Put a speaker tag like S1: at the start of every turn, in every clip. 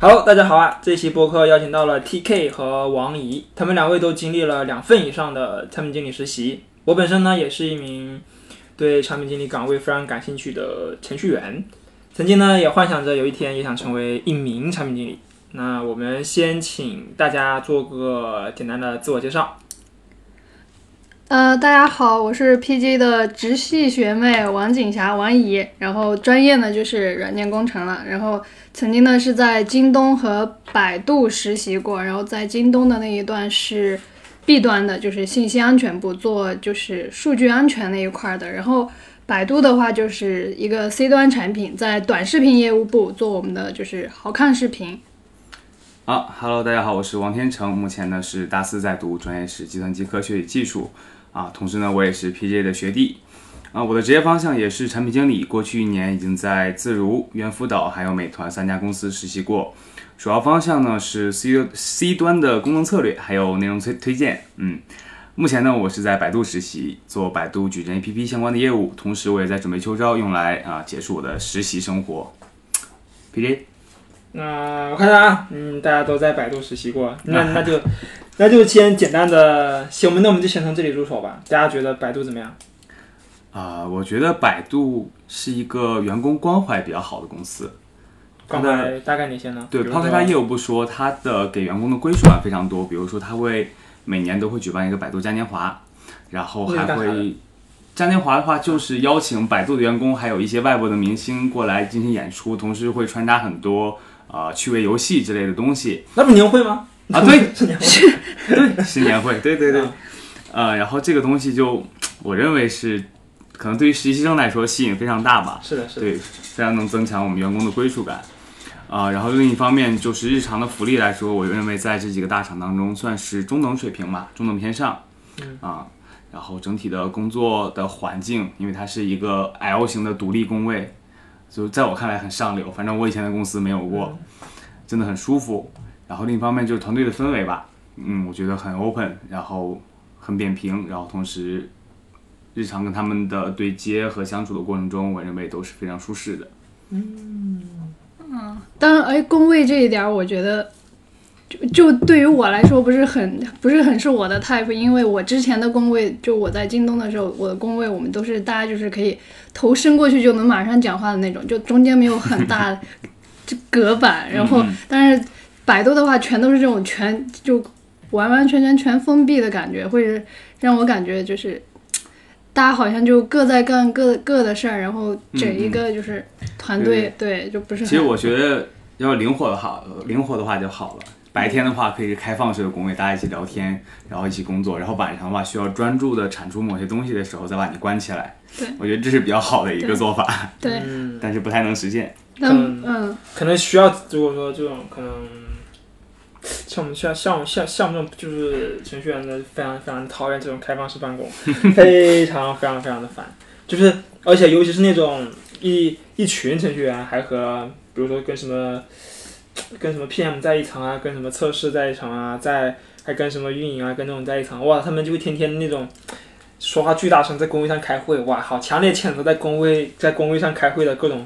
S1: Hello，大家好啊！这期播客邀请到了 TK 和王怡，他们两位都经历了两份以上的产品经理实习。我本身呢，也是一名对产品经理岗位非常感兴趣的程序员，曾经呢，也幻想着有一天也想成为一名产品经理。那我们先请大家做个简单的自我介绍。
S2: 呃，大家好，我是 PG 的直系学妹王景霞，王怡，然后专业呢就是软件工程了，然后曾经呢是在京东和百度实习过，然后在京东的那一段是 B 端的，就是信息安全部做就是数据安全那一块儿的，然后百度的话就是一个 C 端产品，在短视频业务部做我们的就是好看视频，
S3: 啊，Hello，大家好，我是王天成，目前呢是大四在读，专业是计算机科学与技术，啊，同时呢我也是 PJ 的学弟，啊，我的职业方向也是产品经理，过去一年已经在自如、猿辅导还有美团三家公司实习过，主要方向呢是 C C 端的功能策略，还有内容推推荐，嗯，目前呢我是在百度实习，做百度矩阵 APP 相关的业务，同时我也在准备秋招，用来啊结束我的实习生活，PJ。
S1: 那我看看啊，嗯，大家都在百度实习过，那那就那就先简单的，行，我们那我们就先从这里入手吧。大家觉得百度怎么样？
S3: 啊、我觉得百度是一个员工关怀比较好的公司。
S1: 刚才大概哪些呢？
S3: 对，
S1: 比如
S3: 抛开
S1: 说
S3: 它业务不说，它的给员工的归属感非常多。比如说，它会每年都会举办一个百度嘉年华，然后
S1: 那是
S3: 还
S1: 干啥的
S3: 会嘉年华的话，就是邀请百度的员工还有一些外部的明星过来进行演出，同时会穿插很多呃趣味游戏之类的东西。
S1: 那不是年会吗？
S3: 啊对，
S1: 是年会。
S3: 对，是年会，对对对
S1: 啊。
S3: 呃，然后这个东西就我认为是可能对于实习生来说吸引非常大吧。
S1: 是的，是的。
S3: 对，非常能增强我们员工的归属感。啊、然后另一方面就是日常的福利来说，我认为在这几个大厂当中算是中等水平吧，中等偏上。
S1: 嗯
S3: 啊，然后整体的工作的环境，因为它是一个 L 型的独立工位，就在我看来很上流。反正我以前的公司没有过，
S1: 嗯
S3: 真的很舒服。然后另一方面就是团队的氛围吧，嗯，我觉得很 open，然后很扁平，然后同时日常跟他们的对接和相处的过程中，我认为都是非常舒适的。
S2: 当然，哎，工位这一点，儿，我觉得就就对于我来说不是很不是很是我的 type，因为我之前的工位，就我在京东的时候，我的工位我们都是大家就是可以头伸过去就能马上讲话的那种，就中间没有很大的 这隔板。然后，
S3: 嗯
S2: 但是百度的话，全都是这种全就完完全全全封闭的感觉，会是让我感觉就是。大家好像就各在干各各的事儿，然后整一
S3: 嗯嗯
S2: 个就是团
S3: 对
S2: 队，对，就不是很。
S3: 其实我觉得要灵活的好，呃灵活的话就好了。嗯白天的话可以开放式的工位，大家一起聊天，然后一起工作。然后晚上的话，需要专注的产出某些东西的时候，再把你关起来。
S2: 对，
S3: 我觉得这是比较好的一个
S2: 对
S3: 做法，
S2: 对，
S1: 嗯，
S3: 但是不太能实现。
S2: 但
S1: 嗯
S2: 嗯，
S1: 可能需要，如果说这种可能，像我们像像我们像像我们这种就是程序员的，非常非常讨厌这种开放式办公， 非常非常非常的烦。就是而且尤其是那种一一群程序员还和比如说跟什么跟什么 PM 在一层啊，跟什么测试在一层啊，在还跟什么运营啊，跟这种在一层，哇，他们就会天天那种。说话巨大声，在工位上开会，哇，好强烈谴责在工位在工位上开会的各种，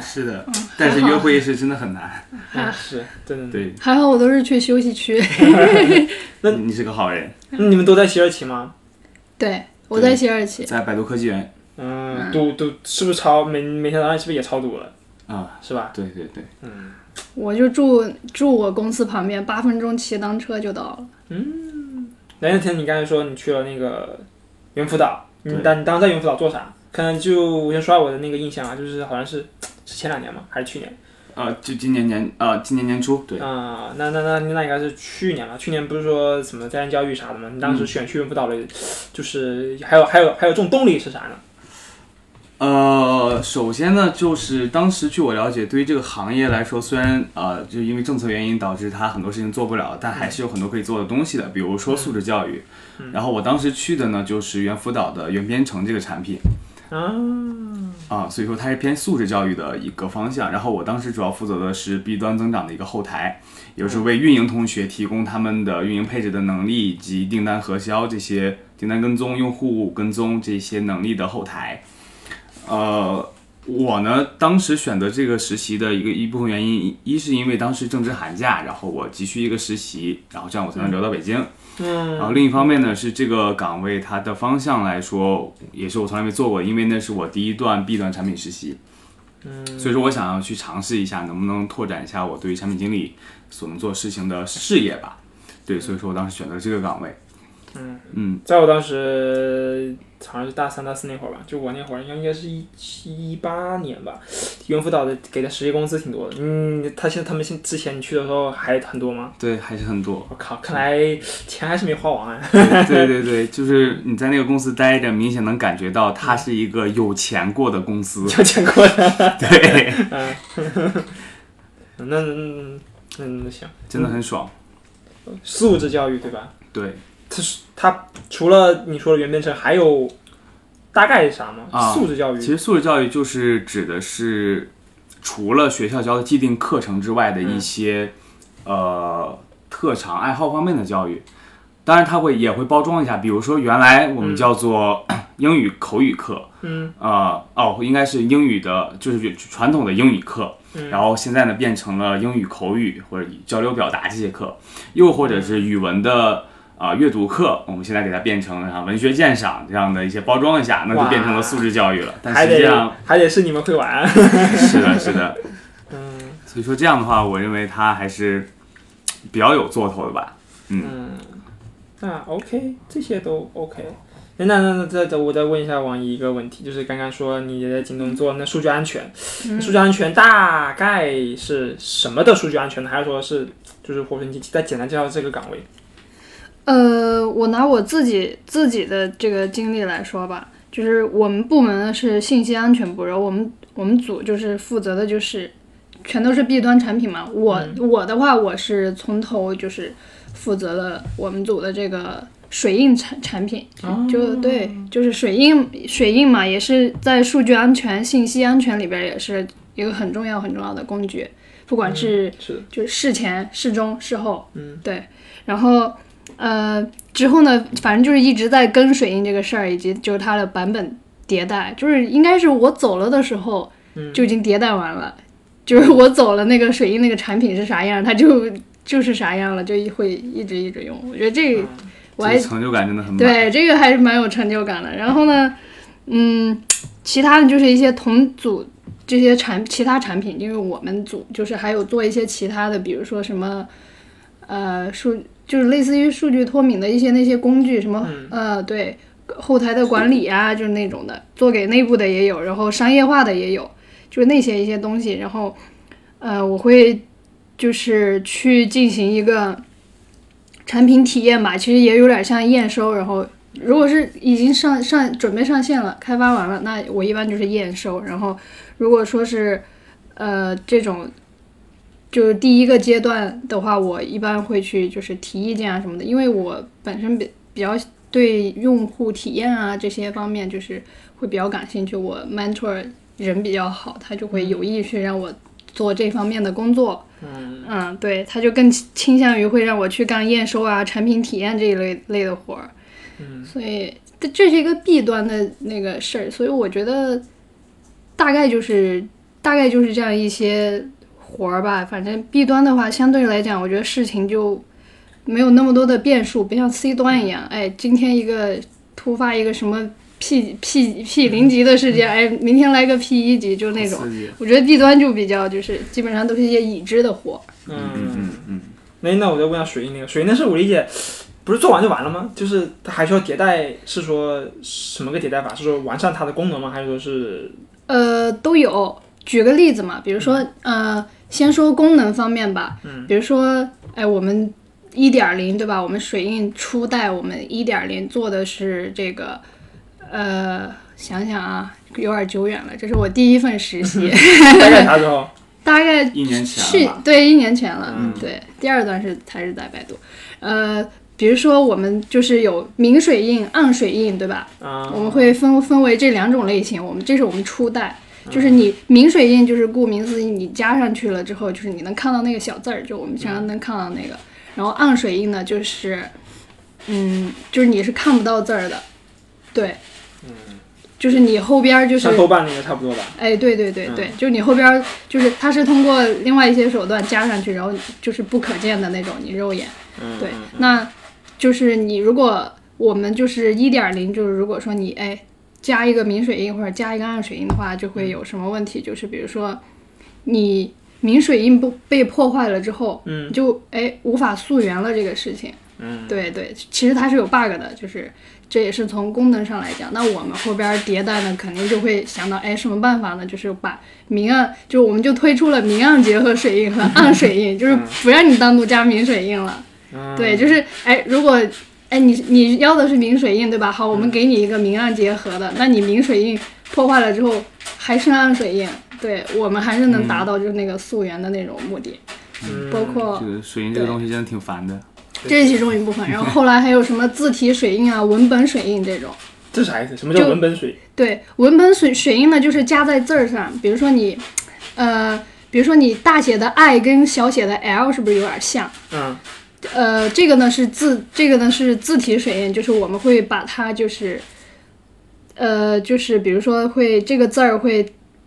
S3: 是的，
S2: 还
S3: 但是
S2: 好
S3: 约会是真的很难。
S1: 嗯，是真的。
S3: 对，
S2: 还好我都是去休息区。
S1: 那
S3: 你是个好人，
S1: 那你们都在西二旗吗？
S2: 对，我在西二旗。
S3: 在百度科技园
S1: 嗯，赌赌是不是超每每天早上是不是也超赌了？
S3: 啊，
S1: 是吧？
S3: 对对对，
S2: 我就住住我公司旁边，八分钟骑单车就到了。
S1: 那那天你刚才说你去了那个猿辅导，你
S3: 对
S1: 当你当时在猿辅导做啥？可能就我先说下我的那个印象啊，就是好像是是前两年嘛，还是去年？
S3: 啊，就今年年啊，今年年初，对，
S1: 啊、那那那那应该是去年了。去年不是说什么在线教育啥的吗？你当
S3: 嗯
S1: 时选去猿辅导的，就是还有还有还有这种动力是啥呢？
S3: 呃，首先呢，就是当时据我了解，对于这个行业来说，虽然呃，就因为政策原因导致它很多事情做不了，但还是有很多可以做的东西的，比如说素质教育。然后我当时去的呢，就是猿辅导的猿编程这个产品啊，所以说它是偏素质教育的一个方向。然后我当时主要负责的是 B 端增长的一个后台，也就是为运营同学提供他们的运营配置的能力以及订单核销这些订单跟踪、用户跟踪这些能力的后台。呃，我呢，当时选择这个实习的一个一部分原因，一是因为当时正值寒假，然后我急需一个实习，然后这样我才能留到北京。
S1: 嗯，
S3: 然后另一方面呢，是这个岗位它的方向来说，也是我从来没做过，因为那是我第一段 B 端产品实习。嗯，所以说我想要去尝试一下，能不能拓展一下我对于产品经理所能做事情的视野吧。对，所以说我当时选择这个岗位。
S1: 嗯
S3: 嗯，
S1: 在我当时好像是大三、大四那会儿吧，就我那会儿应该应该是一一八年吧，猿辅导的给的实习工资挺多的。嗯，他现在他们现之前你去的时候还很多吗？
S3: 对，还是很多。
S1: 我靠，看来钱还是没花完啊。
S3: 对对对，就是你在那个公司待着，明显能感觉到它是一个有钱过的公司。
S1: 有钱过的，
S3: 对，
S1: 那那那那那行，
S3: 真的很爽。
S1: 素质教育对吧？
S3: 对，
S1: 他除了你说的原编程，还有大概是啥吗？
S3: 啊
S1: 素质教育
S3: 其实素质教育就是指的是除了学校教的既定课程之外的
S1: 嗯
S3: 一些、呃特长爱好方面的教育。当然，它会也会包装一下，比如说原来我
S1: 嗯
S3: 们叫做 英语口语课，嗯，啊、哦，应该是英语的，就是传统的英语课，
S1: 嗯
S3: 然后现在呢变成了英语口语或者交流表达这些课，又或者是语文的啊、阅读课，我们现在给它变成了啥文学鉴赏这样的一些包装一下，那就变成了
S1: 哇
S3: 素质教育了。但
S1: 还
S3: 实际
S1: 得
S3: 上，
S1: 还得是你们会玩。
S3: 是的，是的。
S1: 嗯
S3: 所以说这样的话，我认为它还是比较有做头的吧。
S1: 嗯，那 OK，这些都 OK。那那那再再我再问一下王一一个问题，就是刚刚说你在京
S2: 嗯
S1: 东做那数据安全，数据安全大概是什么的数据安全呢？还是说是就是火神机再简单介绍这个岗位？
S2: 呃，我拿我自己自己的这个经历来说吧，就是我们部门呢是信息安全部，然后我们我们组就是负责的就是全都是 B 端产品嘛。我、我的话，我是从头就是负责了我们组的这个水印产产品，就对，就是水印水印嘛，也是在数据安全、信息安全里边也是一个很重要很重要的工具，不管是、
S1: 是的
S2: 就是事前、事中、事后，嗯，对，然后呃之后呢，反正就是一直在跟水印这个事儿，以及就是它的版本迭代，就是应该是我走了的时候就已经迭代完了，就是我走了那个水印那个产品是啥样，它就就是啥样了，就会一直一直用。我觉得这个、我
S3: 这
S2: 还
S3: 个成就感真的很满。
S2: 对，这个还是蛮有成就感的。然后呢，嗯，其他的就是一些同组这些产其他产品，因为我们组就是还有做一些其他的，比如说什么，呃，数就是类似于数据脱敏的一些那些工具，什么、呃，对，后台的管理啊，就是那种的，做给内部的也有，然后商业化的也有，就是那些一些东西。然后，呃，我会就是去进行一个。产品体验吧，其实也有点像验收。然后，如果是已经上上准备上线了，开发完了，那我一般就是验收。然后，如果说是呃这种就是第一个阶段的话，我一般会去就是提意见啊什么的，因为我本身比比较对用户体验啊这些方面就是会比较感兴趣。我 mentor 人比较好，他就会有意去让我做这方面的工作。嗯，对，他就更倾倾向于会让我去干验收啊、产品体验这一类类的活儿。嗯，所以这这是一个弊端的那个事儿，所以我觉得大概就是大概就是这样一些活儿吧。反正弊端的话，相对来讲，我觉得事情就没有那么多的变数，不像 C 端一样，哎，今天一个突发一个什么 P P P 零级的事件，哎，明天来个 P 一级，就那种。
S3: 刺激。
S2: 我觉得 B 端就比较就是基本上都是一些已知的活，
S3: 嗯嗯嗯嗯，
S1: 那那我再问一下水印那个，水印那是我理解，不是做完就完了吗？就是它还需要迭代，是说什么个迭代法？是说完善它的功能吗？还是说 是
S2: 呃，都有。举个例子嘛，比如说、
S3: 嗯
S2: 呃，先说功能方面吧，嗯，比如说，哎，我们一点零对吧？我们水印初代我们一点零做的是这个，呃，想想啊，有点久远了，这是我第一份实 习，
S1: 大概啥时候？
S2: 大概
S3: 一年前
S2: 去
S3: 了吧。嗯
S2: 对一年前了，对，第二段是还是在百度，呃，比如说我们就是有明水印、暗水印，对吧？
S1: 啊、
S2: 我们会分分为这两种类型，我们这是我们初代。
S1: 嗯
S2: 就是你明水印，就是顾名思义，你加上去了之后，就是你能看到那个小字儿，就我们常常能看到那个。然后暗水印呢，就是，嗯，就是你是看不到字儿的，对，就是你后边儿就是
S1: 像豆瓣那个差不多吧。
S2: 哎，对对对
S1: 嗯
S2: 对，就你后边儿就是它是通过另外一些手段加上去，然后就是不可见的那种，你肉眼
S1: 嗯，
S2: 对
S1: 嗯，
S2: 那就是你如果我们就是一点零，就是如果说你哎加一个明水印或者加一个暗水印的话，就会有什么问题？就是比如说你明水印不被破坏了之后，
S1: 嗯，
S2: 就哎无法溯源了这个事情。
S1: 嗯，
S2: 对对，其实它是有 bug 的，就是这也是从功能上来讲。那我们后边迭代呢，肯定就会想到，哎，什么办法呢？就是把明暗，就我们就推出了明暗结合水印和暗水印，就是不让你单独加明水印了。
S1: 嗯
S2: 对，就是哎，如果哎你你要的是明水印对吧？好，我
S1: 嗯
S2: 们给你一个明暗结合的，那你明水印破坏了之后还剩暗水印，对我们还是能达到就是那个溯源的那种目的，
S1: 嗯
S2: 包括
S3: 这个水银这
S2: 哦
S3: 个
S2: 对
S3: 东西真的挺烦的。
S2: 这是其中一部分，然后后来还有什么字体水印啊、文本水印这种。
S1: 这啥意思？什么叫
S2: 就
S1: 文本水？
S2: 对，文本水水印呢，就是加在字儿上，比如说你，呃，比如说你大写的 I 跟小写的 L 是不是有点像？
S1: 嗯
S2: 呃，这个呢是字，这个呢是字体水印，就是我们会把它就是，呃，就是比如说会这个字儿会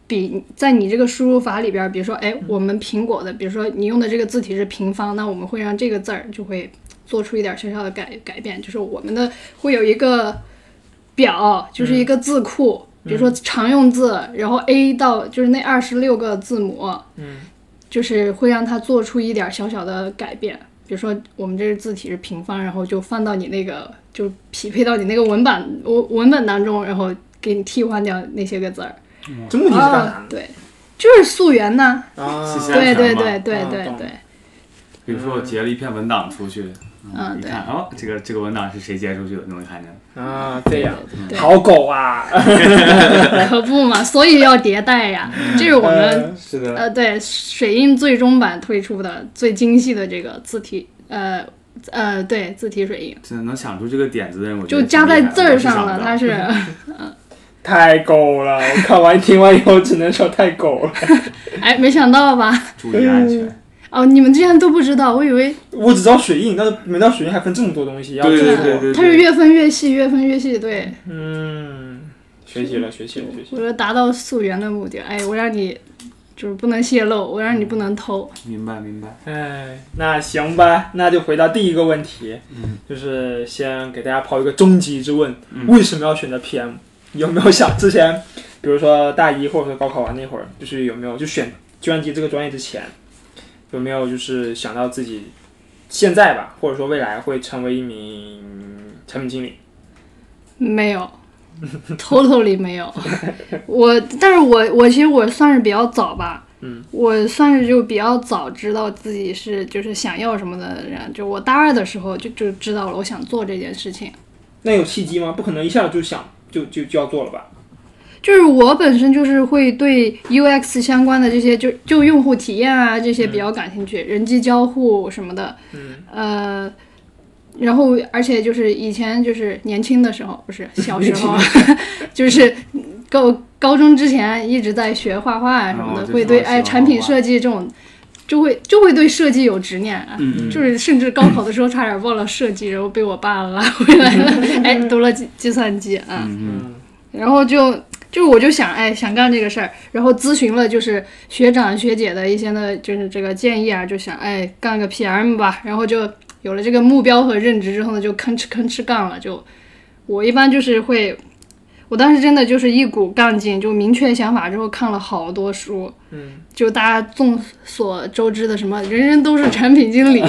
S2: 比在你这个输入法里边儿，比如说哎，我们苹果的，比如说你用的这个字体是平方，那我们会让这个字儿就会做出一点小小的改改变，就是我们的会有一个表，就是一个字库，比如说常用字，然后 A 到就是那二十六个字母，
S1: 嗯
S2: 就是会让它做出一点小小的改变。比如说，我们这个字体是平方，然后就放到你那个，就匹配到你那个文bản文文本当中，然后给你替换掉那些个字儿。
S1: 嗯这目的是干啥
S2: 啊，
S1: 呢？
S2: 对，就是溯源呐。
S1: 啊
S3: 是，这
S2: 对
S3: 样
S2: 对对
S3: 想嘛
S2: 对
S1: 啊
S2: 对
S1: 懂
S2: 对，
S3: 比如说我截了一篇文档出去，
S2: 嗯
S3: 一
S2: 对
S3: 看哦，这个这个文档是谁截出去的，就能看见。
S1: 啊，这样，
S2: 对
S1: 好狗啊！
S2: 可不嘛，所以要迭代呀。这是 我们
S1: 嗯
S3: 是的，
S2: 呃对水印最终版推出的最精细的这个字体呃呃对字体水印，
S3: 真的能想出这个点子的人，我觉
S2: 就
S3: 得
S2: 加在字儿上
S3: 了
S2: 了，，它是。
S1: 太狗了！我看完听完以后只能说太狗了。
S2: 哎，没想到吧？
S3: 注意安全。
S2: 哦，你们之前都不知道，我以为
S1: 我只知道水印，但是没知道水印还分这么多东西。要
S3: 对
S1: 注意
S3: 对对对
S2: 它是越分越细，越分越细。对，
S1: 嗯，学习了，学习了，学习
S2: 我
S1: 了。
S2: 说达到溯源的目的。哎，我让你就是不能泄露，我让你不能偷。
S3: 明白明白。
S1: 哎，那行吧，那就回到第一个问题，
S3: 嗯
S1: 就是先给大家抛一个终极之问：
S3: 嗯
S1: 为什么要选择 PM？有没有想之前，比如说大一或者说高考完那会儿，就是有没有就选计算机这个专业之前，有没有就是想到自己现在吧，或者说未来会成为一名产品经理？
S2: 没有，totally 没 有。我，但是我我其实我算是比较早吧。
S1: 嗯，
S2: 我算是就比较早知道自己是就是想要什么的人，就我大二的时候就就知道了我想做这件事情。
S1: 那有契机吗？不可能一下就想就就就要做了吧？
S2: 就是我本身就是会对 UX 相关的这些，就就用户体验啊这些
S3: 嗯
S2: 比较感兴趣，人机交互什么的，
S1: 嗯，
S2: 呃，然后而且就是以前就是年轻的时候，不 是小时候， 就是高高中之前一直在学画画啊什么
S3: 哦
S2: 的，
S3: 就是
S2: 会对
S3: 喜欢
S2: 哎产品
S3: 画画
S2: 设计这种，就会就会对设计有执念啊。
S3: 嗯
S2: 就是甚至高考的时候差点忘了设计，然后被我爸拉回来 了。哎，读了计计算机啊，
S3: 嗯嗯
S1: 嗯
S2: 然后就就是我就想哎想干这个事儿，然后咨询了就是学长学姐的一些呢就是这个建议啊，就想哎干个 PM 吧，然后就有了这个目标和认知之后呢，就吭哧吭哧干了。就我一般就是会，我当时真的就是一股干劲，就明确想法之后看了好多书。
S1: 嗯
S2: 就大家众所周知的什么，人人都是产品 经理、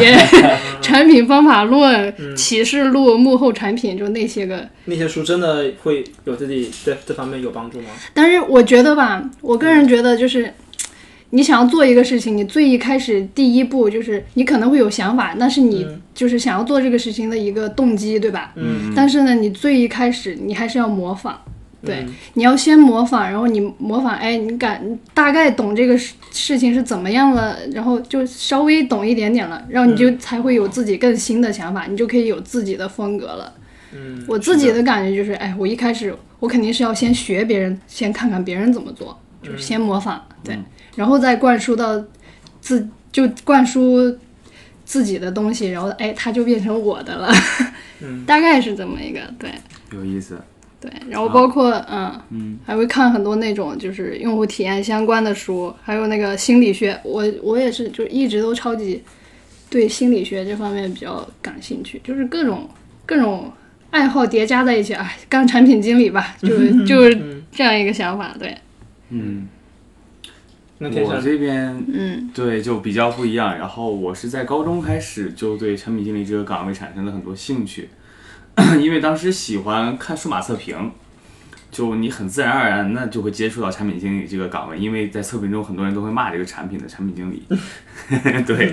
S2: 产品方法论、
S1: 嗯
S2: 启示录、幕后产品，就那些个
S1: 那些书真的会有自己在这方面有帮助吗？
S2: 但是我觉得吧，我个人觉得就是，你想要做一个事情，你最一开始第一步就是你可能会有想法，那是你
S1: 嗯
S2: 就是想要做这个事情的一个动机，对吧？
S1: 嗯
S2: 但是呢，你最一开始你还是要模仿，对
S1: 嗯
S2: 你要先模仿，然后你模仿，哎，你感你大概懂这个事事情是怎么样了，然后就稍微懂一点点了，然后你
S1: 嗯
S2: 就才会有自己更新的想法，你就可以有自己的风格了。
S1: 嗯，
S2: 我自己的感觉就是，哎，我一开始我肯定是要先学别人，先看看别人怎么做，就是先模仿，对，然后再灌输到自就灌输自己的东西，然后哎，它就变成我的了，
S1: 嗯
S2: 大概是这么一个对。
S3: 有意思。
S2: 对，然后包括、
S3: 啊
S2: 嗯，还会看很多那种就是用户体验相关的书，还有那个心理学，我我也是就一直都超级对心理学这方面比较感兴趣，就是各种各种爱好叠加在一起，哎，干产品经理吧，就是就是
S1: 嗯，
S2: 这样一个想法，对，
S3: 嗯，
S1: 那天
S3: 我
S1: 上
S3: 这边
S2: 嗯
S3: 对就比较不一样。然后我是在高中开始就对产品经理这个岗位产生了很多兴趣， 因为当时喜欢看数码测评，就你很自然而然那就会接触到产品经理这个岗位，因为在测评中很多人都会骂这个产品的产品经理， 对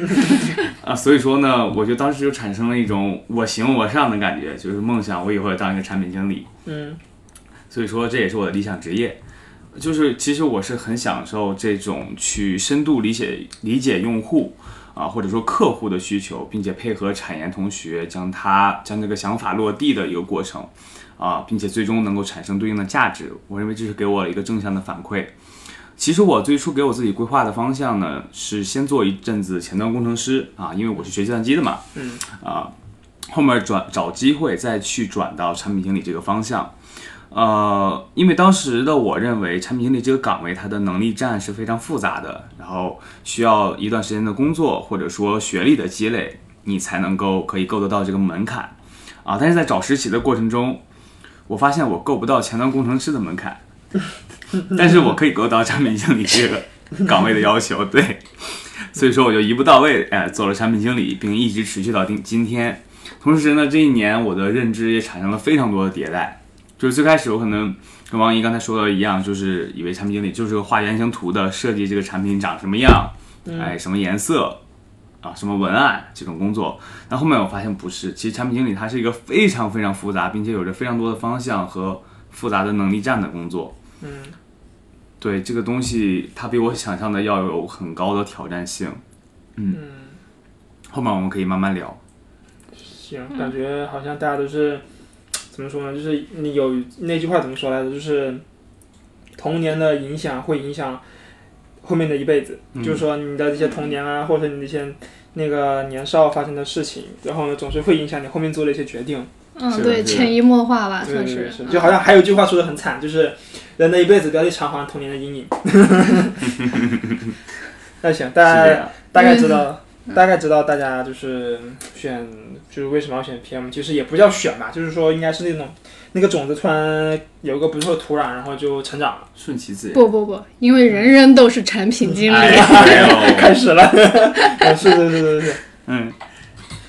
S3: 啊，所以说呢，我就当时就产生了一种我行我上的感觉，就是梦想我以后要当一个产品经理。
S1: 嗯
S3: 所以说这也是我的理想职业。就是其实我是很享受这种去深度理解理解用户啊，或者说客户的需求，并且配合产研同学将它将这个想法落地的一个过程啊，并且最终能够产生对应的价值。我认为这是给我了一个正向的反馈。其实我最初给我自己规划的方向呢，是先做一阵子前端工程师啊，因为我是学计算机的嘛，
S1: 嗯
S3: 啊，后面转找机会再去转到产品经理这个方向。呃，因为当时的我认为产品经理这个岗位，它的能力站是非常复杂的，然后需要一段时间的工作或者说学历的积累，你才能够可以够得到这个门槛啊。但是在找实习的过程中，我发现我够不到前端工程师的门槛，但是我可以够到产品经理这个岗位的要求，对。所以说我就一步到位，哎、做了产品经理，并一直持续到今今天。同时呢，这一年我的认知也产生了非常多的迭代。就是最开始我可能跟王一刚才说的一样，就是以为产品经理就是个画原型图的，设计这个产品长什么样，哎，什么颜色啊，什么文案这种工作。但后面我发现不是，其实产品经理它是一个非常非常复杂，并且有着非常多的方向和复杂的能力站的工作。
S1: 嗯，
S3: 对这个东西，它比我想象的要有很高的挑战性。嗯，后面我们可以慢慢聊。
S1: 行，感觉好像大家都是怎么说呢？就是你有那句话怎么说来着？就是童年的影响会影响后面的一辈子，就是说你的这些童年啊，或者你的一些那个年少发生的事情，然后呢，总是会影响你后面做的一些决定。
S3: 是
S2: 嗯，
S3: 的
S2: 对，
S3: 是的
S2: 潜移默化吧，
S1: 对
S2: 算
S1: 对对，
S2: 是，
S1: 啊
S2: 嗯
S1: 就好像还有一句话说的很惨，就是人的一辈子不要去偿还童年的 阴影。那行，大
S3: 是
S1: 家
S3: 这样，嗯
S1: 大概知道，大概知道大家就是选，就是为什么要选 PM，其实也不叫选吧，就是说应该是那种那个种子突然有一个不错的土壤，然后就成长了，
S3: 顺其自然。
S2: 不不不，因为人人都是产品经理，
S3: 哎呦
S1: 开始 了。嗯是是是是是。
S3: 嗯，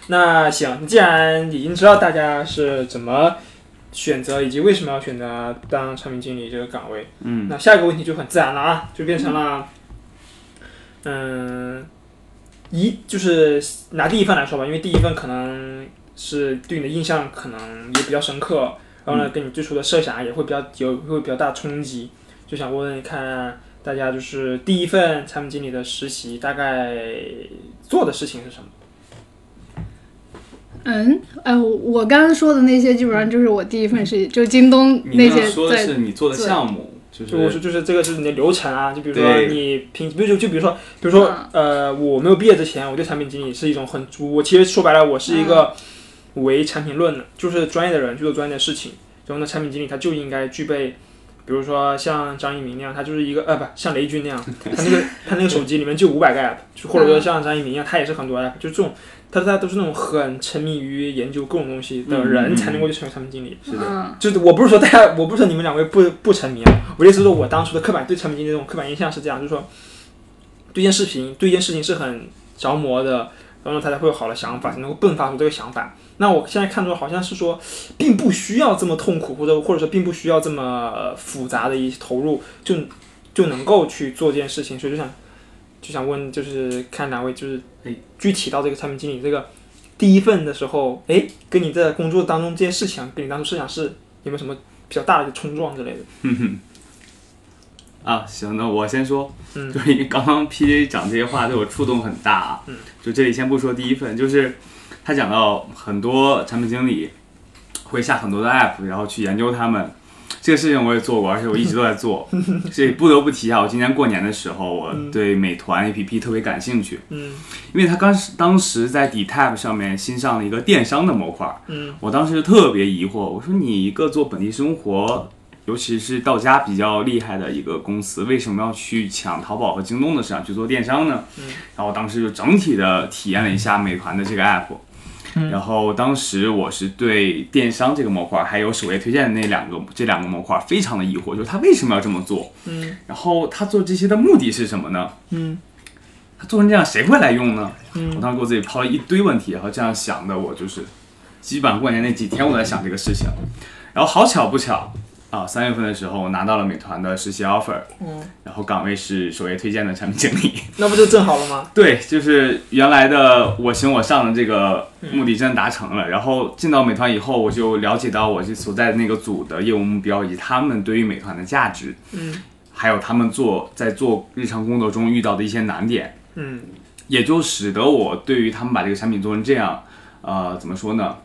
S1: 那行，既然已经知道大家是怎么选择以及为什么要选择当产品经理这个岗位，
S3: 嗯，
S1: 那下一个问题就很自然了啊，就变成了，嗯，一就是拿第一份来说吧，因为第一份可能是对你的印象可能也比较深刻，然后呢，跟你最初的设想也会比较有会比较大冲击，就想问问看大家就是第一份产品经理的实习大概做的事情是什么？
S2: 嗯，哎，我我刚刚说的那些基本上就是我第一份实习，就京东
S3: 你
S2: 那
S3: 刚
S2: 些
S3: 刚说的
S2: 在
S3: 是你做的
S2: 对
S3: 项目，就
S1: 就我
S3: 是
S1: 说就是这个就是你的流程啊，就比如说
S3: 对
S1: 你平，比如就就比如说，比如说、呃，我没有毕业之前，我对产品经理是一种很，我其实说白了，我是一个唯产品论的，就是专业的人去做专业的事情。然后呢，产品经理他就应该具备，比如说像张一鸣那样，他就是一个呃不像雷军那 样，他那个他那个手机里面就五百个 app，就或者说像张一鸣一样，他也是很多 app，就这种，他他都是那种很沉迷于研究各种东西的
S3: 嗯嗯嗯
S1: 人才能够去成为产品经理。
S3: 是的，
S2: 嗯，
S1: 就是我不是说大家，我不是说你们两位不不沉迷啊，我的意思是说我当初的刻板对产品经理这种刻板印象是这样，就是说对一件事情对一件事情是很着魔的，然后他才会有好的想法，才能够迸发出这个想法。那我现在看出来好像是说，并不需要这么痛苦，或者或者说并不需要这么呃复杂的一些投入，就就能够去做这件事情，所以就想就想问，就是看两位就是
S3: 哎
S1: 具体到这个产品经理这个第一份的时候，哎，跟你在工作当中这些事情，跟你当初设想是有没有什么比较大的冲撞之类的？
S3: 啊，行，那我先说，
S1: 嗯
S3: 就是因为刚刚 PJ 讲这些话对我触动很大啊，
S1: 嗯
S3: 就这里先不说第一份，就是他讲到很多产品经理会下很多的 app，然后去研究他们，这个事情我也做过，而且我一直都 在做。所以不得不提一下，我今年过年的时候，我对美团 APP 特别感兴趣，
S1: 嗯
S3: 因为它刚当时在 d t a p 上面新上了一个电商的模块，
S1: 嗯
S3: 我当时就特别疑惑，我说你一个做本地生活，尤其是到家比较厉害的一个公司，为什么要去抢淘宝和京东的市场去做电商呢？
S1: 嗯
S3: 然后我当时就整体的体验了一下美团的这个 app，、
S1: 嗯
S3: 然后当时我是对电商这个模块，还有首页推荐的那两个这两个模块非常的疑惑，就是他为什么要这么做？
S1: 嗯
S3: 然后他做这些的目的是什么呢？
S1: 嗯
S3: 他做成这样谁会来用呢？我
S1: 嗯
S3: 当时给我自己抛了一堆问题，然后这样想的，我就是基本上过年那几天我在想这个事情，然后好巧不巧啊，三月份的时候我拿到了美团的实习 offer，
S1: 嗯，
S3: 然后岗位是首页推荐的产品经理，
S1: 那不就正好了吗？
S3: 对，就是原来的我行我上的这个目的真的达成了。然后进到美团以后，我就了解到我这所在的那个组的业务目标以及他们对于美团的价值，
S1: 嗯
S3: 还有他们做在做日常工作中遇到的一些难点。
S1: 嗯
S3: 也就使得我对于他们把这个产品做成这样，呃，怎么说呢，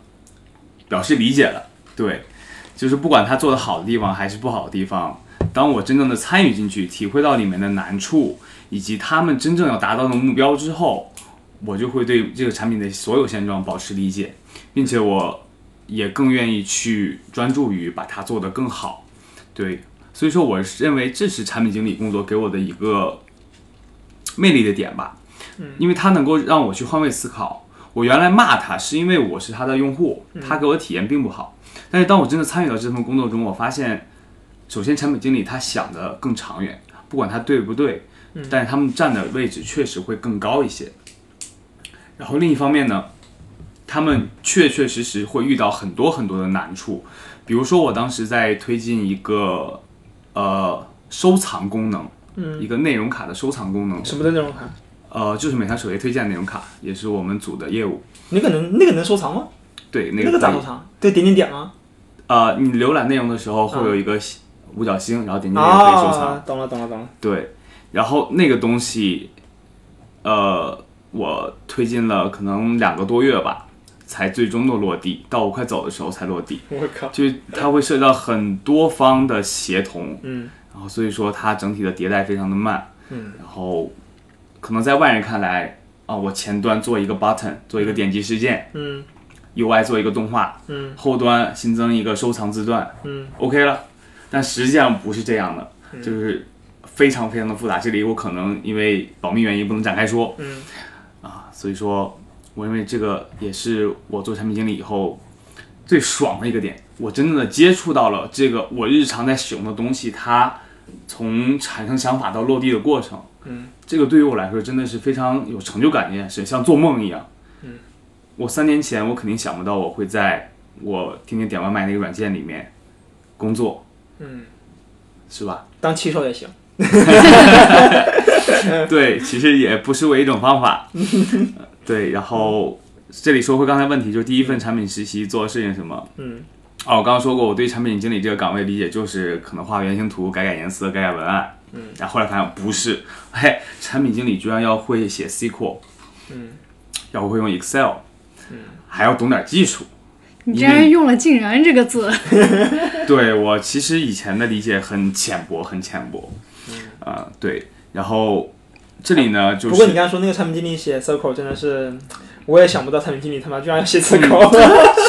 S3: 表示理解了。对，就是不管他做的好的地方还是不好的地方，当我真正的参与进去，体会到里面的难处以及他们真正要达到的目标之后，我就会对这个产品的所有现状保持理解，并且我也更愿意去专注于把它做得更好。对，所以说我认为这是产品经理工作给我的一个魅力的点吧。因为它能够让我去换位思考。我原来骂他是因为我是他的用户，他给我体验并不好。但是当我真的参与到这份工作中，我发现，首先产品经理他想的更长远，不管他对不对，但是他们站的位置确实会更高一些。然后另一方面呢，他们确确实实会遇到很多很多的难处，比如说我当时在推进一个呃收藏功能，一个内容卡的收藏功能，
S1: 什么的内容啊卡？
S3: 呃，就是美团首页推荐那种卡，也是我们组的业务。
S1: 那个能那个能收藏吗？
S3: 对，那
S1: 那
S3: 个
S1: 个咋
S3: 可以
S1: 收藏？对，点点点吗？
S3: 呃，你浏览内容的时候会有一个五角星，然后点进去就可以收藏。
S1: 啊，懂了懂了懂了。
S3: 对，然后那个东西，呃，我推进了可能两个多月吧，才最终的落地。到我快走的时候才落地，
S1: 我靠，
S3: 就是它会涉及到很多方的协同，
S1: 嗯
S3: 然后所以说它整体的迭代非常的慢，
S1: 嗯
S3: 然后可能在外人看来啊、我前端做一个 button，做一个点击事件。
S1: 嗯
S3: UI 做一个动画，
S1: 嗯
S3: 后端新增一个收藏字段
S1: 嗯
S3: ，OK 了。但实际上不是这样的，就是非常非常的复杂。这里我可能因为保密原因不能展开说
S1: 嗯
S3: 啊，所以说我认为这个也是我做产品经理以后最爽的一个点。我真正的接触到了这个我日常在使用的东西，它从产生想法到落地的过程，
S1: 嗯，
S3: 这个对于我来说真的是非常有成就感的一件事，像做梦一样。
S1: 嗯，
S3: 我三年前我肯定想不到我会在我天天点外卖那个软件里面工作，
S1: 嗯，
S3: 是吧？
S1: 当骑手也行。
S3: 对，其实也不失为一种 方法。对，然后这里说回刚才问题，就是第一份产品实习做的事情是什么？
S1: 嗯
S3: 哦，我刚刚说过，我对产品经理这个岗位理解就是可能画原型图、改改颜色、改改文案。
S1: 嗯，
S3: 然后后来发现不是，嘿，产品经理居然要会写 SQL，
S1: 嗯
S3: 要会用 Excel，
S1: 嗯
S3: 还要懂点技术。
S2: 你竟然用了“竟然”这个字，
S3: 对我其实以前的理解很浅薄，很浅薄。
S2: 嗯
S3: 啊、对。然后这里呢，就
S1: 不过你
S3: 是
S1: 刚才说那个产品经理写 circle 真的是，我也想不到产品经理他妈居然要写 circle，、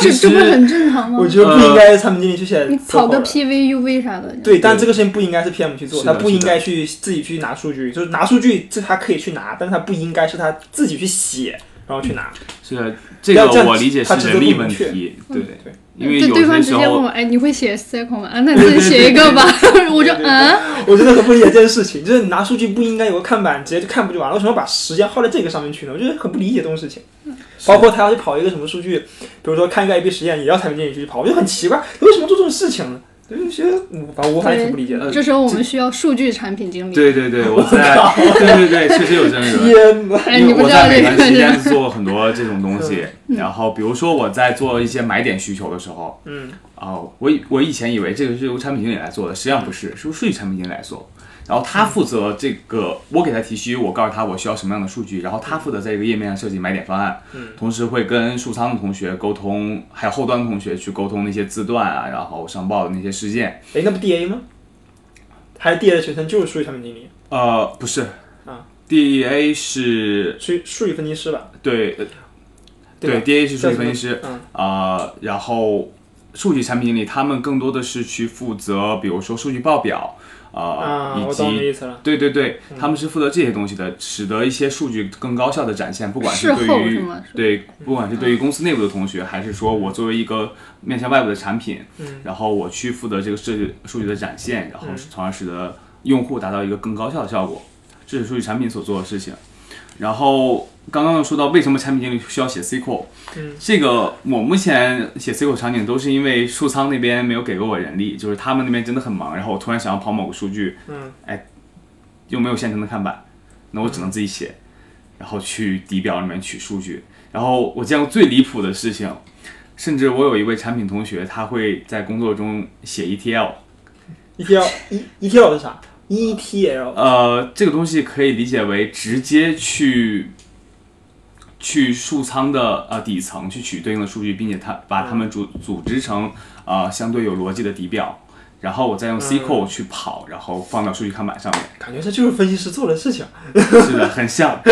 S2: 这
S3: 其
S2: 这不是
S3: 实
S2: 很正常吗
S1: 我？觉得不应该产品经理去写 circle
S2: 你跑个
S1: 的
S2: PVUV 啥的，
S1: 对，但这个事情不应该是 PM 去做，
S3: 是的
S1: 他不应该去自己去拿数据，就是拿数据这他可以去拿，但是他不应该是他自己去写然后去拿。
S3: 这个这
S1: 要这
S3: 个
S1: 样
S3: 我理解
S1: 它
S3: 是
S1: 职责
S3: 人力
S1: 不
S3: 问
S1: 明确
S3: 题，嗯对，
S1: 对
S3: 因为
S2: 对
S3: 有
S2: 嗯对方
S3: 些
S2: 直
S3: 时
S2: 接问
S3: 候
S2: 我，哎，你会写 SQL 吗？啊，那你自己写一个吧。 我就
S1: 对对对
S2: 嗯，
S1: 我真的很不理解这件事情，就是拿数据不应该有个看板，直接就看不就完了？为什么要把时间耗在这个上面去呢？我就是很不理解这种事情。包括他要去跑一个什么数据，比如说看一个 A/B 实验，也要产品经理去跑，我就很奇怪，为什么做这种事情呢？就是觉得，嗯反正我还挺不理解的。
S2: 这时候我们需要数据产品经理。
S3: 对对对，我在，对对对，确实有这样 人。
S1: 天哪！
S2: 哎，
S3: 因
S2: 你
S3: 为
S2: 不
S3: 我
S2: 知道嗯
S3: 在美
S2: 这
S3: 团
S2: 个
S3: 期
S2: 人
S3: 间做过很多这种东西，然后比如说我在做一些买点需求的时候，
S1: 嗯
S3: 啊哦，我以我以前以为这个是由产品经理来做的，实际上不是，是由数据产品经理来做。然后他负责这个，我给他提需，我告诉他我需要什么样的数据，然后他负责在这个页面上设计买点方案，
S1: 嗯
S3: 同时会跟数仓的同学沟通，还有后端的同学去沟通那些字段啊，然后上报的那些事件。
S1: 哎，那不 DA 吗？还是 DA 的全称就是数据产品经理，
S3: 呃，不是
S1: 啊
S3: ，DEA 是
S1: 数数据分析师吧？
S3: 对呃
S1: 对吧
S3: ，DEA 是数据分析
S1: 叫
S3: 师
S1: 什么嗯，
S3: 啊、然后数据产品经理他们更多的是去负责，比如说数据报表啊、
S1: 啊，
S3: 以
S1: 我
S3: 及
S1: 懂你的意思了。
S3: 对对对，他们是负责这些东西的，使得一些数据更高效的展现，不管是
S2: 事后
S3: 对
S2: 是
S3: 于
S2: 吗？
S3: 对，不管是对于公司内部的同学，还是说我作为一个面向外部的产品，然后我去负责这个设计数据的展现，然后从而使得用户达到一个更高效的效果，这是数据产品所做的事情。然后刚刚又说到为什么产品经理需要写 SQL，、这个我目前写 SQL 场景都是因为数仓那边没有给过我人力，就是他们那边真的很忙，然后我突然想要跑某个数据，
S1: 嗯，
S3: 哎，又没有现成的看板，那我只能自己写，然后去底表里面取数据。然后我见过最离谱的事情，甚至我有一位产品同学，他会在工作中写 E ETL，
S1: ETL E ETL 是啥？ETL E
S3: 呃，这个东西可以理解为直接去去数仓的呃底层去取对应的数据，并且它把它们组
S2: 嗯
S3: 组织成呃相对有逻辑的底表，然后我再用
S2: 嗯
S3: SQL 去跑，然后放到数据看板上面。
S1: 感觉这就是分析师做的事情。啊
S3: 是的，很像。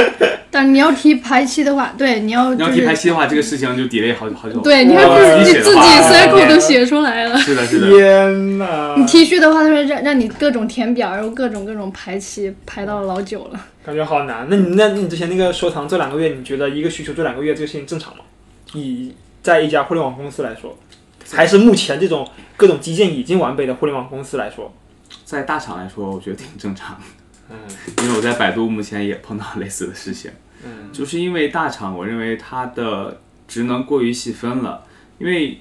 S2: 但你要提排期的话，对，你要
S3: 你
S2: 就
S3: 要提排
S2: 是
S3: 期的话，这个事情就 delay 好久好久。
S2: 对，你
S1: 哇
S2: 要
S3: 自己
S2: 自己
S3: 写的
S2: 自己
S3: 话
S2: circle 都写出来了。
S3: 是的，是的。
S1: 天 哪！
S2: 你提需的话，他说让让你各种填表，然后各种各种排期，排到老久了。
S1: 感觉好难。那你那你之前那个收藏做两个月，你觉得一个需求做两个月这个事情正常吗？以在一家互联网公司来说，还是目前这种各种基建已经完备的互联网公司来说，
S3: 在大厂来说，我觉得挺正常的。嗯，因为我在百度目前也碰到类似的事情。嗯，就是因为大厂，我认为它的职能过于细分了，因为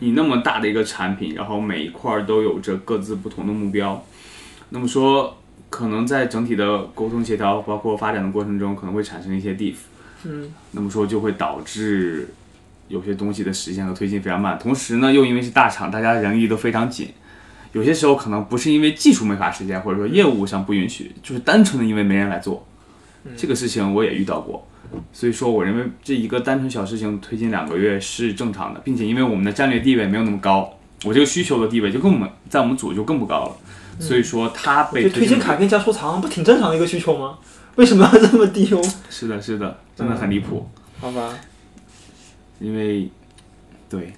S3: 你那么大的一个产品，然后每一块儿都有着各自不同的目标，那么说。可能在整体的沟通协调，包括发展的过程中，可能会产生一些 diff，
S1: 嗯，
S3: 那么说就会导致有些东西的实现和推进非常慢。同时呢，又因为是大厂，大家人力都非常紧，有些时候可能不是因为技术没法实现，或者说业务上不允许，就是单纯的因为没人来做。
S1: 嗯
S3: 这个事情我也遇到过，所以说我认为这一个单纯小事情推进两个月是正常的，并且因为我们的战略地位没有那么高，我这个需求的地位就跟我们在我们组就更不高了，所以说它被
S1: 就推
S3: 进
S1: 荐卡片加收藏不挺正常的一个需求吗？为什么要这么低哦？
S3: 是的，是的，真的
S1: 嗯
S3: 很离谱，
S1: 好吧，
S3: 因为对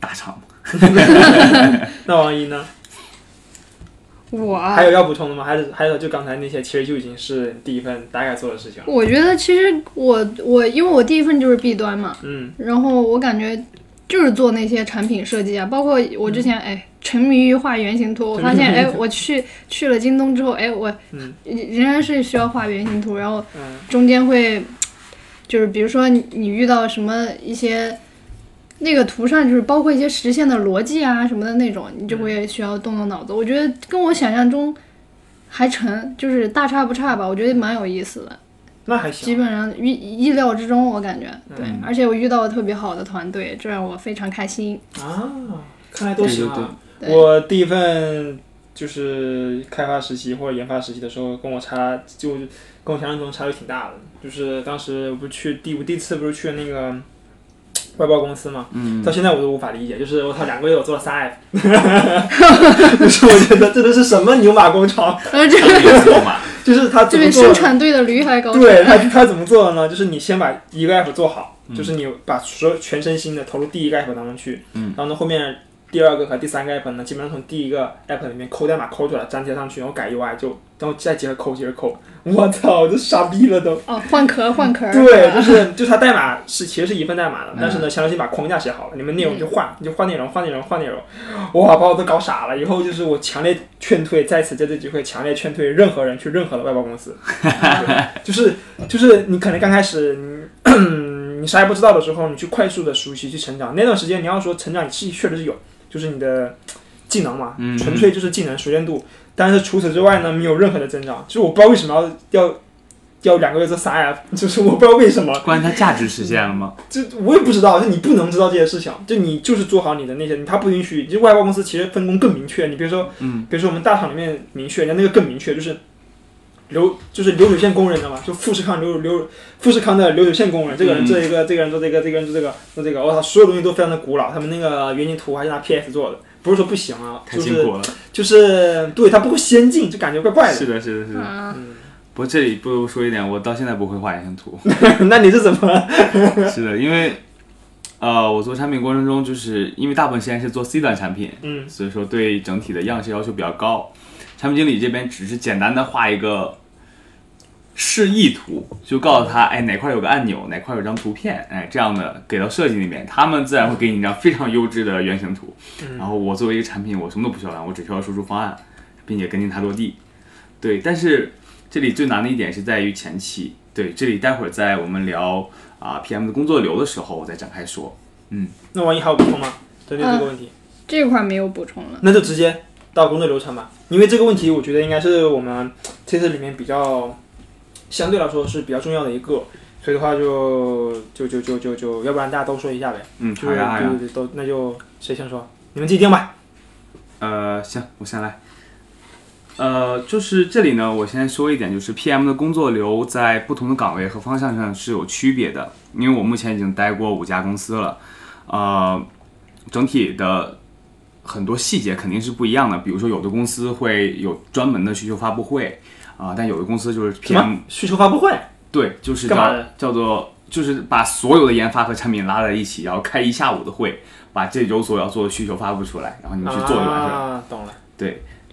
S3: 大厂。
S1: 那王一呢？
S2: 我啊
S1: 还有要补充的吗？还是还有就刚才那些，其实就已经是第一份大概做的事情了。
S2: 我觉得其实我我因为我第一份就是 B 端嘛，
S1: 嗯，
S2: 然后我感觉就是做那些产品设计啊，包括我之前哎沉迷于画原型图，我发现哎我去去了京东之后，哎我、
S1: 嗯
S2: 仍然是需要画原型图，然后
S1: 嗯
S2: 中间会就是比如说你你遇到什么一些。那个图上就是包括一些实现的逻辑啊什么的那种，你就会需要动动脑子。我觉得跟我想象中还成，就是大差不差吧。我觉得蛮有意思的。
S1: 那还
S2: 基
S1: 行。
S2: 本上预意料之中，我感觉对，
S1: 嗯
S2: 而且我遇到了特别好的团队，这让我非常开心。
S1: 啊看来都行
S3: 对对
S1: 啊。
S2: 对
S1: 我第一份就是开发实习或者研发实习的时候，跟我差就跟我想象中差距挺大的。就是当时我不是去第我第一次不是去那个嗯外包公司嘛，到现在我都无法理解，就是我操两个月我做了三 F，就是我觉得这都是什么牛马工厂，
S2: 呃，这
S3: 上面有筹码，
S1: 就是他
S2: 这
S1: 哦啊怎么
S2: 比
S1: 做
S2: 生产队的驴还高。
S1: 对他他怎么做的呢？就是你先把一个 app 做好，就是你把所有全身心的投入第一个 app 当中去，然后呢后面第二个和第三个 app 呢，基本上从第一个 app 里面抠代码抠出来，粘贴上去，然后改 UI 就，然后再结合抠结合抠，我操，我都傻逼了 都。
S2: 哦，换壳换壳。
S1: 对，就是就是它代码是其实是一份代码的，但是呢，相当于把框架写好了，你们内容就换，你就换内容，换内容，换内容，哇，把我都搞傻了。以后就是我强烈劝退，在此借这机会强烈劝退任何人去任何的外包公司， 对就是就是你可能刚开始你你 啥也不知道的时候，你去快速的熟悉去成长，那段时间你要说成长，是确实是有，就是你的技能嘛，
S3: 嗯
S1: 纯粹就是技能熟练度。但是除此之外呢，没有任何的增长。就是我不知道为什么要要要两个月这仨 app，就是我不知道为什么，
S3: 关于它价值实现了吗？
S1: 这我也不知道，就你不能知道这些事情，就你就是做好你的那些，他不允许，就外包公司其实分工更明确。你比如说，
S3: 嗯，
S1: 比如说我们大厂里面明确，人家那个更明确，就是流就是流水线工人的嘛，就富士康流流富士康的流水线工人，这个人
S3: 嗯
S1: 做一个，这个人做这个，这个人做这个，做这个，我操，所有东西都非常的古老，他们那个原型图还是拿 PS 做的，不是说不行啊，
S3: 太
S1: 就
S3: 辛
S1: 是
S3: 苦了。
S1: 就是对它不够先进，就感觉怪怪
S3: 是的， 是的，是的。
S2: 啊，
S1: 嗯，
S3: 不过这里不得不说一点，我到现在不会画原 型图。
S1: 那你是怎么？
S3: 是的，因为呃，我做产品过程中，就是因为大部分时间是做 C 端产品，
S1: 嗯
S3: 所以说对整体的样式要求比较高。产品经理这边只是简单的画一个示意图，就告诉他，哎，哪块有个按钮，哪块有张图片，哎，这样的给到设计那边，他们自然会给你一张非常优质的原型图。然后我作为一个产品，我什么都不需要干，我只需要输出方案，并且跟进它落地。对，但是这里最难的一点是在于前期。对，这里待会儿在我们聊啊、PM 的工作流的时候，我再展开说。
S1: 那王一还有补充吗？针对这个问题，
S2: 这块没有补充了。
S1: 那就直接到工作流程吧，因为这个问题我觉得应该是我们这次里面比较相对来说是比较重要的一个，所以的话就就就就就就，要不然大家都说一下呗，
S3: 嗯，
S1: 就
S3: 好呀好呀
S1: 就。就都那就谁先说？你们自己定吧。
S3: 呃，行，我先来。呃，就是这里呢，我先说一点，就是 PM 的工作流在不同的岗位和方向上是有区别的。因为我目前已经待过五家公司了，呃，整体的很多细节肯定是不一样的。比如说，有的公司会有专门的需求发布会啊、但有的公司就是
S1: 什
S3: PM
S1: 么需求发布会？
S3: 对，就是
S1: 干嘛
S3: 叫
S1: 的
S3: 叫做就是把所有的研发和产品拉在一起，然后开一下午的会，把这有所要做的需求发布出来，然后你们去做就完事儿了。
S1: 啊，懂了。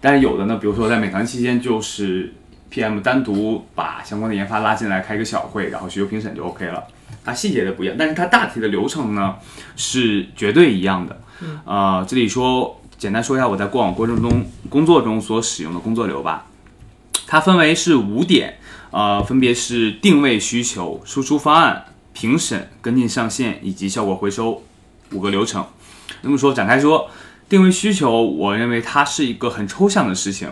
S3: 但是有的呢，比如说在美团期间，就是 PM 单独把相关的研发拉进来开个小会，然后需求评审就 OK 了。它细节的不一样，但是它大体的流程呢是绝对一样的。啊、这里说简单说一下我在过往过程中工作中所使用的工作流吧，它分为是五点，呃，分别是定位需求、输出方案、评审、跟进上线以及效果回收五个流程。那么说展开说，定位需求，我认为它是一个很抽象的事情。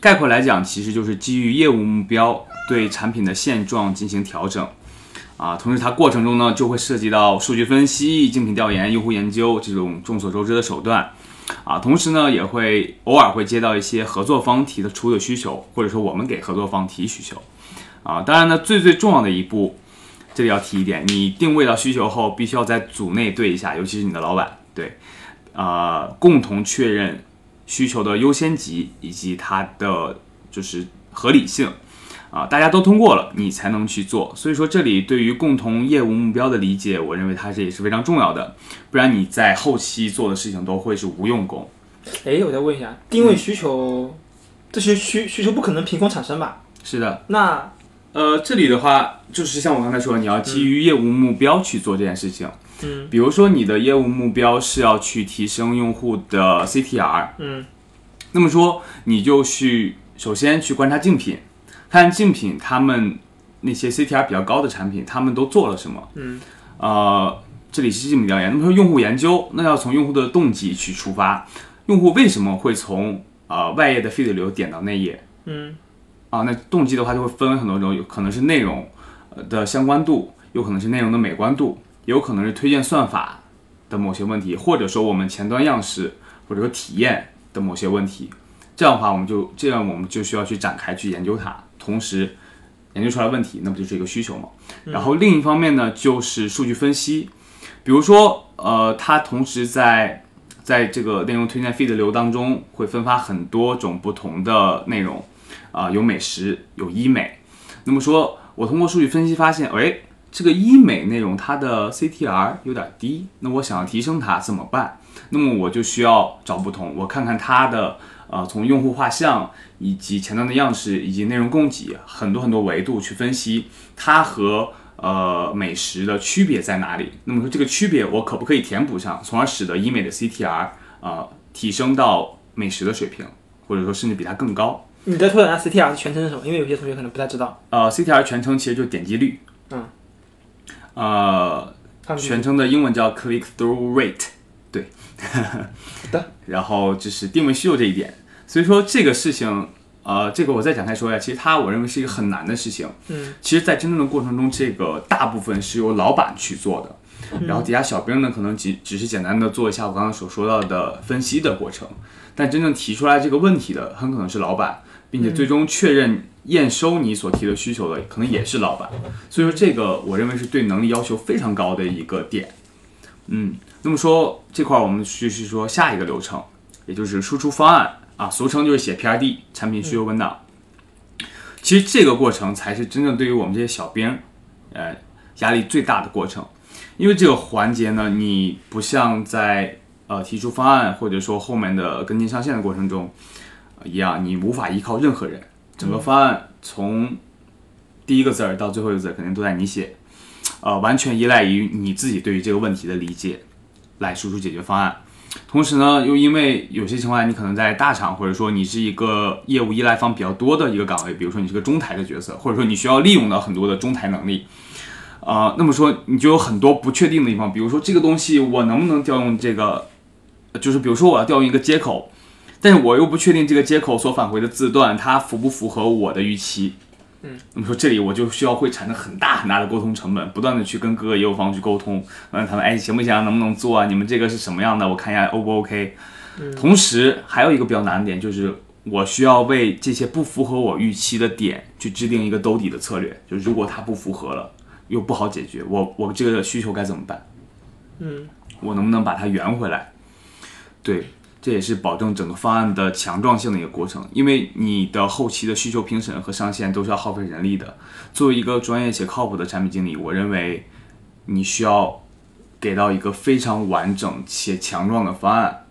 S3: 概括来讲，其实就是基于业务目标对产品的现状进行调整。啊，同时它过程中呢，就会涉及到数据分析、竞品调研、用户研究这种众所周知的手段。啊，同时呢，也会偶尔会接到一些合作方提的出的需求，或者说我们给合作方提需求。啊，当然呢，最最重要的一步，这里要提一点，你定位到需求后，必须要在组内对一下，尤其是你的老板，对。啊，共同确认需求的优先级以及它的就是合理性啊、大家都通过了，你才能去做。所以说，这里对于共同业务目标的理解，我认为它这也是非常重要的，不然你在后期做的事情都会是无用功。
S1: 哎，我再问一下，定
S3: 嗯
S1: 位需求，这些需需求不可能凭空产生吧？
S3: 是的，
S1: 那
S3: 呃，这里的话就是像我刚才说的，你要基于业务目标去做这件事情。
S1: 嗯，
S3: 比如说你的业务目标是要去提升用户的 CTR，
S1: 嗯，
S3: 那么说你就去首先去观察竞品，看竞品他们那些 CTR 比较高的产品，他们都做了什么。
S1: 嗯，
S3: 呃，这里是竞品调研。那么说用户研究，那要从用户的动机去出发，用户为什么会从呃外页的 feed 流点到内页？
S1: 嗯
S3: 啊，那动机的话就会分为很多种，有可能是内容呃的相关度，有可能是内容的美观度，也有可能是推荐算法的某些问题，或者说我们前端样式或者说体验的某些问题。这样的话，我们就这样我们就需要去展开去研究它，同时研究出来问题，那不就是一个需求嘛？然后另一方面呢，就是数据分析，比如说呃，它同时在在这个内容推荐 feed 流当中会分发很多种不同的内容。啊、有美食，有医美。那么说，我通过数据分析发现，哎，这个医美内容它的 CTR 有点低，那我想要提升它怎么办？那么我就需要找不同，我看看它的呃，从用户画像以及前端的样式以及内容供给很多很多维度去分析它和呃美食的区别在哪里。那么说这个区别我可不可以填补上，从而使得医美的 CTR 呃提升到美食的水平，或者说甚至比它更高？
S1: 你再拓展下 CTR 全称是什么？因为有些同学可能不太知道。
S3: 呃，CTR 全称其实就是点击率，
S1: 嗯，
S3: 呃，
S1: 他们
S3: 全称的英文叫 click through rate，对，
S1: 的
S3: 然后就是定位需求这一点，所以说这个事情呃，这个我再展开说一下，其实它我认为是一个很难的事情。
S1: 嗯，
S3: 其实，在争论的过程中，这个大部分是由老板去做的，然后底下小兵呢，可能只只是简单的做一下我刚刚所说到的分析的过程，但真正提出来这个问题的，很可能是老板，并且最终确认验收你所提的需求的，可能也是老板。所以说，这个我认为是对能力要求非常高的一个点。嗯，那么说这块儿我们继续说下一个流程，也就是输出方案啊，俗称就是写 PRD 产品需求文档。其实这个过程才是真正对于我们这些小兵，呃，压力最大的过程，因为这个环节呢，你不像在呃提出方案或者说后面的跟进上线的过程中、呃一样，你无法依靠任何人，整个方案从第一个字儿到最后一个字儿肯定都在你写，呃，完全依赖于你自己对于这个问题的理解来输出解决方案。同时呢，又因为有些情况下你可能在大厂，或者说你是一个业务依赖方比较多的一个岗位，比如说你是个中台的角色，或者说你需要利用到很多的中台能力，啊、那么说你就有很多不确定的地方，比如说这个东西我能不能调用这个，就是比如说我要调用一个接口，但是我又不确定这个接口所返回的字段它符不符合我的预期。
S1: 嗯，
S3: 那么说这里我就需要会产生很大很大的沟通成本，不断的去跟各个业务方去沟通，问他们哎行不行啊，能不能做啊？你们这个是什么样的？我看一下 O 不 OK。同时还有一个比较难的点就是，我需要为这些不符合我预期的点去制定一个兜底的策略，就如果它不符合了，又不好解决，我我这个需求该怎么办？
S1: 嗯，
S3: 我能不能把它圆回来？对，这也是保证整个方案的强壮性的一个过程，因为你的后期的需求评审和上线都是要耗费人力的。作为一个专业且靠谱的产品经理，我认为你需要给到一个非常完整且强壮的方案，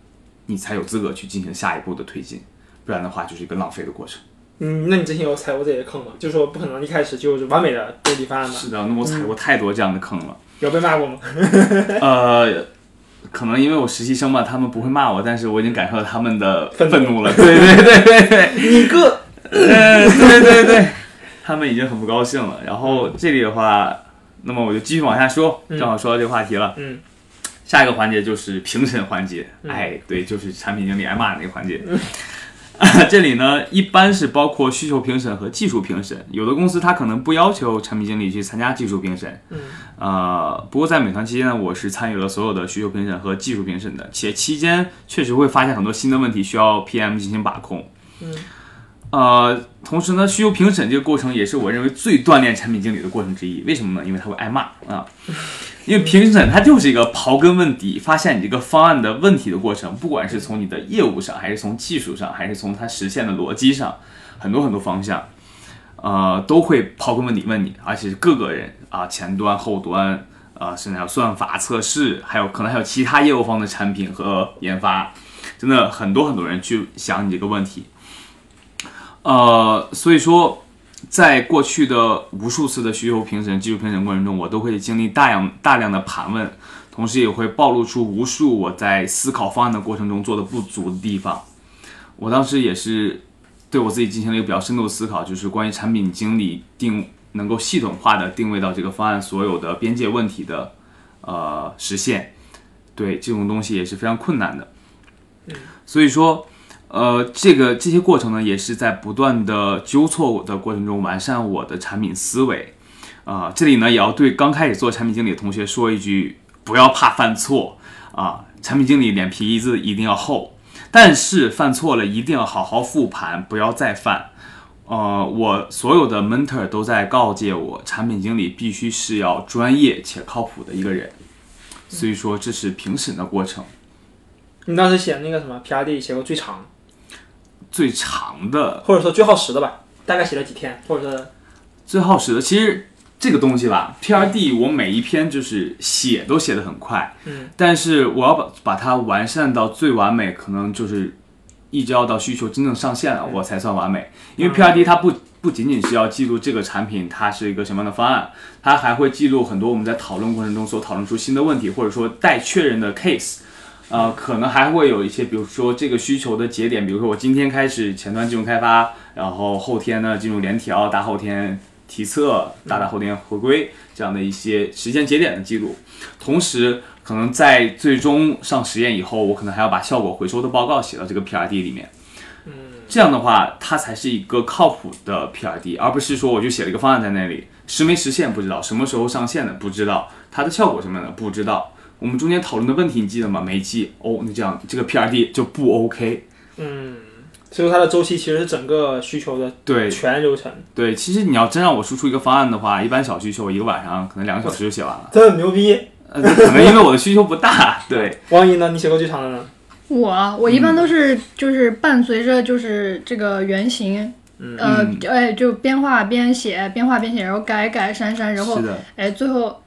S3: 你才有资格去进行下一步的推进，不然的话就是一个浪费的过程。
S1: 嗯，那你之前有踩过这些坑吗？就说不可能一开始就是完美的兜底方案吧？
S3: 是的，那我踩过太多这样的坑了。
S1: 有被骂过吗？
S3: 呃，可能因为我实习生嘛，他们不会骂我，但是我已经感受到他们的
S1: 愤
S3: 愤
S1: 怒
S3: 怒了。对对对对对，
S1: 你个，
S3: 呃，对对对，他们已经很不高兴了。然后这里的话，那么我就继续往下说，正好说到这个话题了。
S1: 嗯
S3: 下一个环节就是评审环节，
S1: 嗯
S3: 哎，对，就是产品经理挨骂那个环节。啊这里呢，一般是包括需求评审和技术评审。有的公司它可能不要求产品经理去参加技术评审，
S1: 嗯，
S3: 呃，不过在美团期间呢，我是参与了所有的需求评审和技术评审的，且期间确实会发现很多新的问题需要 PM 进行把控。
S1: 嗯，
S3: 呃，同时呢，需求评审这个过程也是我认为最锻炼产品经理的过程之一。为什么呢？因为他会挨骂啊，因为评审他就是一个刨根问底，发现你这个方案的问题的过程，不管是从你的业务上，还是从技术上，还是从它实现的逻辑上，很多很多方向，呃，都会刨根问底问你，而且是各个人啊，前端、后端，啊，甚至还有算法测试，还有可能还有其他业务方的产品和研发，真的很多很多人去想你这个问题。呃，所以说，在过去的无数次的需求评审、技术评审过程中，我都会经历大量大量的盘问，同时也会暴露出无数我在思考方案的过程中做的不足的地方。我当时也是对我自己进行了一个比较深度的思考，就是关于产品经理定能够系统化的定位到这个方案所有的边界问题的呃实现，对这种东西也是非常困难的。所以说，呃，这个这些过程呢，也是在不断的纠错我的过程中完善我的产品思维。啊、这里呢也要对刚开始做产品经理的同学说一句，不要怕犯错啊、产品经理脸皮子一定要厚，但是犯错了一定要好好复盘，不要再犯。呃，我所有的 mentor 都在告诫我，产品经理必须是要专业且靠谱的一个人。所以说，这是评审的过程。
S1: 你当时写那个什么 PRD 写过最长，
S3: 最长的、
S1: 或者说最耗时的吧？大概写了几天，或者说
S3: 最耗时的，其实这个东西吧，PRD 我每一篇就是写都写得很快，
S1: 嗯，
S3: 但是我要把把它完善到最完美，可能就是一直要到需求真正上线了，我才算完美。因为 PRD 它不不仅仅是要记录这个产品它是一个什么样的方案，它还会记录很多我们在讨论过程中所讨论出新的问题，或者说待确认的 case。呃，可能还会有一些，比如说这个需求的节点，比如说我今天开始前端进入开发，然后后天呢进入联调，大后天提测，大大后天回归这样的一些时间节点的记录。同时，可能在最终上实验以后，我可能还要把效果回收的报告写到这个 PRD 里面。
S1: 嗯，
S3: 这样的话，它才是一个靠谱的 PRD，而不是说我就写了一个方案在那里，实没实现不知道，什么时候上线的不知道，它的效果什么样的不知道。我们中间讨论的问题你记得吗？没记哦，那这样这个 PRD 就不 OK。
S1: 所以说它的周期其实是整个需求的
S3: 对
S1: 全流程，
S3: 对，其实你要真让我输出一个方案的话，一般小需求我一个晚上可能两个小时就写完了，
S1: 真的牛逼。
S3: 呃，可能因为我的需求不大。对，
S1: 王莹呢？你写过最长的呢？
S2: 我啊我
S1: 嗯
S2: 一般都是就是伴随着就是这个原型，呃
S3: 嗯，
S2: 哎，就边画边写，边画边写，然后改改删删， 然后
S3: 是的，
S2: 哎，最后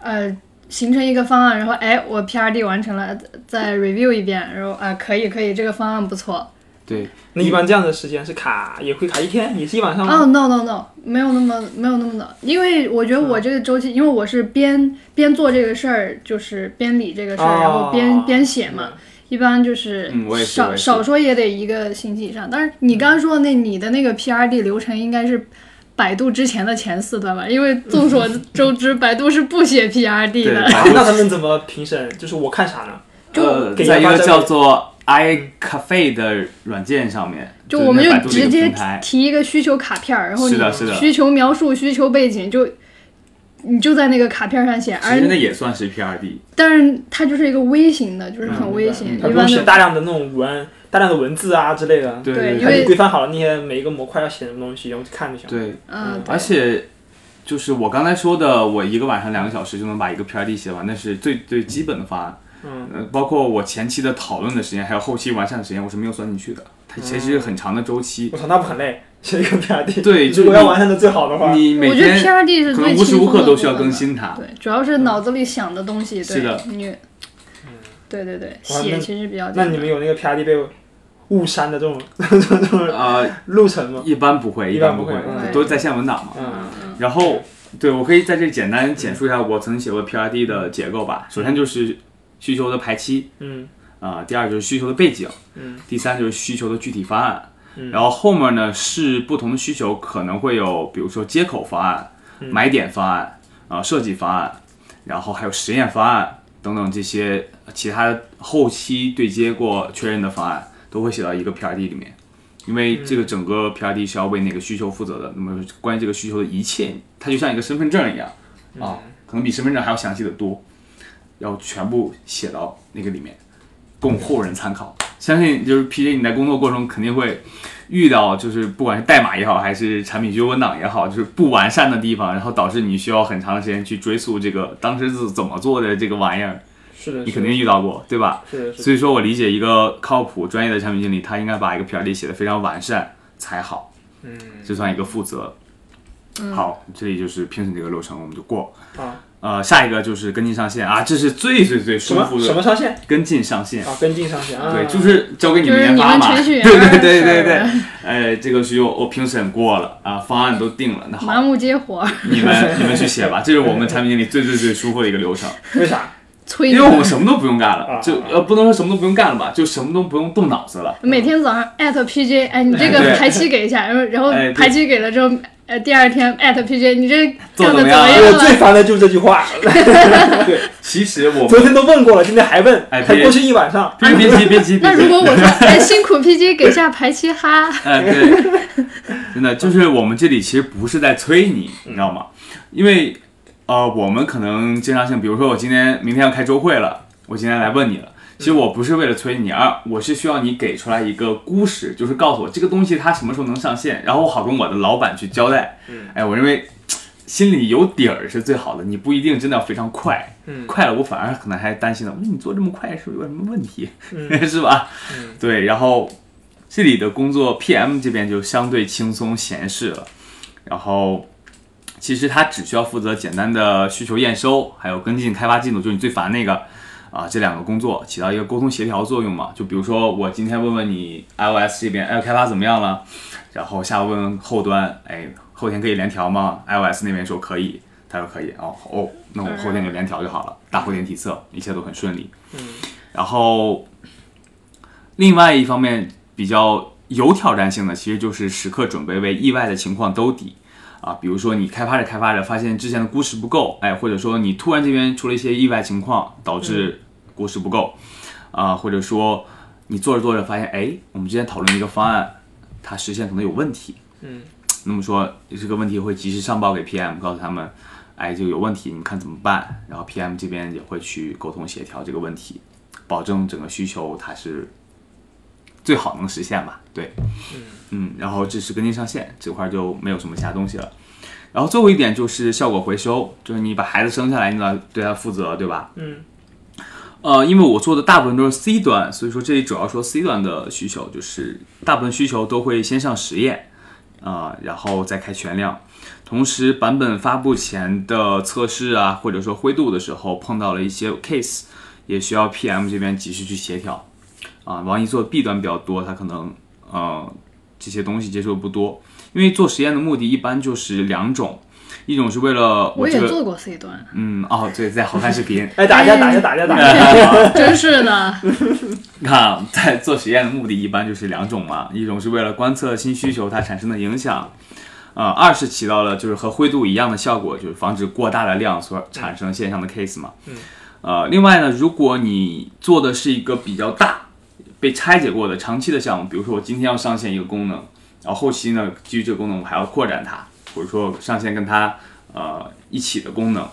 S2: 呃形成一个方案，然后哎我 PRD 完成了，再 review 一遍，然后啊可以可以，这个方案不错。
S3: 对，呃
S1: 那一般这样的时间是卡，也会卡一天，也是一晚上吗？
S2: 哦、no no no，没有那么没有那么的，因为我觉得我这个周期，因为我是边边做这个事儿，就是边理这个事儿，然后边
S1: 哦
S2: 边写嘛。一般就是
S3: 嗯我也是我
S2: 少
S3: 也是
S2: 少说也得一个星期以上。但是你刚刚说的那你的那个 PRD 流程应该是百度之前的前四段吧？因为众所周知，百度是不写 PRD
S3: 对，
S2: 的。
S3: 百
S1: 啊
S3: 度
S1: 那他们怎么评审？就是我看啥呢？
S3: 呃，
S1: 给
S3: 在一
S1: 研发
S3: 个
S1: 者
S3: 叫做 iCafe 的软件上面，
S2: 就是我们
S3: 那百
S2: 就
S3: 度的一
S2: 直
S3: 个
S2: 接
S3: 平台，
S2: 提一个需求卡片儿，然后
S3: 是
S2: 你
S3: 的，是的，
S2: 需求描述、需求背景就。你就在那个卡片上写，
S3: 其
S2: 而
S3: 实那也算是 PRD，
S2: 但是它就是一个微型的，就是很
S1: 嗯
S2: 微型，
S1: 他
S2: 一
S1: 不
S2: 般
S1: 用写
S2: 的
S1: 大量的那种文，大量的文字啊之类的。
S3: 对
S2: 对因
S1: 它
S2: 为
S1: 就规范好了那些每一个模块要写什么东西，然后去看就行。
S3: 对，
S2: 嗯，
S3: 而且就是我刚才说的，我一个晚上两个小时就能把一个 PRD 写完，那是最最基本的方案。
S1: 嗯
S3: 呃，包括我前期的讨论的时间，还有后期完善的时间，我是没有算进去的。它其
S2: 嗯
S3: 实是很长的周期。
S1: 我操，那不很累？写一个 PRD，
S3: 对就
S1: 如果
S3: 是
S1: 要
S3: 你
S1: 完善的最好的话，
S3: 你每
S2: 我觉得
S3: 天
S2: PRD 是
S3: 可
S2: 最
S3: 能
S2: 轻
S3: 无时
S2: 松的
S3: 无刻都需
S2: 部
S3: 要
S2: 分
S3: 更
S2: 吧
S3: 新它。
S2: 对，主要是脑子里想的东西。对
S3: 是的，
S2: 你，对对对，
S1: 嗯哇
S2: 写
S1: 那
S2: 其实比较简
S1: 那
S2: 单。
S1: 你们有那个 PRD 被误删的这种这种
S3: 呃，
S1: 路程吗？
S3: 一般不会，
S1: 一
S3: 般
S1: 般
S3: 不
S1: 不会
S2: 嗯
S3: 都是在线文档嘛。
S1: 嗯
S3: 然后，对我可以在这里简单简述一下我曾经写过的 PRD 的结构吧。首先就是需求的排期，
S1: 嗯
S3: 啊、第二就是需求的背景，
S1: 嗯，
S3: 第三就是需求的具体方案，
S1: 嗯
S3: 然后后面呢是不同的需求可能会有，比如说接口方案、
S1: 嗯
S3: 买点方案啊、设计方案，然后还有实验方案等等这些其他后期对接过确认的方案都会写到一个 PRD 里面。因
S1: 嗯
S3: 为这个整个 PRD 是要为那个需求负责的，那么关于这个需求的一切，它就像一个身份证一样
S1: 嗯
S3: 啊，可能比身份证还要详细的多，要全部写到那个里面，供后人参考。相信就是 PJ 你在工作过程中肯定会遇到，就是不管是代码也好，还是产品需求文档也好，就是不完善的地方，然后导致你需要很长的时间去追溯这个当时是怎么做的这个玩意儿，
S1: 是的，
S3: 你
S1: 是
S3: 肯
S1: 的
S3: 定遇到过，对吧？
S1: 是的，是的
S3: 所以说我理解一个靠谱专业的产品经理，他应该把一个 PRD 写得非常完善才好，
S1: 嗯，
S3: 这算一个负责。好，这里就是评审这个流程我们就过。
S1: 啊，
S3: 呃，下一个就是跟进上线啊，这是最最最
S1: 什
S3: 舒服
S1: 么什
S3: 的
S1: 么上线
S3: 跟进上线。
S1: 啊？跟进上线啊？
S3: 对，就是 交给你们
S2: 嗯就是
S3: 研
S2: 你
S3: 发
S2: 们
S3: 嘛。
S2: 程序员
S3: 对
S2: 儿
S3: 对
S2: 的
S3: 对
S2: 事
S3: 对
S2: 儿
S3: 对。哎，这个需求我评审过了啊，方案都定了，那
S2: 麻
S3: 好，
S2: 木接活儿，
S3: 你们你们去写吧，这是我们产品经理最最最舒服的一个流程，
S1: 为啥？
S2: 催
S3: 因
S2: 你
S3: 为我们
S2: 们。
S3: 什么都不用干了，
S1: 啊
S3: 就呃不能说什么都不用干了吧，就什么都不用动脑子了。
S2: 每天早上艾特 PJ，哎，你这个
S3: 对
S2: 排期给一下，然后然后
S3: 哎对
S2: 排期给了之后，呃，第二天艾特 PJ，你这
S3: 做
S2: 干的怎
S3: 得怎么
S2: 么
S3: 样啊
S2: 样
S1: 哎我最
S2: 了？
S1: 烦的就是这句话，
S3: 对，其实我
S1: 昨天都问过了，今天还问，
S3: 哎
S1: 还
S3: 别
S1: 过去一晚上。
S3: 别别急别急
S2: 那如
S3: 别急，
S2: 果我说，哎，辛苦 PJ 给下排期哈，
S3: 哎对，真的就是我们这里其实不是在催你，你知道吗？因为呃我们可能经常性，比如说我今天明天要开周会了，我今天来问你了。其实我不是为了催你，而我是需要你给出来一个估时，就是告诉我这个东西它什么时候能上线，然后我好跟我的老板去交代。
S1: 嗯，
S3: 哎，我认为嘖心里有底儿是最好的，你不一定真的要非常快，
S1: 嗯
S3: 快了我反而可能还担心呢，我说你做这么快是不是有什么问题，
S1: 嗯
S3: 是吧？
S1: 嗯
S3: 对，然后这里的工作 PM 这边就相对轻松闲适了，然后。其实他只需要负责简单的需求验收，还有跟进开发进度，就是你最烦那个，啊，这两个工作起到一个沟通协调作用嘛。就比如说我今天问问你 iOS 这边，哎，开发怎么样了？然后下午问问后端，哎，后天可以联调吗？iOS 那边说可以，他说可以，哦哦，那我后天就联调就好了，大后天体测，一切都很顺利。
S1: 嗯，
S3: 然后另外一方面比较有挑战性的，其实就是时刻准备为意外的情况兜底。啊，比如说你开发着开发着，发现之前的估时不够，哎，或者说你突然这边出了一些意外情况，导致估时不够，啊，或者说你做着做着发现，哎，我们之前讨论一个方案，它实现可能有问题。
S1: 嗯，
S3: 那么说这个问题会及时上报给 PM，告诉他们，哎，这个有问题，你们看怎么办？然后 PM 这边也会去沟通协调这个问题，保证整个需求它是最好能实现吧？对，嗯，然后这是跟进上线这块儿就没有什么其他东西了。然后最后一点就是效果回收，就是你把孩子生下来，你要对他负责，对吧？
S1: 嗯。。
S3: 呃，因为我做的大部分都是 C 端，所以说这里主要说 C 端的需求，就是大部分需求都会先上实验，啊、然后再开全量。同时，版本发布前的测试啊，或者说灰度的时候，碰到了一些 case，也需要 PM 这边及时去协调。啊、王一做 B 端比较多，他可能呃这些东西接触的不多，因为做实验的目的一般就是两种，一种是为了
S2: 我
S3: 这
S2: 也
S3: 个
S2: 做过 C 端，
S3: 嗯哦对，在好看视频
S1: 哎，打一下，打一下，打一下，打一下。
S2: 真是的，
S3: 你看啊，在做实验的目的一般就是两种嘛，一种是为了观测新需求它产生的影响，呃，二是起到了就是和灰度一样的效果，就是防止过大的量所产生现象的 case 嘛。
S1: 嗯。
S3: 呃，另外呢，如果你做的是一个比较大、被拆解过的长期的项目，比如说我今天要上线一个功能，然后后期呢，基于这个功能我还要扩展它，或者说上线跟它呃一起的功能。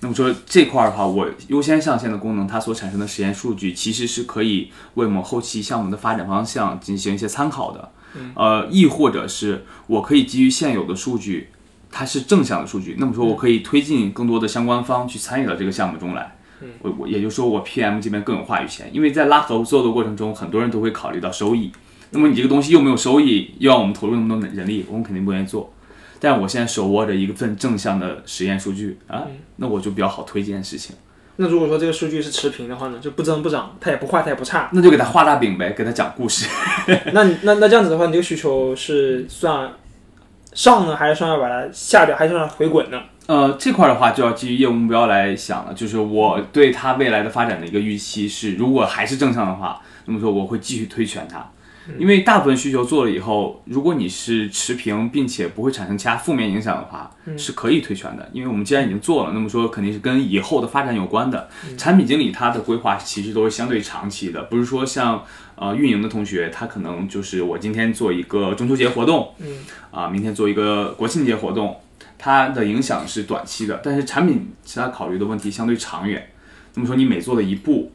S3: 那么说这块儿的话，我优先上线的功能，它所产生的实验数据其实是可以为我们后期项目的发展方向进行一些参考的。呃，亦或者是我可以基于现有的数据，它是正向的数据，那么说我可以推进更多的相关方去参与到这个项目中来。我我也就是说，我 PM 这边更有话语权，因为在拉合作的过程中，很多人都会考虑到收益。那么你这个东西又没有收益，又让我们投入那么多人力，我们肯定不愿意做。但我现在手握着一份正向的实验数据啊，那我就比较好推荐事情，
S1: 那如果说这个数据是持平的话呢，就不增不涨，它也不坏，它也不差。
S3: 那就给他画大饼呗，给他讲故事。
S1: 那你那那这样子的话，你这个需求是算上呢，还是算要把它下掉，还是算回滚呢？
S3: 呃，这块儿的话就要基于业务目标来想了，就是我对它未来的发展的一个预期是，如果还是正向的话，那么说我会继续推全它，因为大部分需求做了以后，如果你是持平并且不会产生其他负面影响的话，是可以推全的，因为我们既然已经做了，那么说肯定是跟以后的发展有关的。产品经理他的规划其实都是相对长期的，不是说像呃运营的同学，他可能就是我今天做一个中秋节活动，
S1: 嗯，
S3: 啊，明天做一个国庆节活动。它的影响是短期的，但是产品其他考虑的问题相对长远。那么说，你每做的一步，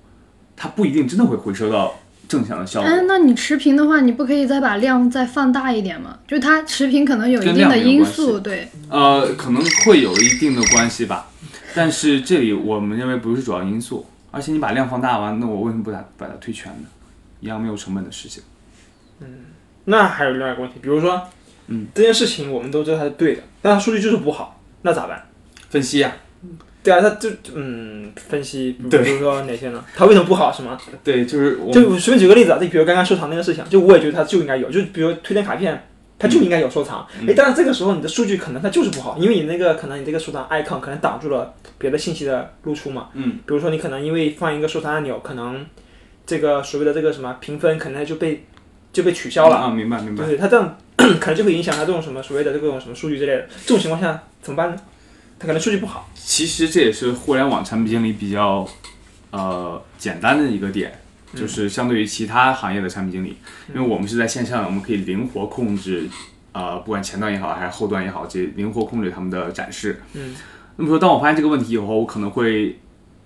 S3: 它不一定真的会回收到正向的效果。
S2: 哎，那你持平的话，你不可以再把量再放大一点吗？就它持平可能有一
S3: 跟
S2: 定
S3: 量
S2: 的
S3: 没有
S2: 因
S3: 关
S2: 素，
S3: 系
S2: 对，
S3: 呃，可能会有一定的关系吧，但是这里我们认为不是主要因素。而且你把量放大完，那我为什么不把把它推全呢？一样没有成本的事情。
S1: 那还有另外一个问题，比如说，
S3: 嗯，
S1: 这件事情我们都知道它是对的，但它数据就是不好，那咋办？
S3: 分析啊，
S1: 对啊，它就嗯，分析，比
S3: 对
S1: 比如说哪些呢？它为什么不好是吗？
S3: 对，就是我
S1: 就我随便举个例子啊，就比如刚刚收藏那个事情，就我也觉得它就应该有，就比如推荐卡片，它
S3: 嗯
S1: 就应该有收藏。哎、但是这个时候你的数据可能它就是不好，因为你那个可能你这个收藏 icon 可能挡住了别的信息的露出嘛。
S3: 嗯。
S1: 比如说你可能因为放一个收藏按钮，可能这个所谓的这个什么评分可能就被就被取消了。
S3: 啊，明白明白。
S1: 对，它这样可能就会影响它这种什么所谓的这种什么数据之类的。这种情况下怎么办呢？它可能数据不好。
S3: 其实这也是互联网产品经理比较呃简单的一个点，就是相对于其他行业的产品经理，因为我们是在线上，我们可以灵活控制，呃，不管前端也好还是后端也好，这灵活控制他们的展示。
S1: 嗯，
S3: 那么说，当我发现这个问题以后，我可能会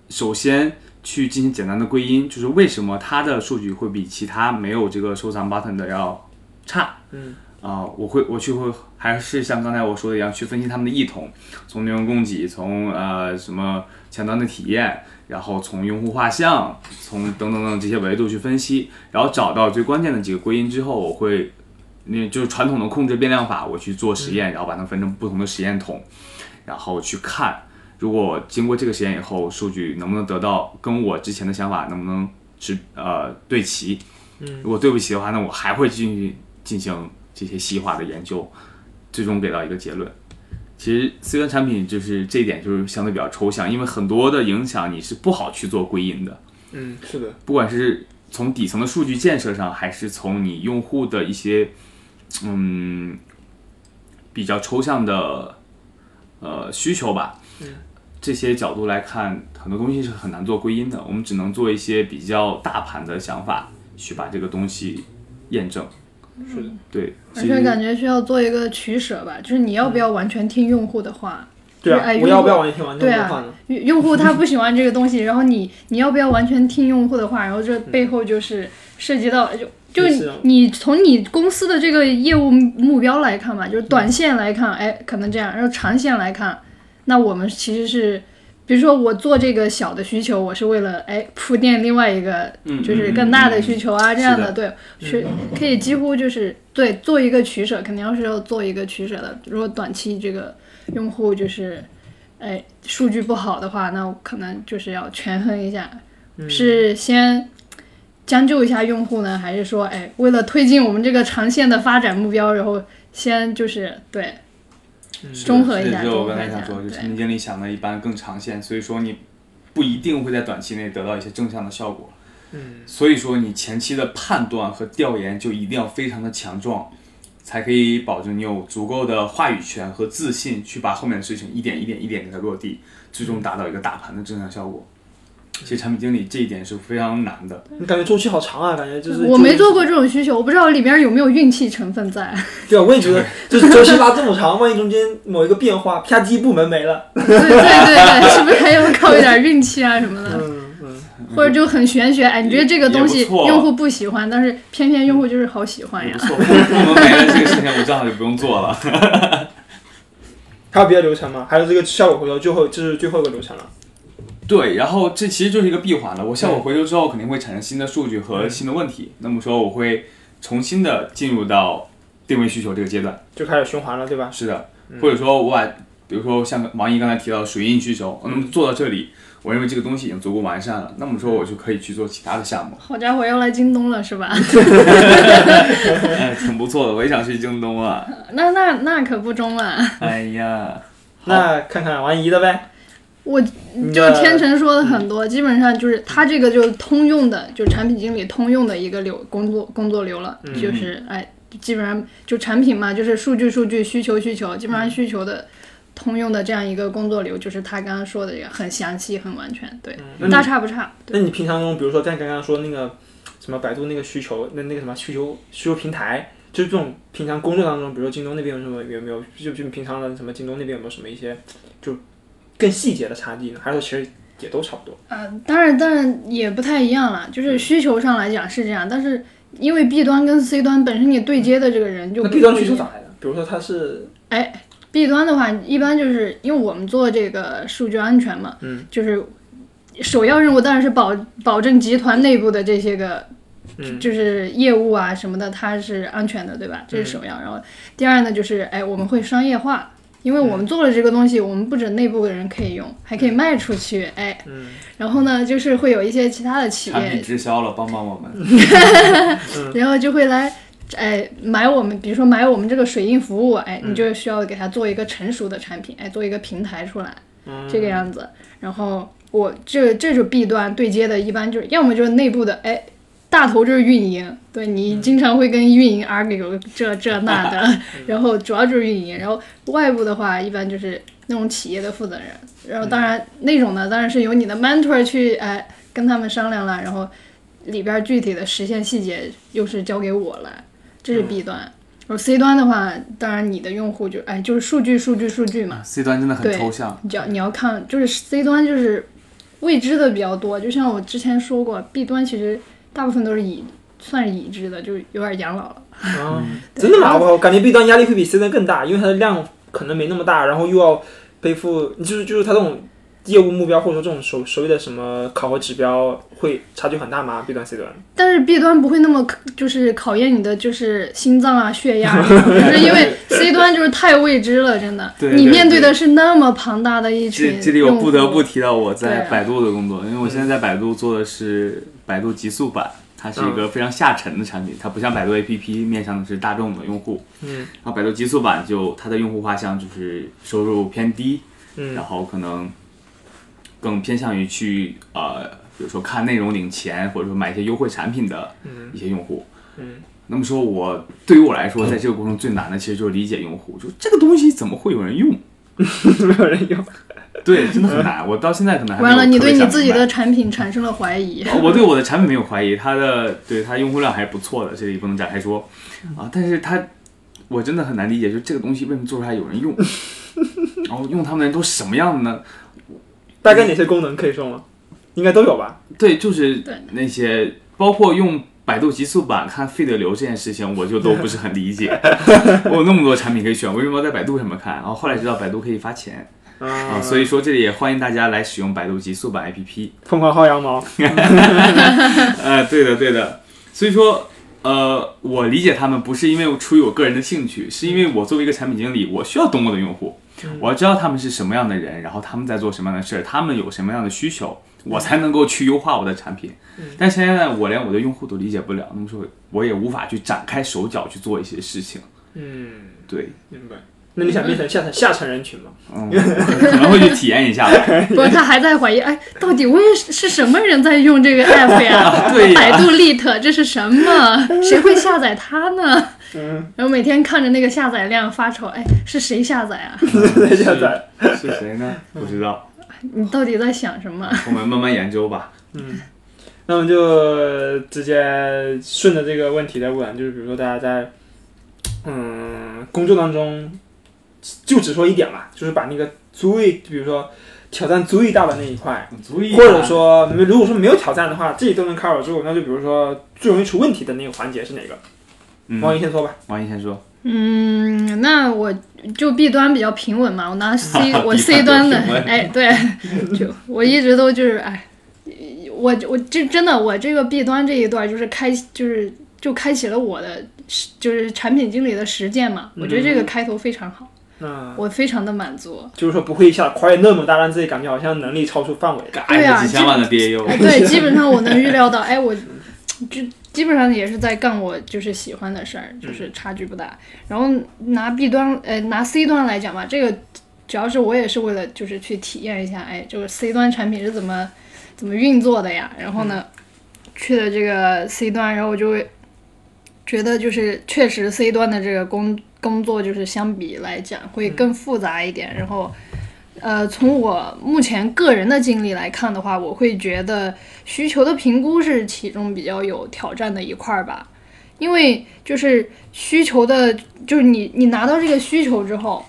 S3: 首先去进行简单的归因，就是为什么它的数据会比其他没有这个收藏 button 的要差。
S1: 嗯
S3: 啊、我会我去会还是像刚才我说的一样，去分析他们的异同，从内容供给，从呃什么前端的体验，然后从用户画像，从等等等这些维度去分析，然后找到最关键的几个归因之后，我会，那就是传统的控制变量法，我去做实验，然后把它分成不同的实验桶，然后去看，如果经过这个实验以后，数据能不能得到跟我之前的想法能不能是呃对齐，
S1: 嗯，
S3: 如果对不起的话，那我还会进去进行这些细化的研究，最终给到一个结论。其实 C 端产品就是这一点，就是相对比较抽象，因为很多的影响你是不好去做归因的，
S1: 嗯，是的。
S3: 不管是从底层的数据建设上，还是从你用户的一些嗯比较抽象的呃需求吧，
S2: 嗯
S3: 这些角度来看，很多东西是很难做归因的，我们只能做一些比较大盘的想法，去把这个东西验证。
S1: 是的，
S3: 对，
S2: 而
S3: 其
S2: 且
S3: 实
S2: 感觉需要做一个取舍吧，就是你要不要完全听用户的话？
S1: 对啊，
S2: 哎如
S1: 我
S2: 果
S1: 要不要完全完全
S2: 对
S1: 不
S2: 啊
S1: 换呢？
S2: 用用户他不喜欢这个东西，然后你你要不要完全听用户的话？然后这背后就是涉及到就。就
S1: 嗯也
S2: 你
S1: 是啊
S2: 你从你公司的这个业务目标来看嘛，就是短线来看，哎，可能这样；然后长线来看，那我们其实是，比如说我做这个小的需求，我是为了哎铺垫另外一个
S3: 嗯
S2: 就是更大的需求啊，这样
S3: 是
S2: 的对，是可以几乎就是对做一个取舍，肯定要是要做一个取舍的。如果短期这个用户就是，哎，数据不好的话，那我可能就是要权衡一下，
S1: 嗯
S2: 是先将就一下用户呢，还是说哎，为了推进我们这个长线的发展目标，然后先就是对
S1: 嗯
S2: 中和一下
S3: 就我
S2: 中和
S3: 刚才
S2: 一下
S3: 想说，就
S2: 对
S3: 产品经理想的一般更长线，所以说你不一定会在短期内得到一些正向的效果。
S1: 嗯，
S3: 所以说你前期的判断和调研就一定要非常的强壮，才可以保证你有足够的话语权和自信去把后面的事情一点一点一点给它落地，最终达到一个大盘的正向效果。其实产品经理这一点是非常难的，
S1: 你感觉周期好长啊，感觉就是
S2: 嗯我没做过这种需求，我不知道里边有没有运气成分在。
S1: 对啊，我也 觉得就是周期拉这么长，万一中间某一个变化，啪叽部门没了，
S2: 对对对对，是不是还要靠一点运气啊什么的？
S1: 嗯嗯，
S2: 或者就很玄学，哎，你觉得这个东西
S3: 也不错嗯
S2: 用户不喜欢，但是偏偏用户就是好喜欢哎
S3: 也
S2: 呀
S3: 不。错。部门没了这个事情，我正好就不用做了。
S1: 还有别的流程吗？还有这个效果回头最后这是最后一个流程了，
S3: 对，然后这其实就是一个闭环了。我效果回流之后，肯定会产生新的数据和新的问题。那么说，我会重新的进入到定位需求这个阶段。
S1: 就开始循环了，对吧？
S3: 是的，或者说我把，比如说像王一刚才提到的水印需求，那么做到这里，我认为这个东西已经足够完善了。那么说，我就可以去做其他的项目。
S2: 好家伙，要来京东了是吧？
S3: 哎，挺不错的，我也想去京东啊。
S2: 那那那可不中啊！
S3: 哎呀，
S1: 那看看王怡的呗，
S2: 我
S1: 你
S2: 就
S1: 的
S2: 天成说的
S3: 嗯
S2: 很多，基本上就是他这个就是通用的，就是产品经理通用的一个流工作工作流了，
S3: 嗯
S2: 就是哎，基本上就产品嘛，就是数据数据需求需求，基本
S3: 嗯
S2: 上需求的。通用的这样一个工作流，就是他刚刚说的这个很详细、很完全，对，
S3: 嗯
S1: 那你
S2: 大差不差。
S1: 那你平常用，比如说在刚刚说那个什么百度那个需求，那那个什么需求需求平台，就是这种平常工作当中，比如说京东那边有什么有没有，就就平常的什么京东那边有没有什么一些就更细节的差异呢？还是说其实也都差不多？
S2: 啊，当然，当然也不太一样了，
S1: 嗯
S2: 就是需求上来讲是这样，但是因为 B 端跟 C 端本身你对接的这个人就
S1: 嗯那
S2: 不
S1: B 端
S2: 不
S1: 需
S2: 一
S1: 求
S2: 样
S1: 咋来的？比如说它是
S2: B 端的话，一般就是因为我们做这个数据安全嘛，
S1: 嗯，
S2: 就是首要任务当然是保保证集团内部的这些个
S1: 嗯
S2: 就是业务啊什么的，它是安全的，对吧？这是首要。然后第二呢，就是哎，我们会商业化，因为
S1: 嗯
S2: 我们做了这个东西，我们不止内部的人可以用，还可以卖出去，哎，
S1: 嗯
S2: 然后呢，就是会有一些其他的企
S3: 产
S2: 业
S3: 品直销了，帮帮我们。
S2: 然后就会来，哎，买我们，比如说买我们这个水印服务，哎，你就需要给它做一个成熟的产品，哎，做一个平台出来，
S1: 嗯
S2: 这个样子。然后我这这就弊端对接的，一般就是要么就是内部的，哎。大头就是运营，对你经常会跟运营 argue 这这那的， 然后主要就是运营，然后外部的话一般就是那种企业的负责人，然后当然那种呢当然是由你的 mentor 去哎跟他们商量了，然后里边儿具体的实现细节又是交给我来，这是 B 端。而 C 端的话，当然你的用户就哎就是数据数据数据嘛，
S3: C 端真的很
S2: 对
S3: 抽象，
S2: 你只要你要看就是 C 端就是未知的比较多，就像我之前说过，B 端其实大部分都是已算是已知的，就是有点养老了。
S1: 啊，
S2: 嗯
S1: 真的吗？我我感觉 B 端压力会比 C 端更大，因为它的量可能没那么大，然后又要背负，就是就是它这种业务目标或者说这种所所谓的什么考核指标会差距很大吗？B 端 C 端？
S2: 但是 B 端不会那么就是考验你的就是心脏啊、血压啊，就是因 为 C 端就是太未知了，真的。
S3: 对
S2: 你
S3: 对
S2: 面对
S3: 对
S2: 的是那么庞大的一群
S3: 这这里我
S2: 用
S3: 不得
S2: 户
S3: 不提到我在
S2: 对啊嗯
S3: 百度的工作，因为我现在在百度做的是百度极速版，它是一
S1: 嗯
S3: 个非常下沉的产品，它不像百度 APP 面向的是大众的用户。
S1: 嗯
S3: 然后百度极速版就它的用户画像就是收入偏低，
S1: 嗯
S3: 然后可能更偏向于去呃，比如说看内容领钱，或者说买一些优惠产品的
S1: 嗯
S3: 一些用户。
S1: 嗯
S3: 那么说我，对于我来说，在这个过程中最难的其实就是理解用户，就这个东西怎么会有人用？
S1: 没有人用。
S3: 对，真的 很难。我到现在可能还没有
S2: 完了，你对
S3: 特别
S2: 你
S3: 想
S2: 自己
S3: 明白
S2: 的产品产生了怀 疑。
S3: 哦我对我的产品没有怀疑，它的对它用户量还是不错的，这里不能展开说啊。但是它，我真的很难理解，就是这个东西为什么做出来有人 用，然后用它们的人都是什么样的呢？
S1: 大概哪些功能可以说吗？应该都有吧。
S3: 对，就是
S2: 对
S3: 那些包括用百度极速版看 feed 流这件事情，我就都不是很理解。我有那么多产品可以选，为什么要在百度上面看？然后后来知道百度可以发钱啊，
S1: 啊
S3: 所以说这里也欢迎大家来使用百度极速版 APP。
S1: 疯狂薅羊毛。
S3: 呃，对的，对的。所以说，呃，我理解他们不是因为出于我个人的兴趣，是因为我作为一个产品经理，我需要懂我的用户，
S1: 嗯
S3: 我要知道他们是什么样的人，然后他们在做什么样的事儿，他们有什么样的需求，我
S1: 嗯
S3: 才能够去优化我的产品。但现在我连我的用户都理解不了，那么说我也无法去展开手脚去做一些事情。
S1: 嗯，
S3: 对，
S1: 明白。那你想变成下层下层人群吗？
S3: 嗯，可能会去体验一下吧。
S2: 不是，他还在怀疑，哎，到底为是什么人在用这个 app 呀？
S3: 啊对呀
S2: 百 度 Lit 这是什 么？谁会下载它呢？
S1: 嗯，
S2: 然后每天看着那个下载量发愁，哎，是谁下载啊？
S1: 在下载。
S3: 是谁呢？不知道，
S2: 你到底在想什么？
S3: 我们慢慢研究吧。
S1: 嗯，那么就直接顺着这个问题来问，就是比如说大家在嗯工作当中，就只说一点吧，就是把那个最比如说挑战最大的那一块，
S3: 足以啊
S1: 或者说没如果说没有挑战的话，自己都能 cover 住，那就比如说最容易出问题的那个环节是哪个？
S3: 嗯
S1: 王一先说吧。
S3: 王一先说，
S2: 嗯，那我就 B 端比较平稳嘛，我 拿 C 我
S3: B
S2: C
S3: 端
S2: 端
S3: 比
S2: 的
S3: 较平稳，
S2: 哎， 对，就我一直都就是哎，我我这真的我这个 B 端这一段就是开就是就开启了我的实就是产品经理的实践嘛，我觉得这
S3: 嗯
S2: 个开头非常好，
S1: 那
S2: 我非常的满足。
S1: 就是说不会一下跨越那么大，让自己感觉好像能力超出范围。
S3: 嘎
S2: 对啊
S3: 一个几千万的 BAU，
S2: 哎，对，基本上我能预料到，哎，我就基本上也是在干我就是喜欢的事儿，就是差距不大。然后拿 B 端，呃，拿 C 端来讲吧，这个主要是我也是为了就是去体验一下，哎，就是 C 端产品是怎么怎么运作的呀。然后呢，去了这个 C 端，然后我就会觉得就是确实 C 端的这个工工作就是相比来讲会
S3: 嗯
S2: 更复杂一点，然后。呃，从我目前个人的经历来看的话，我会觉得需求的评估是其中比较有挑战的一块儿吧，因为就是需求的，就是你你拿到这个需求之后，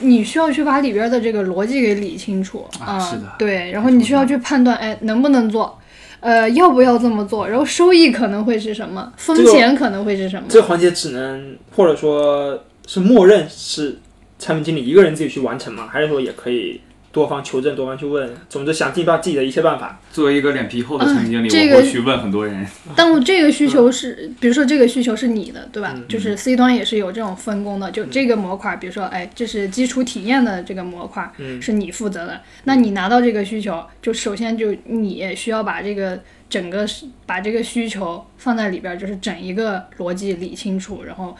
S2: 你需要去把里边儿的这个逻辑给理清楚
S3: 啊是的
S2: 对，然后你需要去判断，哎，能不能做，呃，要不要这么做，然后收益可能会是什么，风
S1: 这个
S2: 险可能会是什么，
S1: 这个环节只能或者说是默认是产品经理一个人自己去完成吗？还是说也可以多方求证、多方去问？总之想尽把自己的一切办法。
S3: 作为一个脸皮厚的产品经理，
S2: 嗯这
S3: 我
S2: 个
S3: 会去问很多人。
S2: 但我这个需求是，比如说这个需求是你的，对吧？
S1: 嗯
S2: 就是 C 端也是有这种分工的，就这个模块，比如说，哎，这是基础体验的这个模块，
S1: 嗯
S2: 是你负责的。那你拿到这个需求，就首先就你也需要把这个整个是把这个需求放在里边儿，就是整一个逻辑理清楚，然后，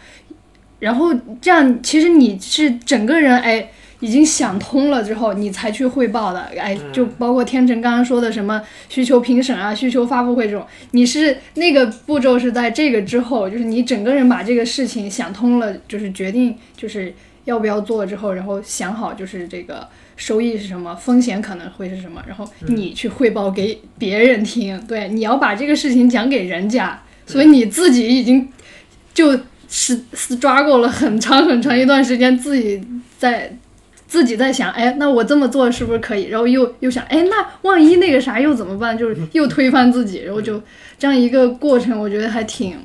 S2: 然后这样其实你是整个人哎。已经想通了之后，你才去汇报的，哎，就包括天成刚刚说的什么需求评审啊、需求发布会这种，你是那个步骤是在这个之后，就是你整个人把这个事情想通了，就是决定就是要不要做之后，然后想好就是这个收益是什么，风险可能会是什么，然后你去汇报给别人听。对，你要把这个事情讲给人家，所以你自己已经就是是抓过了很长很长一段时间，自己在。自己在想，哎，那我这么做是不是可以？然后又又想，哎，那万一那个啥又怎么办？就是又推翻自己，然后就这样一个过程，我觉得还挺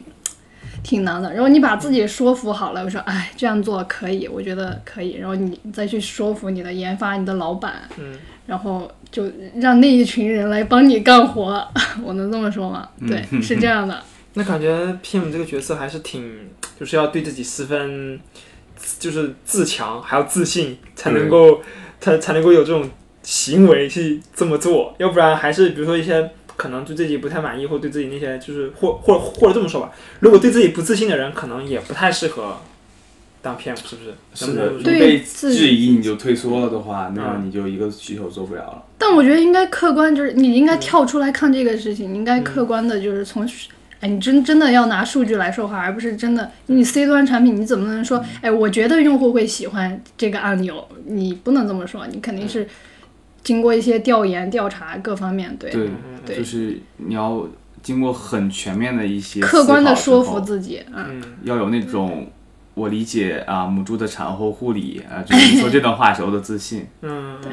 S2: 挺难的。然后你把自己说服好了，我说，哎，这样做可以，我觉得可以。然后你再去说服你的研发、你的老板，
S1: 嗯，
S2: 然后就让那一群人来帮你干活， 我能这么说吗？
S3: 嗯
S2: 对，是这样的。
S1: 那感觉 PM 这个角色还是挺，就是要对自己十分，就是自强，还要自信，才能
S3: 嗯
S1: 够才才能够有这种行为去这么做，要不然还是比如说一些可能对自己不太满意，或对自己那些就是或或或者这么说吧，如果对自己不自信的人，可能也不太适合当 PM，是不是？
S3: 是
S1: 能
S3: 的，
S1: 不能
S3: 你
S2: 对
S3: 被
S2: 自
S3: 质疑你就退缩了的话，那你就一个需求做不了了。
S2: 但我觉得应该客观，就是你应该跳出来看这个事情，你应该客观的，就是从哎，你真真的要拿数据来说话，而不是真的你 C 端产品，你怎么能说，哎，我觉得用户会喜欢这个按钮？你不能这么说，你肯定是经过一些调研、调查各方面，对，
S3: 对，
S2: 对
S3: 就是你要经过很全面的一些
S2: 客观的
S3: 思考
S2: 说
S3: 之后
S2: 服自己，嗯，
S1: 嗯，
S3: 要有那种我理解啊母猪的产后护理啊，就是你说这段话时候的自信。
S1: 嗯，对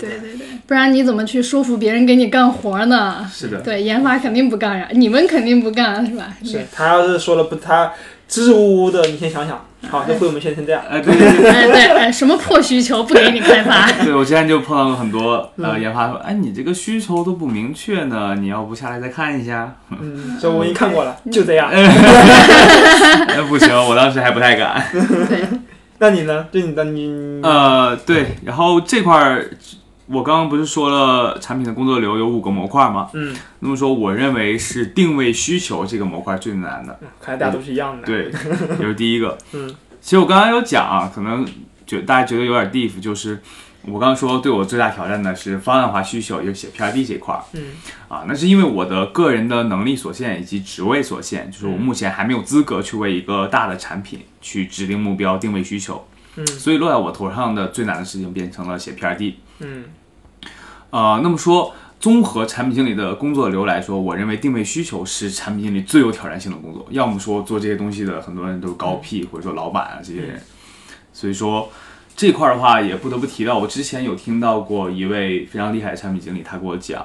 S2: 对对对，不然你怎么去说服别人给你干活呢？
S3: 是的，
S2: 对，研发肯定不干呀，你们肯定不干是吧？
S1: 是他要是说了不，他支支吾吾的，你先想想，好，
S2: 嗯
S1: 这会我们先成这样，
S3: 哎，对对对。
S2: 哎对，哎什么破需求不给你开 发？
S3: 对，我之前就碰到过很多呃研发说，哎，你这个需求都不明确呢，你要不下来再看一下？
S1: 嗯，所以我已经看过了，就这样。
S3: 哎，不行，我当时还不太敢。
S2: 对，
S1: 那你呢？对你的你，
S3: 呃，对，然后这块儿，我刚刚不是说了产品的工作流有五个模块吗？
S1: 嗯，
S3: 那么说，我认为是定位需求这个模块最难的。
S1: 看来大家都是一样的。
S3: 对， 这是第一个。
S1: 嗯，
S3: 其实我刚刚有讲啊，可能觉大家觉得有点 diff，就是我刚刚说对我最大挑战的是方案化需求，也就是写 PRD 这块儿
S1: 嗯，
S3: 啊，那是因为我的个人的能力所限以及职位所限，
S1: 嗯
S3: 就是我目前还没有资格去为一个大的产品去指定目标、定位需求。
S1: 嗯
S3: 所以落在我头上的最难的事情变成了写 PRD。
S1: 嗯
S3: 呃，那么说，综合产品经理的工作流来说，我认为定位需求是产品经理最有挑战性的工作。要么说做这些东西的很多人都是高 P，、或者说老板啊这些人。所以说这块儿的话，也不得不提到，我之前有听到过一位非常厉害的产品经理，他给我讲，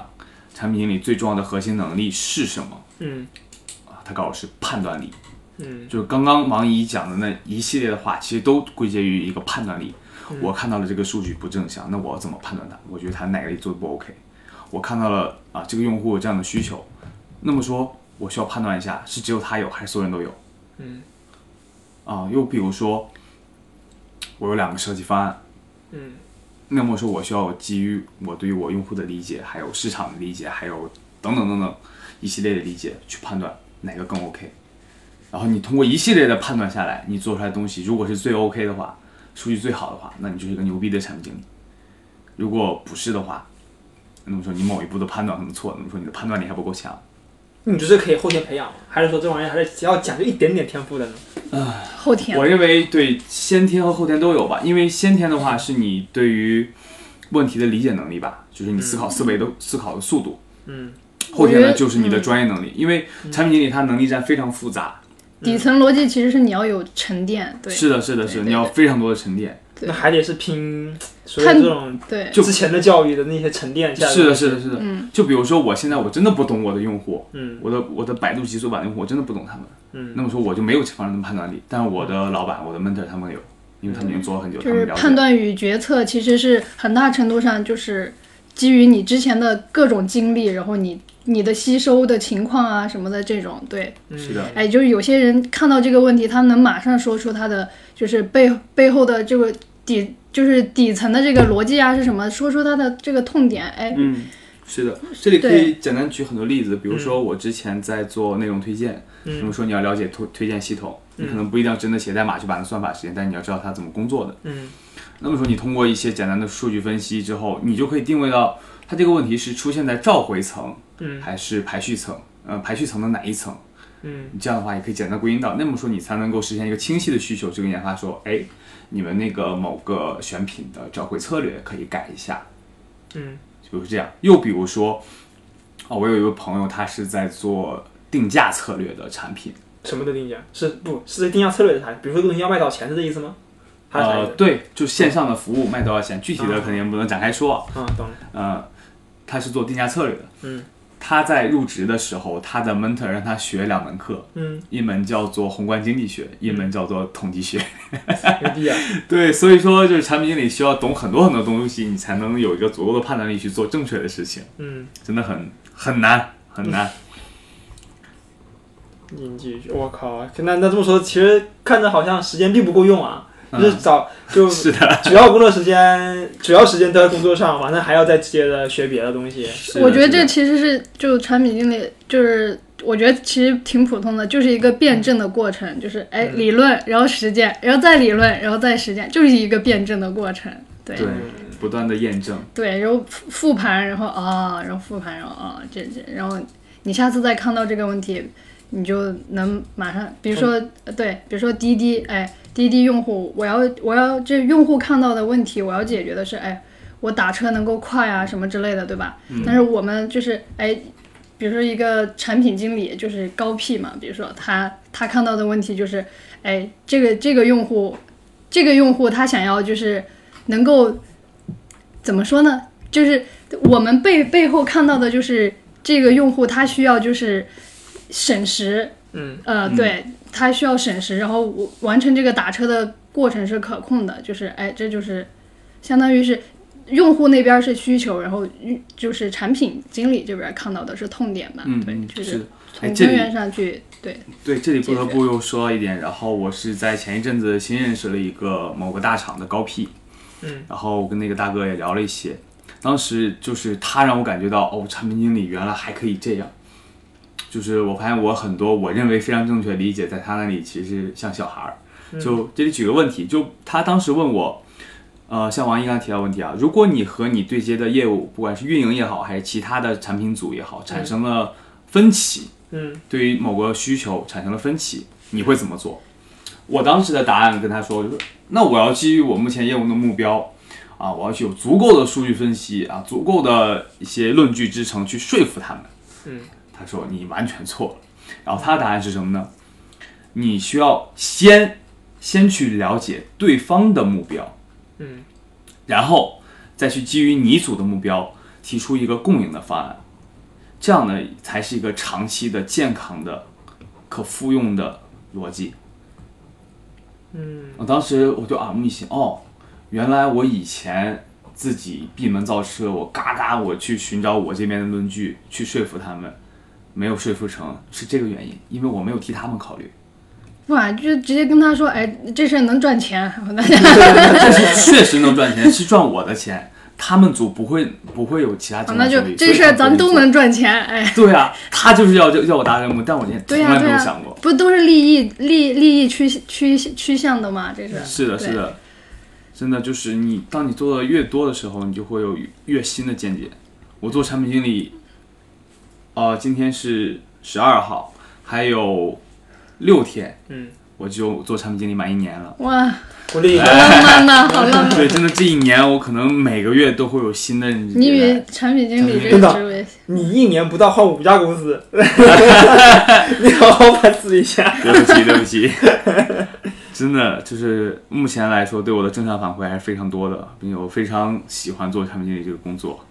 S3: 产品经理最重要的核心能力是什么？
S1: 嗯
S3: 啊他告诉我是判断力。
S1: 嗯
S3: 就是刚刚王姨讲的那一系列的话，其实都归结于一个判断力。
S1: 嗯
S3: 我看到了这个数据不正向，那我要怎么判断它？我觉得它哪里做的不 OK？我看到了啊，这个用户有这样的需求，那么说我需要判断一下，是只有他有还是所有人都有？
S1: 嗯
S3: 啊，又比如说，我有两个设计方案，
S1: 嗯
S3: 那么说我需要基于我对于我用户的理解，还有市场的理解，还有等等等等一系列的理解去判断哪个更 OK。然后你通过一系列的判断下来，你做出来的东西如果是最 OK 的话，数据最好的话，那你就是一个牛逼的产品经理。如果不是的话，那么说你某一步的判断可能错，那么说你的判断力还不够强。
S1: 你觉得可以后天培养吗？还是说这玩意儿还是只要讲究一点点天赋的呢？
S2: 后天
S3: 我认为对先天和后天都有吧，因为先天的话是你对于问题的理解能力吧，就是你思考思维的、思考的速度。
S1: 嗯
S3: 后天
S2: 我觉
S3: 呢
S2: 得嗯
S3: 就是你的专业能力，因为产品经理他能力站非常复杂。
S2: 底层逻辑其实是你要有沉淀，对
S3: 是的，是的，
S2: 对
S3: 是的，
S2: 对
S3: 你要非常多的沉淀。
S2: 对
S1: 那还得是拼所有这种
S2: 对
S3: 就
S1: 之前的教育的那些沉淀下来。
S3: 是的，是的，是的。
S2: 嗯
S3: 就比如说，我现在我真的不懂我的用户，
S1: 嗯
S3: 我的我的百度极速版用户，我真的不懂他们。
S1: 嗯
S3: 那么说我就没有这方面的判断力，但是我的老板、我的 mentor 他们有，因为他
S1: 嗯
S3: 们已经做了很久，他
S2: 就是
S3: 们了解。
S2: 判断与决策其实是很大程度上就是基于你之前的各种经历，然后你你的吸收的情况啊什么的这种，对，
S1: 嗯
S3: 是的
S2: 哎，就是有些人看到这个问题，他能马上说出他的就是背背后的这个底，就是底层的这个逻辑啊是什么，说出他的这个痛点，哎，
S3: 嗯，是的，这里可
S2: 对
S3: 以简单举很多例子，比如说我之前在做内容推荐，
S1: 嗯
S3: 那么说你要了解推推荐系统，你可能不一定要真的写代码去把那算法实现，但你要知道它怎么工作的。
S1: 嗯
S3: 那么说，你通过一些简单的数据分析之后，你就可以定位到它这个问题是出现在召回层，
S1: 嗯
S3: 还是排序层？呃，排序层的哪一层？
S1: 嗯
S3: 你这样的话也可以简单归因到，那么说你才能够实现一个清晰的需求，就跟研发说，哎，你们那个某个选品的召回策略可以改一下，
S1: 嗯
S3: 就是这样。又比如说，啊、我有一个朋友，他是在做定价策略的产品，
S1: 什么的定价是不是一定要策略的啥？比如说这个东西要卖多少钱是这意思吗？还是啥意
S3: 呃，
S1: 思？
S3: 对，就线上的服务卖多少钱，具体的肯定不能展开说啊，
S1: 啊，懂了。
S3: 呃，他是做定价策略的。
S1: 嗯，
S3: 他在入职的时候，他的 mentor 让他学两门课，
S1: 嗯，
S3: 一门叫做宏观经济学，一门叫做统计学。
S1: 牛逼啊！
S3: 对，所以说就是产品经理需要懂很多很多东西，你才能有一个足够的判断力去做正确的事情，
S1: 嗯，
S3: 真的很很难很难。
S1: 你继续。我靠，那那这么说，其实看着好像时间并不够用啊。
S3: 嗯
S1: 就是找 就是
S3: 的，
S1: 主要工作时间，主要时间都在工作上，完了还要再接着学别的东西。
S3: 是的
S2: 我觉得
S3: 是
S2: 这
S3: 的
S2: 其实是就产品经理，就是我觉得其实挺普通的，就是一个辩证的过程，就是哎
S1: 嗯
S2: 理论，然后实践，然后再理论，然后再实践，就是一个辩证的过程。对
S3: 对不断的验证，
S2: 对，然后复复盘，然后啊、然后复盘，然后啊、这这，然后你下次再看到这个问题，你就能马上，比如说、呃对，比如说滴滴，哎，滴滴用户，我要我要这用户看到的问题，我要解决的是，哎，我打车能够快啊什么之类的，对吧？但是我们就是哎。比如说一个产品经理就是高 P 嘛，比如说他他看到的问题就是，哎，这个这个用户，这个用户他想要就是能够怎么说呢？就是我们背背后看到的就是这个用户他需要就是省时，
S1: 嗯，
S2: 呃，
S3: 嗯
S2: 对他需要省时，然后我完成这个打车的过程是可控的，就是哎，这就是相当于是用户那边是需求，然后运就是产品经理这边看到的是痛点吧，
S3: 嗯，
S2: 对，
S3: 嗯
S2: 就是是
S3: 的哎
S2: 从
S3: 这
S2: 根
S3: 里
S2: 源上去对，
S3: 对，这里不得
S2: 解决
S3: 不又说到一点，然后我是在前一阵子新认识了一个某个大厂的高 P，
S1: 嗯，
S3: 然后我跟那个大哥也聊了一些，当时就是他让我感觉到哦，产品经理原来还可以这样，就是我发现我很多我认为非常正确的理解，在他那里其实像小孩儿。就这里举个问题，就他当时问我，呃，像王一刚才提到的问题啊，如果你和你对接的业务，不管是运营也好，还是其他的产品组也好，产生了分歧，
S1: 嗯，
S3: 对于某个需求产生了分歧，你会怎么做？我当时的答案跟他说，我就是那我要基于我目前业务的目标啊，我要去有足够的数据分析啊，足够的一些论据支撑去说服他们。
S1: 嗯，
S3: 他说你完全错了。然后他的答案是什么呢？你需要先先去了解对方的目标，
S1: 嗯，
S3: 然后再去基于你组的目标提出一个共赢的方案，这样呢才是一个长期的、健康的、可复用的逻辑。嗯，我当时我就耳目一新，哦，原来我以前自己闭门造车，我嘎嘎我去寻找我这边的论据去说服他们，没有说服成，是这个原因，因为我没有替他们考虑。
S2: 不然就直接跟他说，哎，这事儿能赚钱，然后大家
S3: 但是确实能赚钱，是赚我的钱，他们组不会不会有其他
S2: 好
S3: 竞
S2: 那
S3: 争
S2: 就
S3: 动力。
S2: 这事儿咱都
S3: 所以他不会做。
S2: 能赚钱，哎。
S3: 对啊，他就是要要我达成目标，但我以前从
S2: 对呀、
S3: 来
S2: 对
S3: 没有
S2: 呀、
S3: 想过。
S2: 不都是利益利利益趋趋趋向的嘛？这是
S3: 是的，
S2: 对
S3: 是的，真的就是你，当你做的越多的时候，你就会有越新的见解。我做产品经理，呃，今天是十二号，还有六天，
S1: 嗯，
S3: 我就做产品经理满一年了。
S2: 哇，
S1: 鼓励一
S2: 好
S1: 下，
S3: 哎
S2: 浪漫呐，好浪漫！
S3: 对，真的这一年我可能每个月都会有新的认 知。
S2: 你以为产品经理这个职位，
S1: 你一年不到换五家公 司，你好好反思一下。
S3: 对不起，对不起， 真的就是目前来说，对我的正向反馈还是非常多的，并且我非常喜欢做产品经理这个工作。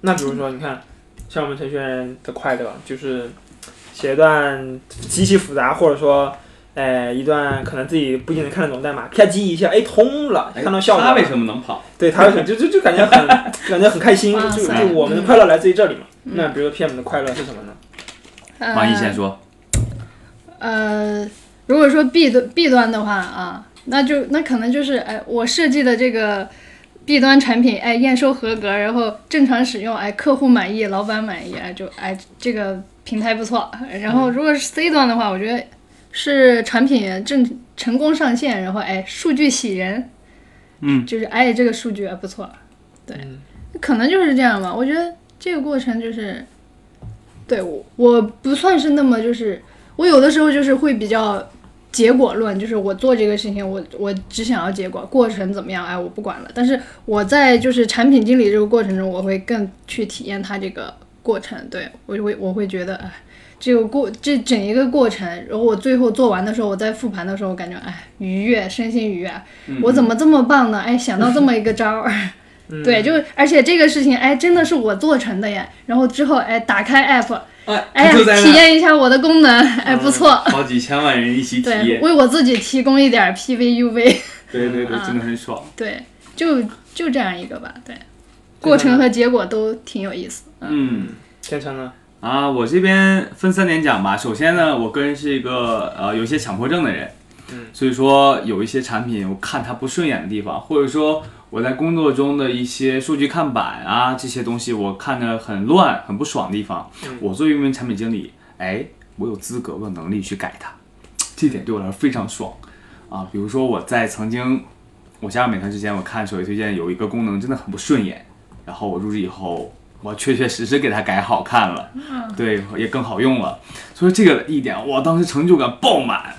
S1: 那比如说，你看，像我们程序员的快乐，就是写一段极其复杂，或者说，哎，一段可能自己不一定能看得懂代码，啪叽一下，哎，通了，看到效果
S3: 他
S1: 了。
S3: 为什么能跑？
S1: 对他为什么就就就感觉很感觉很开心，
S2: 哇
S1: 就
S2: 塞嗯
S1: 就我们的快乐来自于这里嘛。那比如说 PM 的快乐是什么呢？
S3: 王一
S2: 呃
S3: 先说，
S2: 呃，如果说 B 端 B 端的话啊，那就那可能就是哎，我设计的这个 B 端产品哎验收合格，然后正常使用，哎客户满意，老板满意，哎就哎这个平台不错。然后如果是 C 端的话，我觉得是产品正成功上线，然后哎数据喜人，
S3: 嗯，
S2: 就是哎这个数据还不错，对，可能就是这样吧。我觉得这个过程就是，对我我不算是那么就是，我有的时候就是会比较结果论，就是我做这个事情，我我只想要结果，过程怎么样，哎，我不管了。但是我在就是产品经理这个过程中，我会更去体验它这个过程，对我就会我会觉得哎。这个过这整一个过程，然后我最后做完的时候，我在复盘的时候，我感觉哎愉悦，身心愉悦，
S3: 嗯
S2: 我怎么这么棒呢？哎，想到这么一个招儿， 嗯
S1: 嗯
S3: 嗯
S2: 对，就而且这个事情，哎，真的是我做成的耶。然后之后，哎，打开 app，哎，
S3: 就在
S2: 体验一下我的功能，哎，不错。
S3: 好几千万人一起体
S2: 对，
S3: 验，
S2: 为我自己提供一点 PVUV，
S3: 对对对，真的很爽。
S2: 对，就就这样一个吧，对，过程和结果都挺有意思。
S3: 嗯
S1: 天成呢？
S3: 啊，我这边分三点讲吧。首先呢，我个人是一个呃有一些强迫症的人，所以说有一些产品我看它不顺眼的地方，或者说我在工作中的一些数据看板啊这些东西，我看着很乱、很不爽的地方，我作为一名产品经理，哎，我有资格、我有能力去改它，这点对我来说非常爽啊。比如说我在曾经我加入美团之前，我看首页推荐有一个功能真的很不顺眼，然后我入职以后我确确实实给它改好看了，对，也更好用了。所以这个一点，哇，当时成就感爆满。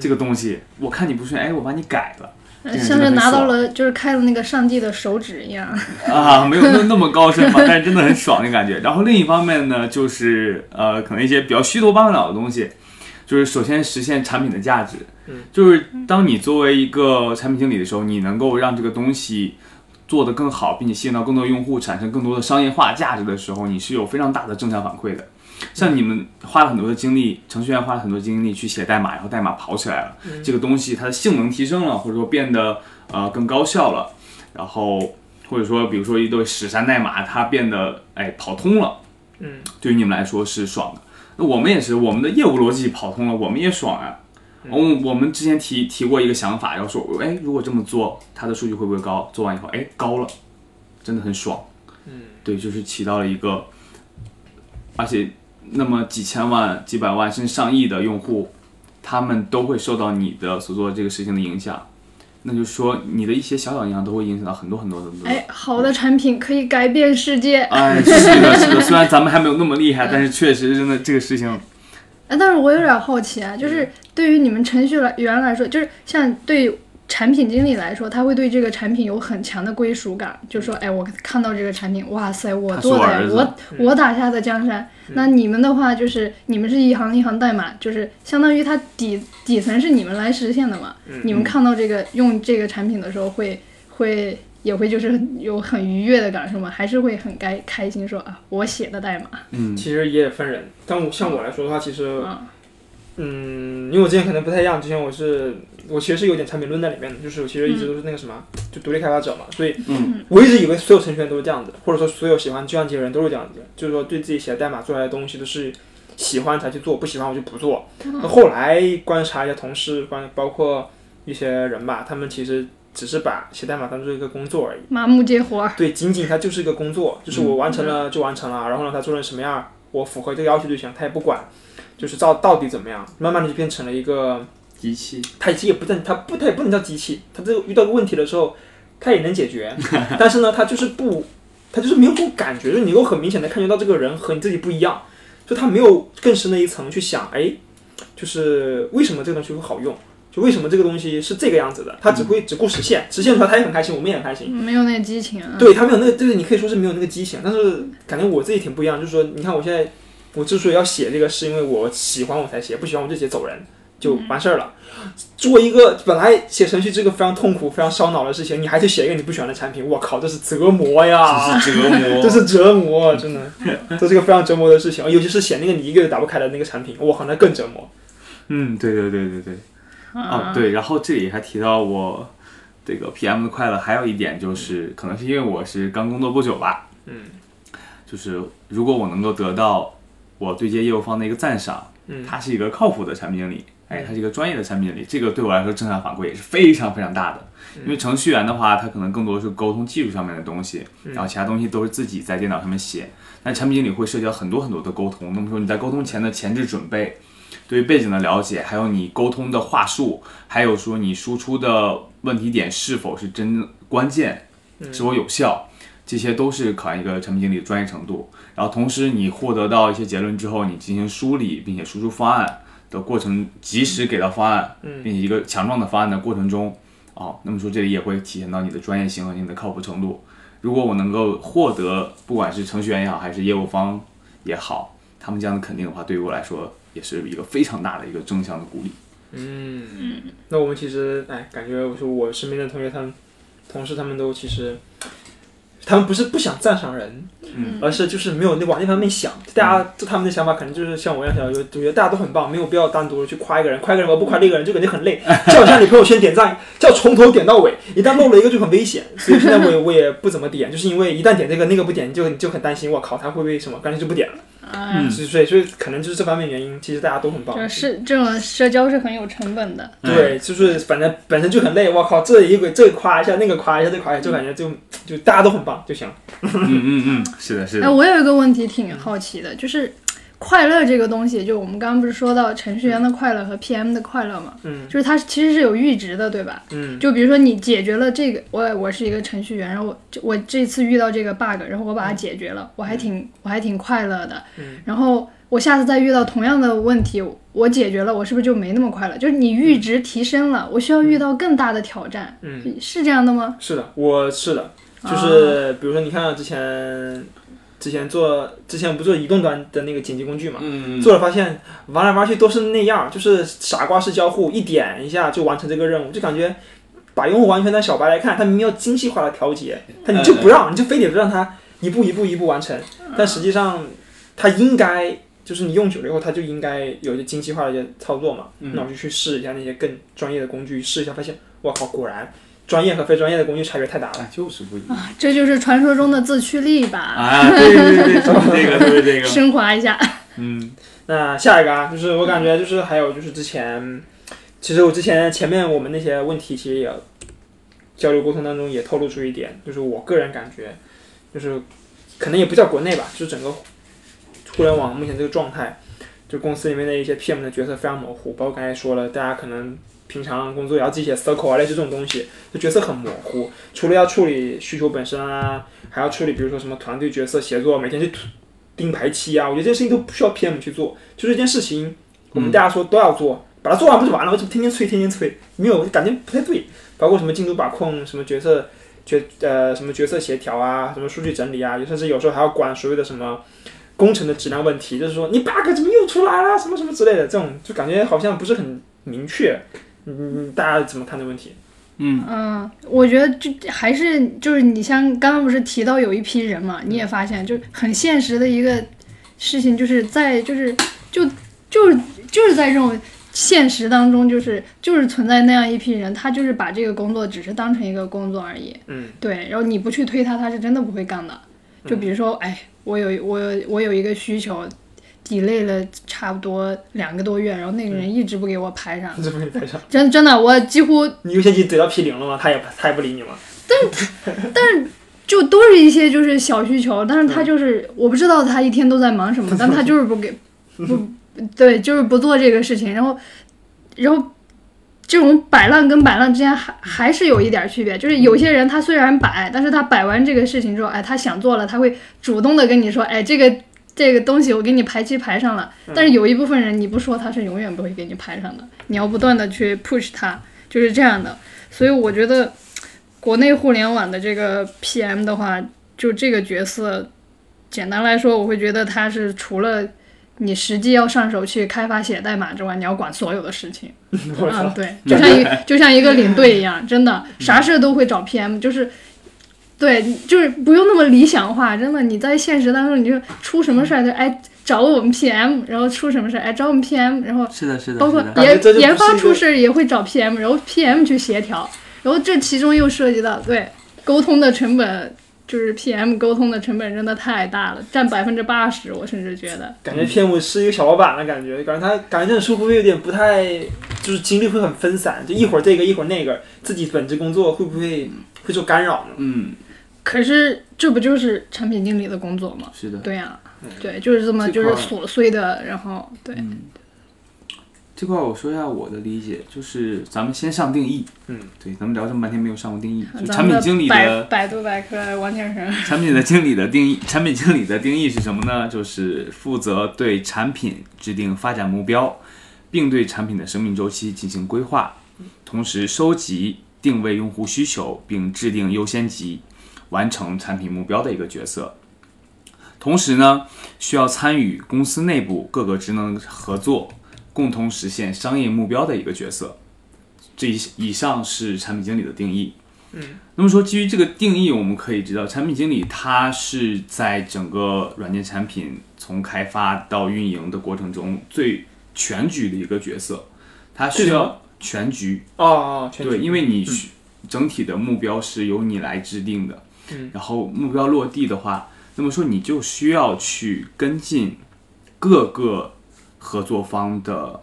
S3: 这个东西，我看你不顺眼，哎，我把你改了。这个人
S2: 像
S3: 真
S2: 是
S3: 的很
S2: 呃拿到
S3: 爽
S2: 了就是开了那个上帝的手指一样。
S3: 啊，没有那那么高深吧，但是真的很爽的感觉。然后另一方面呢，就是呃，可能一些比较虚头巴脑的东西，就是首先实现产品的价值，
S1: 嗯
S3: 就是当你作为一个产品经理的时候，你能够让这个东西做得更好，并且吸引到更多用户，产生更多的商业化价值的时候，你是有非常大的正向反馈的。像你们花了很多的精力，程序员花了很多精力去写代码，然后代码跑起来了，这个东西它的性能提升了，或者说变得呃更高效了，然后或者说，比如说一对史山代码，它变得哎跑通了，
S1: 嗯，
S3: 对于你们来说是爽的。那我们也是，我们的业务逻辑跑通了，我们也爽啊。我、我们之前提提过一个想法，要说，哎，如果这么做，它的数据会不会高？做完以后，哎，高了，真的很爽。
S1: 嗯，
S3: 对，就是起到了一个，而且那么几千万、几百万甚至上亿的用户，他们都会受到你的所做的这个事情的影响。那就是说，你的一些小小影响都会影响到很多很多很多。
S2: 哎，好的产品可以改变世界。
S3: 哎，是的，是的，虽然咱们还没有那么厉害，但是确实真的这个事情，
S2: 哎，但是我有点好奇啊，
S3: 嗯
S2: 就是对于你们程序来员来说，就是像对产品经理来说，他会对这个产品有很强的归属感，就说，哎，我看到这个产品，哇塞，我
S3: 他是嗯
S2: 做
S3: 我
S2: 的
S3: 儿
S2: 呀，
S3: 子
S2: 我我打下的江山。那你们的话，就是你们是一行一行代码，就是相当于它底底层是你们来实现的嘛。
S3: 嗯
S2: 你们看到这个用这个产品的时候会，会也会就是有很愉悦的感受吗？还是会很开开心说啊，我写的代码，
S3: 嗯，
S1: 其实也分人，但我像我来说的话，其实
S2: 嗯。
S1: 嗯，因为我之前可能不太一样，之前我是我其实是有点产品论在里面的，就是我其实一
S2: 嗯
S1: 直都是那个什么，就独立开发者嘛，所以
S3: 嗯
S1: 我一直以为所有程序员都是这样子，或者说所有喜欢计算机的人都是这样子，就是说对自己写的代码做出来的东西都是喜欢才去做，不喜欢我就不做。那后来观察一下同事，观包括一些人吧，他们其实只是把写代码当做一个工作而已。
S2: 麻木接活儿。
S1: 对，仅仅它就是一个工作，就是我完成了就完成了，然后呢，它做成什么样儿，我符合这个要求就行，他也不管，就是到到底怎么样，慢慢的就变成了一个，
S3: 机器，
S1: 它其实也不但它不它也不能叫机器，它这个遇到个问题的时候，它也能解决，但是呢，它就是不，它就是没有这种感觉，就是你能够很明显的感觉到这个人和你自己不一样，就他没有更深的一层去想，哎，就是为什么这个东西会好用。就为什么这个东西是这个样子的？他只会只顾实现，实现出来他也很开心，我们也很开心。
S2: 没有那激情啊。
S1: 对他没有那个，就是你可以说是没有那个激情，但是感觉我自己挺不一样，就是说，你看我现在，我之所以要写这个，是因为我喜欢我才写，不喜欢我就直接走人，就完事儿了。做一个本来写程序这个非常痛苦、非常烧脑的事情，你还去写一个你不喜欢的产品，我靠，这是折磨呀！
S3: 这是折磨，
S1: 这是折磨，真的，这是个非常折磨的事情，尤其是写那个你一个月打不开的那个产品，我靠，那更折磨。
S3: 嗯，对对对对对，
S2: 嗯
S3: 啊对，然后这里还提到我这个 PM 的快乐，还有一点就是，可能是因为我是刚工作不久吧，
S1: 嗯，
S3: 就是如果我能够得到我对接业务方的一个赞赏，
S1: 嗯
S3: 他是一个靠谱的产品经理，哎，他是一个专业的产品经理，这个对我来说正向反馈也是非常非常大的。
S1: 嗯
S3: 因为程序员的话，他可能更多是沟通技术上面的东西，
S1: 嗯
S3: 然后其他东西都是自己在电脑上面写。但产品经理会涉及到很多很多的沟通，那么说你在沟通前的前置准备，对于背景的了解，还有你沟通的话术，还有说你输出的问题点是否是真正关键，是否有效，这些都是考验一个产品经理的专业程度。然后同时你获得到一些结论之后，你进行梳理，并且输出方案的过程，及时给到方案，并且一个强壮的方案的过程中，哦，那么说这里也会体现到你的专业性和你的靠谱程度。如果我能够获得，不管是程序员也好，还是业务方也好，他们这样的肯定的话，对于我来说也是一个非常大的一个正向的鼓励。
S1: 嗯，那我们其实哎，感觉我说我身边的同学他们、同事他们都其实，他们不是不想赞赏人，
S3: 嗯
S1: 而是就是没有那往那方面想。大家就他们的想法可能就是像我一样想，就就觉得大家都很棒，没有必要单独的去夸一个人，夸一个人我不夸另一个人就感觉很 累。就好像你朋友圈点赞，就要从头点到尾，一旦漏了一个就很危险。所以现在我也我也不怎么点，就是因为一旦点这个那个不点，就你就很担心，我靠，他会不会什么，干脆就不点了。
S2: 啊，
S3: 嗯
S1: 所以所以所以可能就是这方面原因，其实大家都很棒。
S2: 这是这种社交是很有成本的。
S1: 对，就是反正本身就很累，我靠，这一个这个夸一下，那个夸一下，这个夸一下，就感觉就就大家都很棒就行了。
S3: 嗯嗯嗯，是的，是
S2: 哎，
S3: 的，
S2: 我有一个问题挺好奇的，就是快乐这个东西，就我们刚刚不是说到程序员的快乐和 PM 的快乐嘛，
S1: 嗯
S2: 就是它其实是有阈值的，对吧？
S1: 嗯
S2: 就比如说你解决了这个，我我是一个程序员，然后我这我这次遇到这个 bug，然后我
S3: 嗯
S2: 把它解决了，我还挺我还挺快乐的。
S1: 嗯
S2: 然后我下次再遇到同样的问题，我解决了，我是不是就没那么快乐？就是你阈值提升了，我需要
S3: 嗯
S2: 遇到更大的挑战，
S1: 嗯，
S2: 是这样的吗？
S1: 是的，我是的，就是比如说你看之前之前做之前不做移动端的那个剪辑工具嘛，
S3: 嗯，
S1: 做了发现玩来玩去都是那样，就是傻瓜式交互，一点一下就完成这个任务，就感觉把用户完全当小白来看，他明明要精细化的调节，但你就不让，你就非得让他一步一步一步完成，但实际上他应该。就是你用久了以后，它就应该有一些精细化的一些操作嘛。那我就去试一下那些更专业的工具，试一下，发现我靠，果然专业和非专业的工具差别太大了。
S3: 哎，就是不一样。
S2: 啊，这就是传说中的自驱力吧？
S3: 啊，对对对，就是这个，就是这个。
S2: 升华一下，
S3: 嗯
S1: 那下一个啊，就是我感觉就是还有就是之前，其实我之前前面我们那些问题其实也交流沟通当中也透露出一点，就是我个人感觉，就是可能也不叫国内吧，就是整个互联网目前这个状态，就公司里面的一些 PM 的角色非常模糊，包括刚才说了，大家可能平常工作也要记一些 circle 啊类似这种东西，就角色很模糊，除了要处理需求本身啊，还要处理比如说什么团队角色协作，每天去盯排期啊，我觉得这些事情都不需要 PM 去做，就这件事情，我们大家说都要做，把它做完不就完了？为什么天天催，天天催？没有，感觉不太对。包括什么进度把控，什么角色角呃什么角色协调啊，什么数据整理啊，甚至有时候还要管所谓的什么工程的质量问题，就是说你 bug 怎么又出来了，什么什么之类的，这种就感觉好像不是很明确。嗯，大家怎么看这个问题？
S3: 嗯，
S2: 嗯，我觉得这还是就是你像刚刚不是提到有一批人嘛，你也发现就是很现实的一个事情，就是在就是就就是就是在这种现实当中，就是就是存在那样一批人，他就是把这个工作只是当成一个工作而已，
S1: 嗯
S2: 对，然后你不去推他，他是真的不会干的。就比如说，哎，我有我有我有一个需求，delay 了差不多两个多月，然后那个人一直不给我排上，
S1: 这不是非常，
S2: 真真的我几乎
S1: 你优先级得到 P 零了吗？他也不他也不理你吗？
S2: 就都是一些就是小需求，但是他就是、我不知道他一天都在忙什么，但他就是不给不对，就是不做这个事情，然后然后这种摆烂跟摆烂之间还还是有一点区别，就是有些人他虽然摆，但是他摆完这个事情之后，哎，他想做了，他会主动的跟你说，哎，这个。这个东西我给你排期排上了，但是有一部分人你不说他是永远不会给你排上的，你要不断的去 push 他，就是这样的。所以我觉得国内互联网的这个 PM 的话，就这个角色，简单来说，我会觉得他是除了你实际要上手去开发写代码之外，你要管所有的事情。
S1: 我操
S2: 嗯，！对，就像一个就像一个领队一样，真的啥事都会找 PM，就是。对，就是不用那么理想化，真的。你在现实当中，你就出什么事儿就哎找我们 PM，然后出什么事儿哎找我们 PM，然后
S3: 是的，是的，
S2: 包括
S3: 是的。
S1: 感觉
S2: 研
S1: 这就不是一个
S2: 研发出事儿也会找 PM，然后 PM 去协调，然后这其中又涉及到对沟通的成本，就是 PM 沟通的成本真的太大了，占百分之八十，我甚至觉得。
S1: 感觉 PM 是一个小老板的感觉，感觉他感觉这种生活会有点不太，就是精力会很分散，就一会儿这个一会儿那个，自己本职工作会不会会受干扰呢？
S3: 嗯，
S2: 可是这不就是产品经理的工作吗？
S3: 是的。
S2: 对呀、对，就是这么
S3: 嗯这
S2: 就
S3: 块
S2: 是
S3: 儿
S2: 琐碎的，然后对，
S1: 嗯
S3: 嗯这块我说一下我的理解，就是咱们先上定义。
S1: 嗯，
S3: 对，咱们聊这么半天没有上过定义，就
S2: 咱
S3: 产
S2: 们
S3: 品经理
S2: 百
S3: 的
S2: 百度百科王先生，
S3: 产品的经理的定义，产品经理的定义是什么呢？就是负责对产品制定发展目标，并对产品的生命周期进行规划，同时收集定位用户需求，并制定优先级，完成产品目标的一个角色。同时呢，需要参与公司内部各个职能合作，共同实现商业目标的一个角色。这以以上是产品经理的定义。那么说，基于这个定义，我们可以知道，产品经理他是在整个软件产品从开发到运营的过程中最全局的一个角色，他需要全局，
S1: 哦哦，全
S3: 对，因为你需整体的目标是由你来制定的，
S1: 嗯
S3: 然后目标落地的话，那么说你就需要去跟进各个合作方的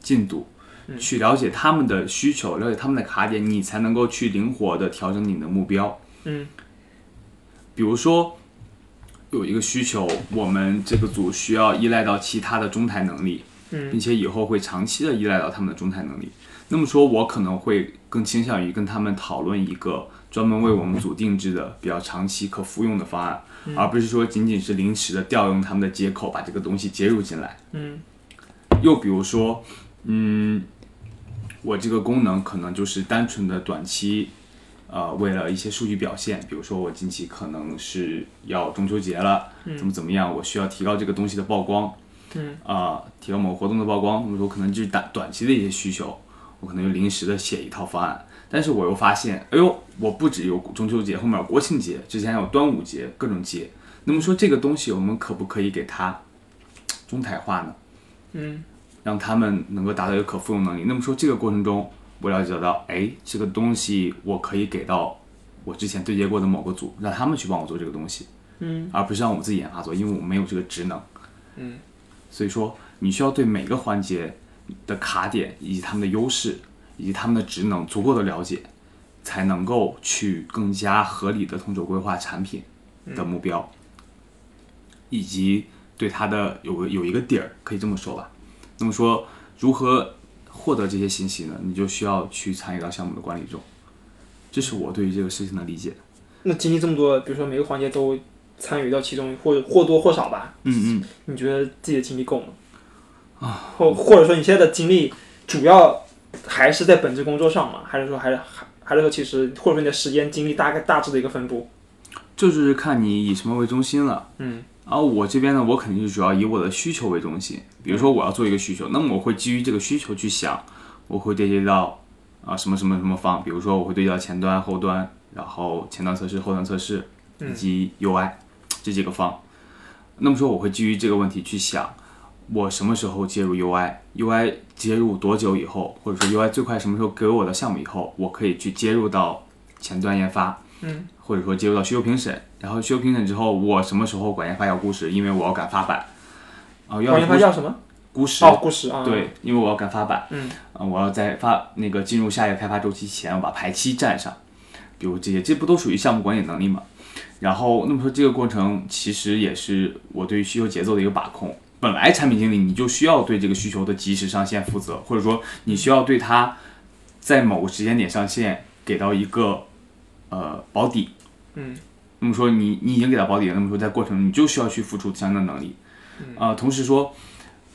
S3: 进度，
S1: 嗯
S3: 去了解他们的需求，了解他们的卡点，你才能够去灵活的调整你的目标。
S1: 嗯
S3: 比如说，有一个需求，我们这个组需要依赖到其他的中台能力，
S1: 嗯
S3: 并且以后会长期的依赖到他们的中台能力。那么说，我可能会更倾向于跟他们讨论一个专门为我们组定制的比较长期可复用的方案，
S1: 嗯
S3: 而不是说仅仅是临时的调用他们的接口把这个东西接入进来。
S1: 嗯
S3: 又比如说，嗯，我这个功能可能就是单纯的短期，呃，为了一些数据表现，比如说我近期可能是要中秋节了，怎么怎么样，我需要提高这个东西的曝光，
S1: 嗯，
S3: 啊、提高某个活动的曝光，那么我可能就是短短期的一些需求，我可能就临时的写一套方案，但是我又发现，哎呦，我不只有中秋节，后面有国庆节，之前还有端午节，各种节，那么说这个东西我们可不可以给它中台化呢？
S1: 嗯
S3: 让他们能够达到一个可复用能力。那么说这个过程中，我了解到，哎，这个东西我可以给到我之前对接过的某个组，让他们去帮我做这个东西，
S1: 嗯
S3: 而不是让我自己研发做，因为我没有这个职能。
S1: 嗯，
S3: 所以说你需要对每个环节的卡点以及他们的优势以及他们的职能足够的了解，才能够去更加合理的统筹规划产品的目标，以及对它的有个有一个底儿，可以这么说吧。那么说，如何获得这些信息呢？你就需要去参与到项目的管理中，这是我对于这个事情的理解。
S1: 那经历这么多，比如说每个环节都参与到其中，或或多或少吧，
S3: 嗯嗯，
S1: 你觉得自己的精力够吗？啊，或或者说你现在的精力主要还是在本职工作上吗？还是说还还还是说其实或者说你的时间精力大概大致的一个分布？
S3: 这就是看你以什么为中心了。
S1: 嗯
S3: 然后我这边呢，我肯定是主要以我的需求为中心。比如说我要做一个需求，那么我会基于这个需求去想，我会对接到啊、什么什么什么方，比如说我会对接到前端、后端，然后前端测试、后端测试
S1: 嗯
S3: 以及 UI、这几个方。那么说我会基于这个问题去想，我什么时候接入 UI，UI 接入多久以后，或者说 UI 最快什么时候给我的项目以后，我可以去接入到前端研发。
S1: 嗯
S3: 或者说接入到需求评审，然后需求评审之后，我什么时候管研发要估时？因为我要赶发版，啊、
S1: 我
S3: 要
S1: 研发叫什么？
S3: 估时，
S1: 哦，故事啊，，
S3: 对，因为我要赶发版，
S1: 嗯
S3: 啊、我要在发那个进入下一个开发周期前，我把排期占上，比如这些，这不都属于项目管理能力嘛？然后那么说这个过程其实也是我对于需求节奏的一个把控。本来产品经理你就需要对这个需求的及时上线负责，或者说你需要对它在某个时间点上线给到一个呃保底，
S1: 嗯
S3: 那么说你你已经给到保底了，那么说在过程中你就需要去付出相应的能力，
S1: 嗯
S3: 啊、同时说，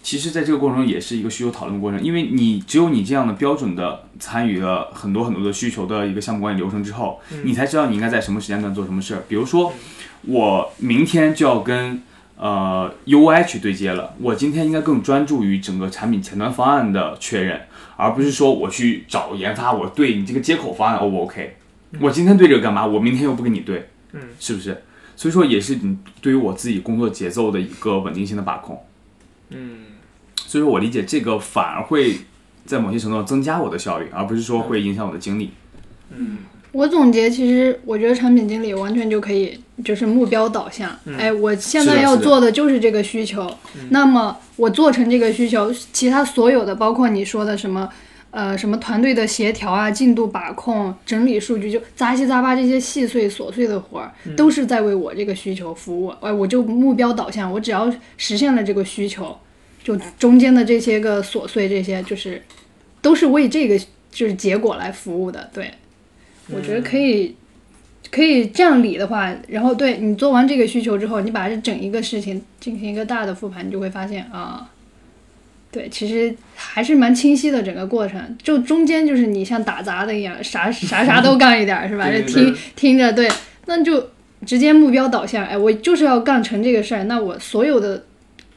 S3: 其实在这个过程中也是一个需求讨论过程，因为你只有你这样的标准的参与了很多很多的需求的一个项目管理流程之后，你才知道你应该在什么时间段做什么事儿。比如说，我明天就要跟呃 UI 去对接了，我今天应该更专注于整个产品前端方案的确认，而不是说我去找研发，我对你这个接口方案 O 不 OK？我今天对这个干嘛？我明天又不跟你对。是不是？所以说也是你对于我自己工作节奏的一个稳定性的把控。
S1: 嗯
S3: 所以说我理解这个反而会在某些程度上增加我的效率，而不是说会影响我的精力。
S2: 我总结，其实我觉得产品经理完全就可以，就是目标导向。哎，我现
S3: 嗯是
S2: 在
S3: 的
S2: 要
S3: 是的嗯
S2: 做的就是这个需求，那么我做成这个需求，其他所有的，包括你说的什么，呃，什么团队的协调啊、进度把控、整理数据，就杂七杂八这些细碎琐碎的活儿，
S3: 嗯
S2: 都是在为我这个需求服务。哎，我就目标导向，我只要实现了这个需求，就中间的这些个琐碎，这些就是都是为这个就是结果来服务的，对。我
S1: 嗯
S2: 觉得可以，可以这样理的话，然后对你做完这个需求之后，你把这整一个事情进行一个大的复盘，你就会发现啊，对，其实还是蛮清晰的整个过程。就中间就是你像打杂的一样，啥啥啥都干一点儿，是吧？
S1: 对
S2: 就
S1: 对
S2: 听听着，对，那就直接目标导向，哎，我就是要干成这个事儿，那我所有的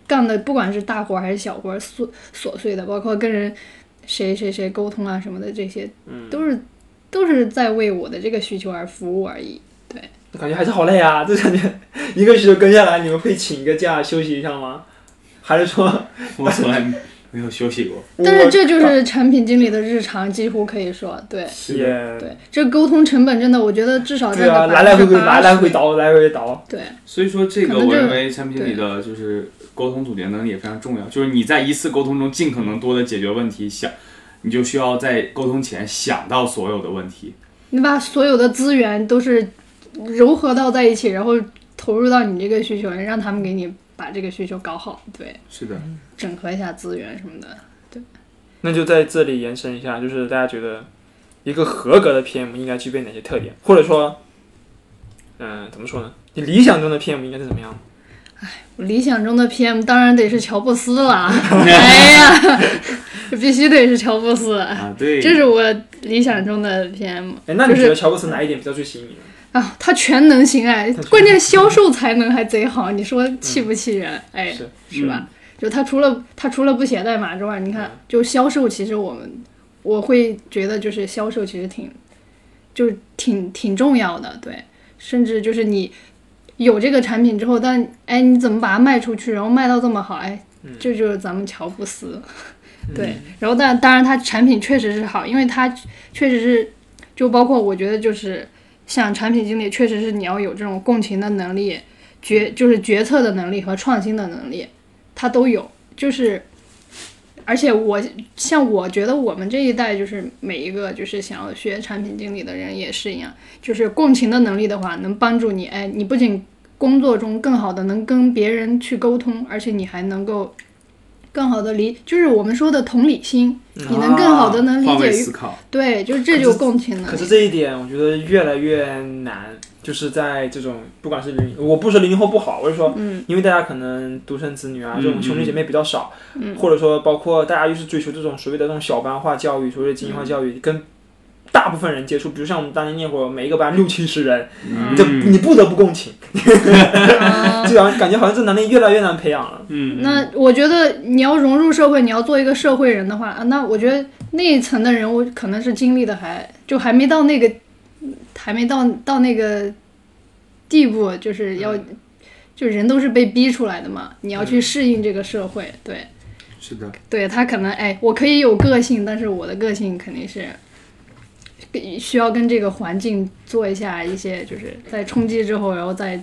S2: 干的，不管是大活儿还是小活儿，琐琐碎的，包括跟人谁谁谁沟通啊什么的，这些
S1: 嗯，
S2: 都是都是在为我的这个需求而服务而已。
S1: 感觉还是好累啊，就 感觉一个需求跟下来，你们会请一个假休息一下吗？还是说，
S3: 我从来没有休息过。
S2: 但是这就是产品经理的日常，几乎可以说，对
S1: 也
S2: 对，这沟通成本真的，我觉得至少在
S1: 对
S2: 个
S1: 啊，来
S2: 百
S1: 来回
S2: 分
S1: 回
S2: 之
S1: 来
S2: 八
S1: 来
S2: 十。
S1: 回倒，来回倒，
S2: 对，
S3: 所以说这
S2: 可
S3: 个
S2: 能
S3: 我
S2: 这
S3: 认为产品经理
S2: 对
S3: 的就是沟通总结能力也非常重要，就是你在一次沟通中尽可能多的解决问题，想你就需要在沟通前想到所有的问题。
S2: 你把所有的资源都是糅合到在一起，然后投入到你这个需求，让他们给你把这个需求搞好，对，
S3: 是的，
S2: 整合一下资源什么的。
S1: 那就在这里延伸一下，就是大家觉得一个合格的 PM 应该具备哪些特点，或者说，嗯、怎么说呢？你理想中的 PM 应该是怎么样？
S2: 我理想中的 PM 当然得是乔布斯了， 哎呀， 必须得是乔布斯，
S3: 啊，对，
S2: 这是我理想中的 PM
S1: 哎，那你
S2: 就是
S1: 觉得乔布斯哪一点比较最吸引你呢？
S2: 啊，他全能型哎，关键销售才能还贼好，你说气不气人？哎，
S1: 是
S2: 是吧？就他除了他除了不写代码之外，你看，就销售，其实我们我会觉得就是销售其实挺就挺挺重要的，对，甚至就是你有这个产品之后，但哎你怎么把它卖出去，然后卖到这么好，哎，这就是咱们乔布斯，对，
S1: 嗯
S2: 然后但当然他产品确实是好，因为他确实是就包括我觉得就是像产品经理，确实是你要有这种共情的能力。决就是决策的能力和创新的能力，他都有，就是，而且我像我觉得我们这一代就是每一个就是想要学产品经理的人也是一样，就是共情的能力的话，能帮助你，哎，你不仅工作中更好的能跟别人去沟通，而且你还能够更好的理，就是我们说的同理心，你能更好的能理
S3: 啊换位
S2: 解于、
S3: 思考，
S2: 对，就是这就是共情能
S1: 可
S2: 力
S1: 是，这一点，我觉得越来越难，就是在这种不管是零，我不说零零后不好，我是说，
S2: 嗯，
S1: 因为大家可能独生子女啊，
S3: 嗯
S1: 这种兄弟姐妹比较少，
S2: 嗯
S1: 或者说包括大家又是追求这种所谓的这种小班化教育，所谓的精英化教育，跟大部分人接触，比如像我们当年那会儿，每一个班六七十人，
S2: 嗯
S1: 这你不得不共情，
S2: 啊
S1: 就好像感觉好像这能力越来越难培养了。
S3: 嗯，
S2: 那我觉得你要融入社会，你要做一个社会人的话，啊，那我觉得那一层的人，我可能是经历的还就还没到那个，还没到到那个地步，就是要、
S1: 嗯
S2: 就人都是被逼出来的嘛，你要去适应这个社会。对，
S3: 是的，
S2: 对他可能哎，我可以有个性，但是我的个性肯定是跟需要跟这个环境做一下一些，就是在冲击之后，然后再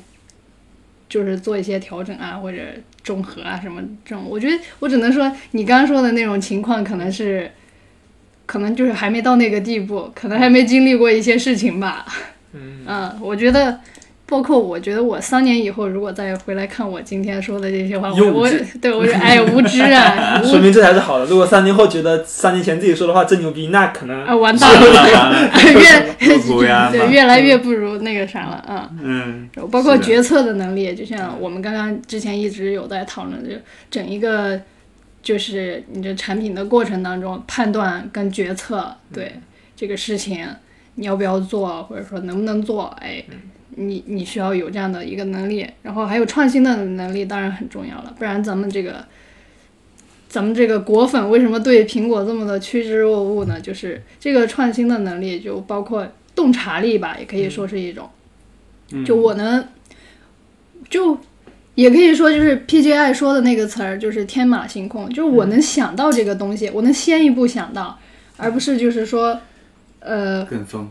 S2: 就是做一些调整啊，或者中和啊什么这种。我觉得我只能说，你刚刚说的那种情况，可能是可能就是还没到那个地步，可能还没经历过一些事情吧。
S1: 嗯，
S2: 嗯，我觉得。包括我觉得我三年以后如果再回来看我今天说的这些话，我
S1: 幼
S2: 我
S1: 稚
S2: 对我是哎无知 啊，无
S1: 嗯说明这才是好的。如果三年后觉得三年前自己说的话真牛逼，那可能
S2: 啊，完蛋 了，
S3: 不足呀
S2: 越 对越来越不如那个啥了啊。
S3: 嗯，
S2: 包括
S3: 是的
S2: 决策的能力，就像我们刚刚之前一直有在讨论，就整一个就是你这产品的过程当中，判断跟决策
S3: 嗯
S2: 对这个事情你要不要做，或者说能不能做，哎，
S3: 嗯
S2: 你你需要有这样的一个能力，然后还有创新的能力，当然很重要了，不然咱们这个。咱们这个果粉为什么对苹果这么的趋之若鹜呢？就是这个创新的能力，就包括洞察力吧，也可以说是一种。
S3: 嗯
S2: 就我能，就也可以说就是 PGI 说的那个词儿，就是天马行空，就是我能想到这个东西，我能先一步想到，而不是就是说，呃，
S3: 跟风，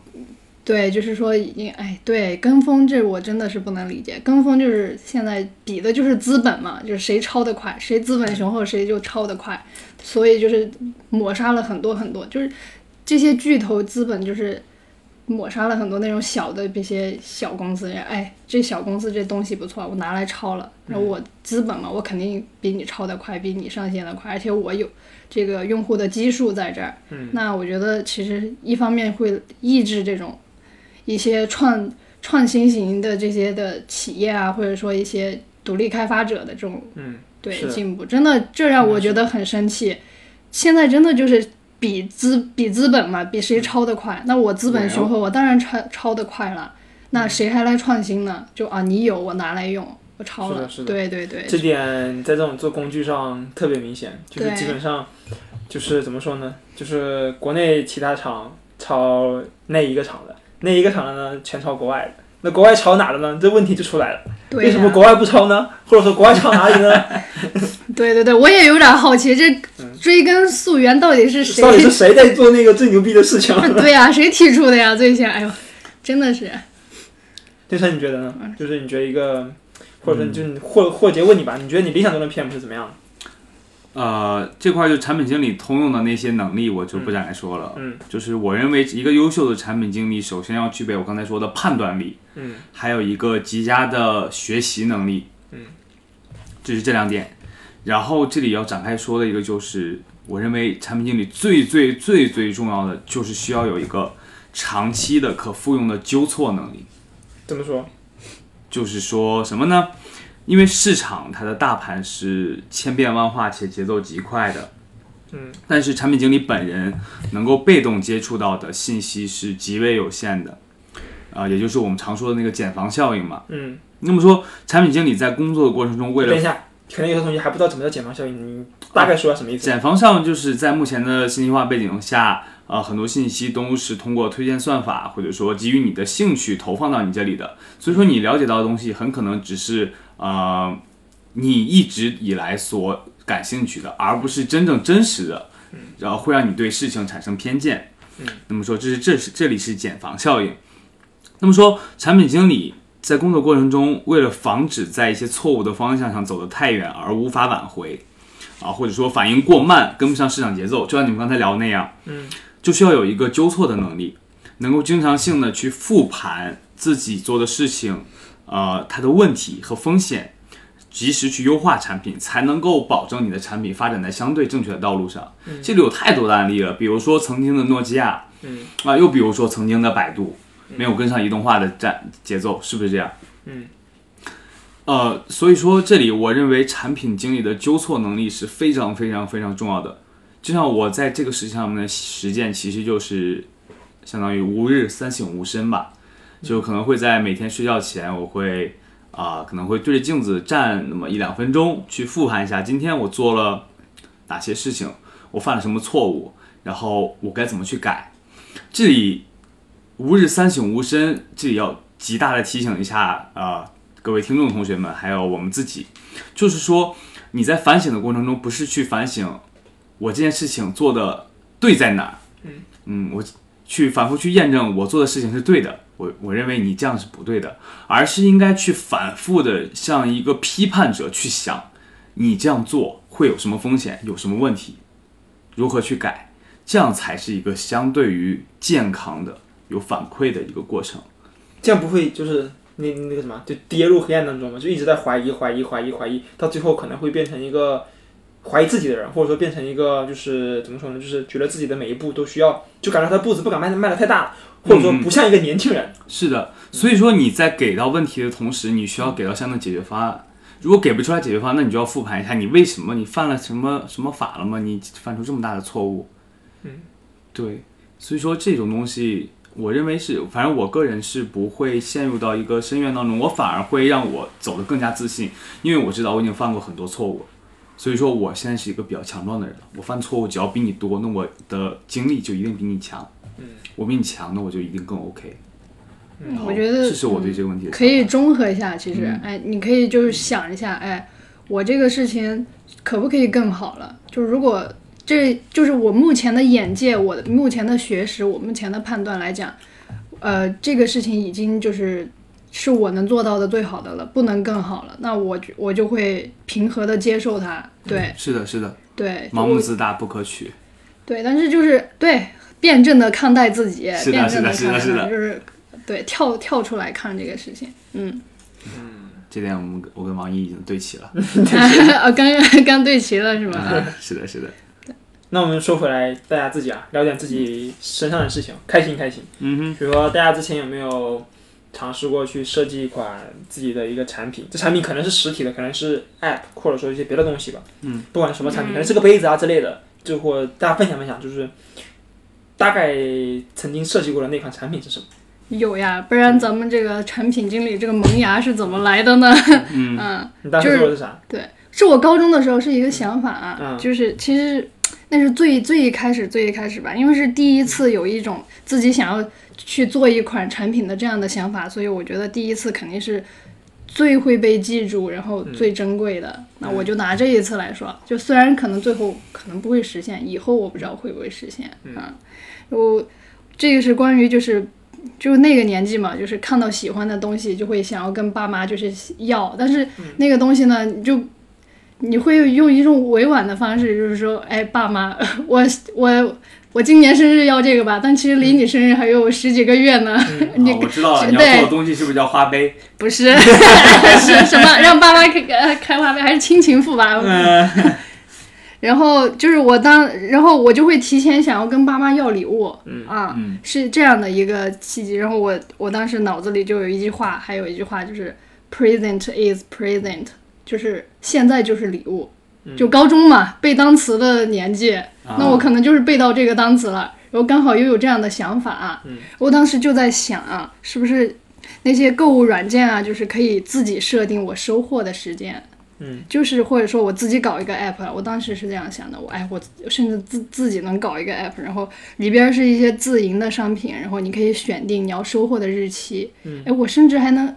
S2: 对，就是说已经哎，对，跟风这我真的是不能理解，跟风就是现在比的就是资本嘛，就是谁抄得快，谁资本雄厚，谁就抄得快，所以就是抹杀了很多很多，就是这些巨头资本就是抹杀了很多那种小的这些小公司，哎，这小公司这东西不错，我拿来抄了，然后我资本嘛，我肯定比你抄得快，比你上线的快，而且我有这个用户的基数在这儿，
S1: 嗯
S2: 那我觉得其实一方面会抑制这种一些创创新型的这些的企业啊，或者说一些独立开发者的这种
S1: 嗯，
S2: 对
S1: 是
S2: 进步，真的这让我觉得很生气。现在真的就是比资比资本嘛，比
S1: 嗯
S2: 谁抄得快。那我资本雄厚，我当然抄抄得快了。
S1: 嗯
S2: 那谁还来创新呢？就啊，你有我拿来用，我抄
S1: 是的
S2: 了。
S1: 是的
S2: 对对对，
S1: 这点在这种做工具上特别明显，就是
S2: 对
S1: 基本上就是怎么说呢？就是国内其他厂抄那一个厂的，那一个厂的呢全抄国外的。那国外抄哪的呢？这问题就出来了。
S2: 对啊
S1: 为什么
S2: 呀
S1: 国外不抄呢？或者说国外抄哪里呢？
S2: 对对对，我也有点好奇，这追根溯源到 底是
S1: 嗯
S2: 谁？
S1: 到底是谁在做那个最牛逼的事情？ 啊
S2: 对呀、谁提出的呀？最先，哎呦，真的是，
S1: 电车你觉得呢？
S2: 嗯
S1: 就是
S3: 嗯
S1: 你觉得一个，或者说你就你或或杰问你吧，你觉得你理想中的 PM 是怎么样的？
S3: 呃，这块就产品经理通用的那些能力，我就不展开说了。
S1: 嗯，
S3: 就是我认为一个优秀的产品经理，首先要具备我刚才说的判断力，
S1: 嗯，
S3: 还有一个极佳的学习能力，
S1: 嗯，
S3: 就是这两点。然后这里要展开说的一个就是，我认为产品经理最最最最重要的就是需要有一个长期的可复用的纠错能力。
S1: 怎么说？
S3: 就是说什么呢？因为市场它的大盘是千变万化且节奏极快的，
S1: 嗯，
S3: 但是产品经理本人能够被动接触到的信息是极为有限的，啊、也就是我们常说的那个茧房效应嘛。
S1: 嗯，
S3: 那么说，产品经理在工作的过程中，为了
S1: 等一下，可能有的同学还不知道怎么叫减房效应，你大概说下什么意思？
S3: 茧房效应就是在目前的信息化背景下，呃，很多信息都是通过推荐算法或者说基于你的兴趣投放到你这里的，所以说你了解到的东西很可能只是呃你一直以来所感兴趣的，而不是真正真实的，
S1: 嗯
S3: 然后会让你对事情产生偏见。那么说这是这是这里是茧房效应。那么说产品经理。在工作过程中，为了防止在一些错误的方向上走得太远而无法挽回，啊，或者说反应过慢，跟不上市场节奏，就像你们刚才聊的那样，
S1: 嗯，
S3: 就需要有一个纠错的能力，能够经常性的去复盘自己做的事情，呃，它的问题和风险，及时去优化产品，才能够保证你的产品发展在相对正确的道路上。这里有太多的案例了，比如说曾经的诺基亚，
S1: 嗯，
S3: 啊、又比如说曾经的百度，没有跟上移动化的战节奏，是不是这样？
S1: 嗯，
S3: 呃，所以说这里我认为产品经理的纠错能力是非常非常非常重要的。就像我在这个事情上面的实践，其实就是相当于吾日三省吾身吧，就可能会在每天睡觉前，我会啊、可能会对着镜子站那么一两分钟，去复盘一下今天我做了哪些事情，我犯了什么错误，然后我该怎么去改。这里吾日三省吾身，这里要极大的提醒一下啊、各位听众同学们，还有我们自己，就是说你在反省的过程中，不是去反省我这件事情做的对在哪儿，嗯我去反复去验证我做的事情是对的，我我认为你这样是不对的，而是应该去反复的像一个批判者去想，你这样做会有什么风险，有什么问题，如何去改，这样才是一个相对于健康的、有反馈的一个过程。
S1: 这样不会就是那那个什么，就跌入黑暗当中嘛，就一直在怀疑、怀疑、怀疑、怀疑，到最后可能会变成一个怀疑自己的人，或者说变成一个就是怎么说呢，就是觉得自己的每一步都需要，就感觉他的步子不敢迈得迈得太大了，或者说不像一个年轻人。
S3: 是的，所以说你在给到问题的同时，你需要给到相应的解决方案。如果给不出来解决方案，那你就要复盘一下，你为什么你犯了什么什么法了吗？你犯出这么大的错误？
S1: 嗯，
S3: 对，所以说这种东西，我认为是，反正我个人是不会陷入到一个深渊当中，我反而会让我走得更加自信，因为我知道我已经犯过很多错误，所以说我现在是一个比较强壮的人了。我犯错误只要比你多，那我的经历就一定比你强。
S1: 嗯，
S3: 我比你强，那我就一定更 OK。
S2: 嗯我觉得
S3: 这是我对这个问题的
S2: 可以综合一下，其
S3: 嗯
S2: 实，哎，你可以就是想一下，哎，我这个事情可不可以更好了？就如果这就是我目前的眼界，我的目前的学识，我目前的判断来讲，呃，这个事情已经就是是我能做到的最好的了，不能更好了，那我就我就会平和的接受它，对
S3: 是的，是的，
S2: 对，
S3: 嗯盲目自大不可取。
S2: 对，但是就是对辩证的看待自己，
S3: 是的
S2: 辩证地
S3: 是的
S2: 看待
S3: 是的
S2: 它就是对跳跳出来看这个事情，嗯。
S3: 这点我们我跟王一已经对齐了。
S2: 啊，刚刚刚对齐了是吗？
S3: 啊是的，是 的，
S1: 那我们说回来，大家自己啊，聊点自己身上的事情，开心开心。
S3: 嗯哼，
S1: 比如说，大家之前有没有尝试过去设计一款自己的一个产品？这产品可能是实体的，可能是 App，或者说一些别的东西吧。
S3: 嗯，
S1: 不管什么产品，可能是个杯子啊之类的，就或大家分享分享，就是大概曾经设计过的那款产品是什么？
S2: 有呀，不然咱们这个产品经理这个萌芽是怎么来的呢？ 嗯，
S1: 你当时做的是啥？
S2: 对，是我高中的时候是一个想法、啊
S1: 嗯
S2: 就是其实那是最最一开始最一开始吧，因为是第一次有一种自己想要去做一款产品的这样的想法，所以我觉得第一次肯定是最会被记住，然后最珍贵的。那我就拿这一次来说，就虽然可能最后可能不会实现，以后我不知道会不会实现、啊。我这个是关于就是。就是那个年纪嘛，就是看到喜欢的东西就会想要跟爸妈就是要，但是那个东西呢，你就你会用一种委婉的方式，就是说，哎，爸妈， 我我我今年生日要这个吧，但其实离你生日还有十几个月呢。 你
S3: 啊我知道了，
S2: 是
S3: 你要做
S2: 对
S3: 的东西是不是叫花呗？
S2: 不是 是什么让爸妈开呃开花呗，还是亲情付吧？
S3: 嗯，
S2: 然后就是我当，然后我就会提前想要跟爸妈要礼物，啊，
S3: 嗯
S2: 是这样的一个契机。然后我我当时脑子里就有一句话，还有一句话就是 “present is present”，就是现在就是礼物。就高中嘛，背单词的年纪，
S3: 啊
S2: 那我可能就是背到这个单词了。然后刚好又有这样的想法、啊我当时就在想啊，是不是那些购物软件啊，就是可以自己设定我收货的时间。
S1: 嗯，
S2: 就是或者说我自己搞一个 app，我啊当时是这样想的，我哎，我甚至自自己能搞一个 app，然后里边是一些自营的商品，然后你可以选定你要收货的日期，嗯，哎，我甚至还能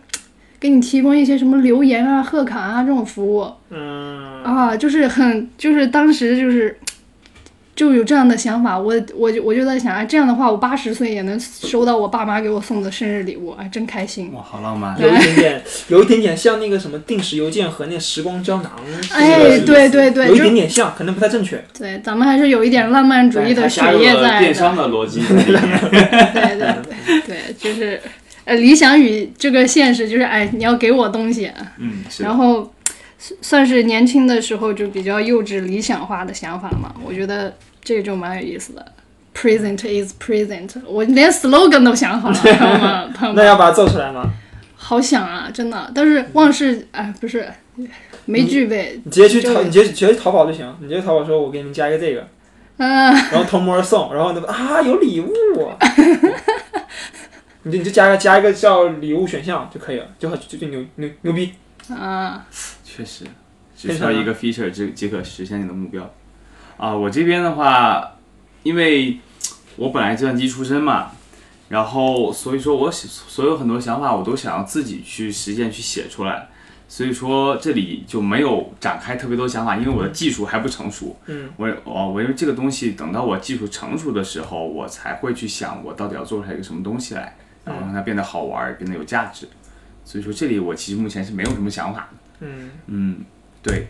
S2: 给你提供一些什么留言啊、贺卡啊这种服务，
S1: 嗯
S2: 啊，就是很，就是当时就是就有这样的想法，我我就我就在想，哎，这样的话，我八十岁也能收到我爸妈给我送的生日礼物，哎，真开心。
S3: 哇，好浪漫。
S1: 有一点点，有一点点像那个什么定时邮件和那时光胶囊，
S2: 哎，
S1: 是吧
S2: 对对对，
S1: 有一
S2: 就
S1: 点点像，可能不太正确。
S2: 对，咱们还是有一点浪漫主义的
S3: 还
S2: 血
S3: 加入
S2: 液
S3: 了
S2: 在
S3: 电
S2: 的，
S3: 商的 逻辑在里面。
S2: 对对对 对，就是呃，理想与这个现实，就是哎，你要给我东西，
S3: 嗯，是的。
S2: 然后算算是年轻的时候就比较幼稚、理想化的想法嘛，我觉得这就蛮有意思的。Present is present，我连 slogan 都想好了， 朋友们，朋
S1: 那
S2: 友们，
S1: 要把它做出来吗？
S2: 好想啊，真的，但是忘事哎，不是没具备，
S1: 你直接去淘，
S2: 对
S1: 你直接直接去淘宝就行。你直接淘宝说，我给你们加一个这个，
S2: 嗯、
S1: 然后同模送，然后那个啊 有礼物，你就你就加个加一个叫礼物选项就可以了，就很就就牛牛牛逼。
S2: 啊，
S3: 确实，只需要一
S1: 非
S3: 个 feature 即即可实现你的目标。啊，我这边的话，因为我本来计算机出身嘛，然后所以说我喜所有很多想法我都想要自己去实践去写出来，所以说这里就没有展开特别多想法，因为我的技术还不成熟。
S1: 嗯，
S3: 我哦，我因为这个东西等到我技术成熟的时候，我才会去想我到底要做出来一个什么东西来，然后让它变得好玩儿，变得有价值。所以说这里我其实目前是没有什么想法的。
S1: 嗯，
S3: 嗯，对，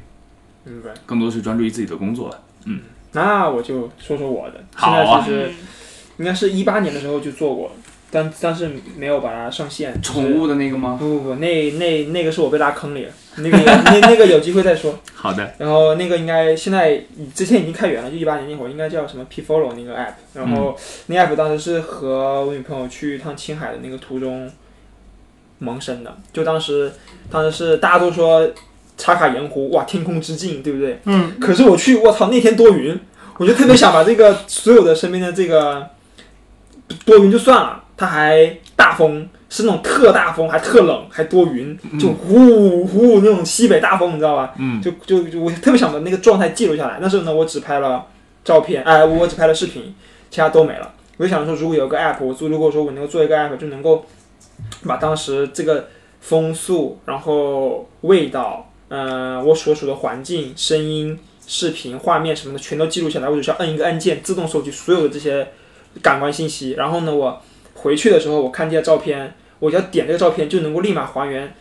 S1: 明白。
S3: 更多是专注于自己的工作了。
S1: 那我就说说我的，现
S3: 好
S1: 在
S3: 啊
S1: 就是应该是一八年的时候就做过，但但是没有把它上线。
S3: 宠物的那个吗？
S1: 不不不，那那那个是我被拉坑里了，那个有那那个有机会再说。
S3: 好的，
S1: 然后那个应该现在之前已经开源了，就一八年那会儿应该叫什么 Pfollow 那个 app，然后那 app 当时是和我女朋友去一趟青海的那个途中萌生的，就当时当时是大家都说茶卡盐湖哇天空之境对不对？嗯。可是我去我操那天多云，我就特别想把这个所有的身边的这个多云就算了，它还大风。是那种特大风，还特冷，还多云，就呼呼那种西北大风，你知道吧？
S3: 嗯，
S1: 就就就我特别想把那个状态记录下来，但是呢，我只拍了照片，哎，我只拍了视频，其他都没了。我就想说，如果有个 app，我做，如果说我能够做一个 app，就能够把当时这个风速，然后味道，嗯、我所处的环境、声音、视频、画面什么的全都记录下来，我只需要摁一个按键，自动收集所有的这些感官信息。然后呢，我回去的时候，我看这些照片，我只要点这个照片，就能够立马还原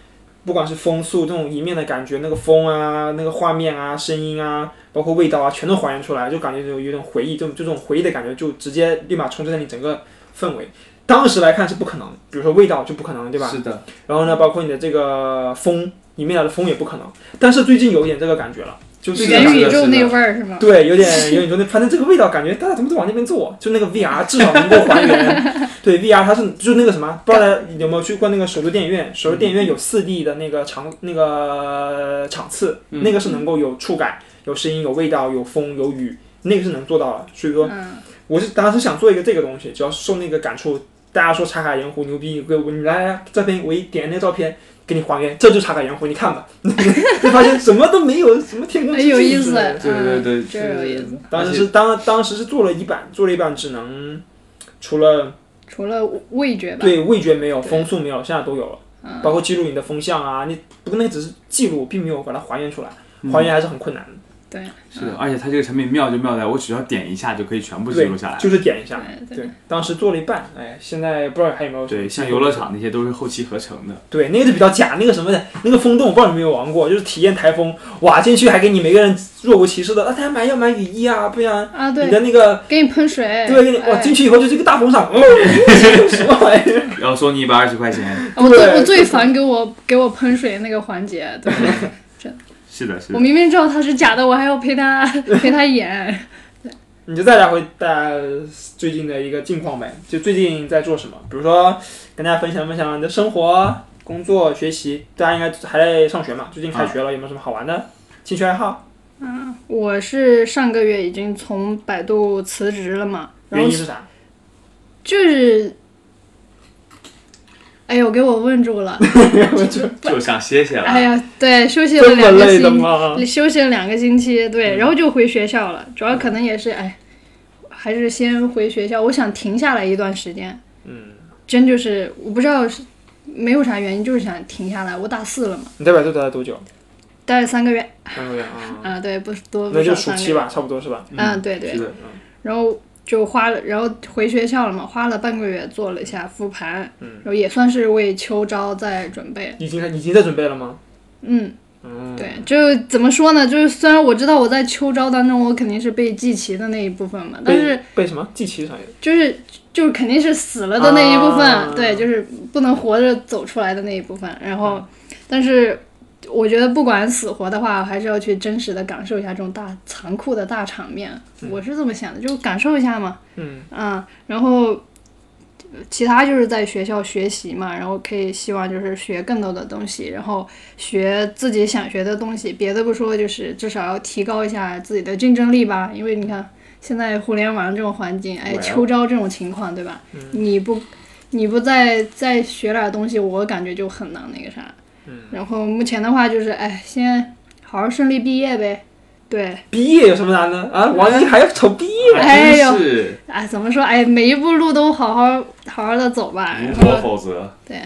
S1: 不管是风速这种迎面的感觉，那个风啊，那个画面啊，声音啊，包括味道啊，全都还原出来，就感觉有有一种回忆，这种这种回忆的感觉，就直接立马充斥在你整个氛围。当时来看是不可能，比如说味道就不可能，对吧？
S3: 是的，
S1: 然后呢，包括你的这个风，迎面来的风也不可能。但是最近有一点这个感觉了，就最
S3: 是
S1: 近
S3: 的
S1: 感
S2: 元
S1: 觉
S2: 宇
S3: 是的
S2: 宙那味儿是吗？
S1: 对，有点有点说那，反正这个味道感觉大家怎么都往那边做，就那个 VR 至少能够还 原。对 VR 它是就是那个什么，不知道大家有没有去过那个首都电影院？首都电影院有 4D 的那个场那个场次，
S3: 嗯
S1: 那个是能够有触感、有声音、有味道、有风、有雨，那个是能做到的。所以说，
S2: 嗯，
S1: 我是当时想做一个这个东西，只要受那个感触，大家说茶卡盐湖牛逼，给我你来来照片，我一点那个照片给你还原，这就是茶卡盐湖，你看吧， 就发现什么都没有，什么天空之
S2: 哎，
S1: 镜
S2: 有意
S1: 之
S2: 思，
S1: 类的
S3: 对对对
S2: 嗯这有意思。
S1: 当时是当当时是做了一版，做了一版只能除了
S2: 除了味觉吧，
S1: 对味觉没有，风速没有，现在都有了，包括记录你的风向啊，你不过那个只是记录，并没有把它还原出来，还原还是很困难的。
S2: 对
S3: 是的，而且它这个产品妙就妙在，我只要点一下就可以全部记
S1: 对
S3: 录下来。
S1: 就是点一下。
S2: 对
S1: 对，当时做了一半，哎，现在不知道还有没有。
S3: 对，像游乐，场那些都是后期合成的。
S1: 对，那个就比较假，那个什么的，那个风洞，我不知道你有没有玩过，就是体验台风，哇，进去还给你每个人若无其事的，啊，大家买要买雨衣啊，不然
S2: 啊
S1: 你
S2: 对，
S1: 的那个，
S2: 给你喷水，
S1: 对，给你，哇，
S2: 哎
S1: 进去以后就是一个大风场，哦，什么玩意儿？
S3: 然后收你一百二十块钱。
S2: 我最我
S1: 对
S2: 最烦给我给我喷水那个环节，对
S3: 是的，是
S2: 我
S3: 的。
S2: 明明知道他是假的，我还要陪他陪他演。
S1: 你就再来回大家最近的一个近况呗，就最近在做什么？比如说跟大家分享分享你的生活、工作、学习，大家应该还在上学嘛？最近开
S2: 嗯
S1: 学了，有没有什么好玩的兴趣爱好？
S2: 我是上个月已经从百度辞职了嘛，然
S1: 原
S2: 后
S1: 因是啥？
S2: 就是，哎呦，给我问住 了，
S3: 就想歇歇
S2: 哎
S3: 了。
S2: 呀，对，休息了
S1: 这么
S2: 两个
S1: 累的
S2: 星
S1: 吗？嗯
S2: 休息了两个星期，对，然后就回学校了。主要可能也是，哎，还是先回学校。我想停下来一段时间，
S1: 嗯，
S2: 真就是我不知道是没有啥原因，就是想停下来。我大四了嘛，
S1: 你在百度待了多久？
S2: 待了三个月
S1: 三个月啊，
S2: 啊，对，不多
S1: 那
S2: 不
S1: 就
S2: 少
S1: 暑
S2: 三个
S1: 期
S2: 月，
S1: 吧，差不多是吧？
S2: 嗯，对对
S3: 是。的，
S2: 然后就花了，然后回学校了嘛，花了半个月做了一下复盘，
S1: 嗯
S2: 然后也算是为秋招在准备。
S1: 已经已经在准备了吗？
S2: 嗯，
S1: 嗯，
S2: 对，就是怎么说呢？就是虽然我知道我在秋招当中，我肯定是被记齐的那一部分嘛，但是
S1: 被被什么季琦啥意思？
S2: 就是就是肯定是死了的那一部分，
S1: 啊
S2: 对，就是不能活着走出来的那一部分。然后，
S1: 嗯
S2: 但是我觉得不管死活的话，还是要去真实的感受一下这种大残酷的大场面。我是这么想的，就感受一下嘛，
S1: 嗯
S2: 啊，然后。其他就是在学校学习嘛，然后可以希望就是学更多的东西，然后学自己想学的东西。别的不说，就是至少要提高一下自己的竞争力吧。因为你看现在互联网这种环境，哎，
S3: Well
S2: 秋招这种情况，对吧？你不你不再再学点东西，我感觉就很难那个啥。然后目前的话就是，哎，先好好顺利毕业呗。对，
S1: 毕业有什么难的啊？
S2: 嗯
S1: 王一还要愁毕业？
S2: 哎
S3: 真
S2: 呦
S3: 是
S2: 哎，怎么说？哎，每一步路都好好好好的走吧。
S3: 如
S2: 然
S3: 果
S2: 后
S3: 否则，
S2: 对，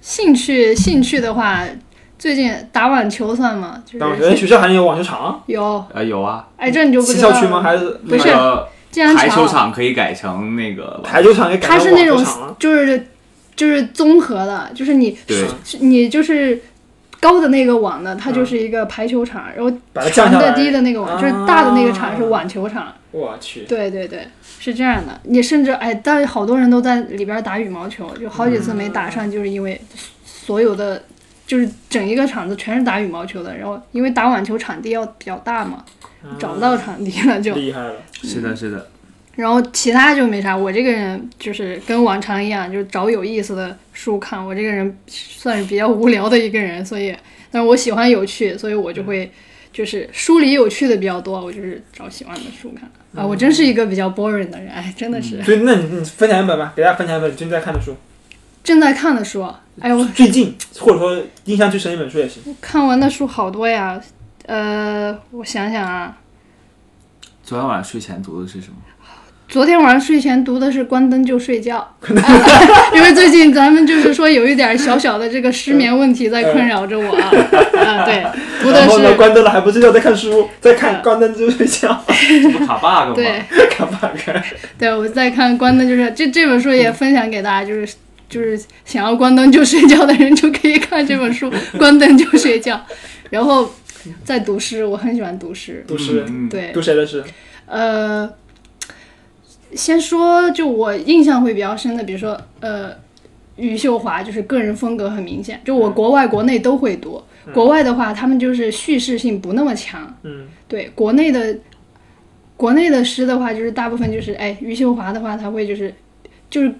S2: 兴趣兴趣的话，最近打网球算吗？就
S1: 但我觉
S2: 是
S1: 得学校还能有网球场，
S2: 有，
S3: 啊有啊，
S2: 哎，这你就不
S1: 新
S2: 知道
S1: 校
S2: 了。
S1: 区吗？还是
S2: 不是
S3: 那个
S2: 竟然
S3: 排球
S2: 吵
S3: 场可以改成那个
S1: 排球场也改
S2: 它
S1: 成
S2: 是那
S1: 网球
S2: 种
S1: 场啊了？
S2: 就是就是综合的，就是你
S3: 对
S2: 你就是高的那个网呢，它
S1: 嗯
S2: 就是一个排球场，然后
S1: 把它降下
S2: 长
S1: 来。啊
S2: 的低的那个网就是大的那个场是网球场。
S1: 我去，
S2: 对对对，是这样的。你甚至哎，但是好多人都在里边打羽毛球，就好几次没打上，就是因为所有的。就是整一个场子全是打羽毛球的，然后因为打网球场地要比较大嘛，
S3: 啊
S1: 啊
S2: 找不到场地了就，
S1: 厉害了，
S3: 是的，是的，
S2: 然后其他就没啥。我这个人就是跟往常一样，就是找有意思的书看。我这个人算是比较无聊的一个人，所以，但是我喜欢有趣，所以我就会就是书里有趣的比较多，我就是找喜欢的书看。啊，我真是一个比较 boring 的人，哎，真的是、
S1: 所以那你你分享一本吧，给大家分享一本你最近在看的书，
S2: 正在看的书。哎，我
S1: 最近或者说印象最深一本书也行。
S2: 看完的书好多呀，呃，我想想啊，
S3: 昨天晚上睡前读的是什 么？
S2: 昨天晚上睡前读的是《关灯就睡觉》 啊因为最近咱们就是说有一点小小的这个失眠问题在困扰着我 啊。啊，对，读的
S1: 然后呢，
S2: 是
S1: 关灯了还不睡觉，在看书，在看
S2: 嗯
S1: 关灯就睡觉，
S3: 这不卡 bug 吗？
S2: 对
S1: 看 bug。
S2: 对，我在看《关灯就睡觉》这这本书也分享给大家，就是就是想要关灯就睡觉的人就可以看这本书《关灯就睡觉》，然后再读诗，我很喜欢读诗。
S1: 读诗，
S3: 嗯，嗯
S2: 对
S1: 读，谁的诗？
S2: 呃，先说就我印象会比较深的，比如说呃，余秀华就是个人风格很明显，就我国外国内都会读。国外的话，他们就是叙事性不那么强。
S1: 嗯，
S2: 对，国内的国内的诗的话，就是大部分就是哎，余秀华的话，他会就是就是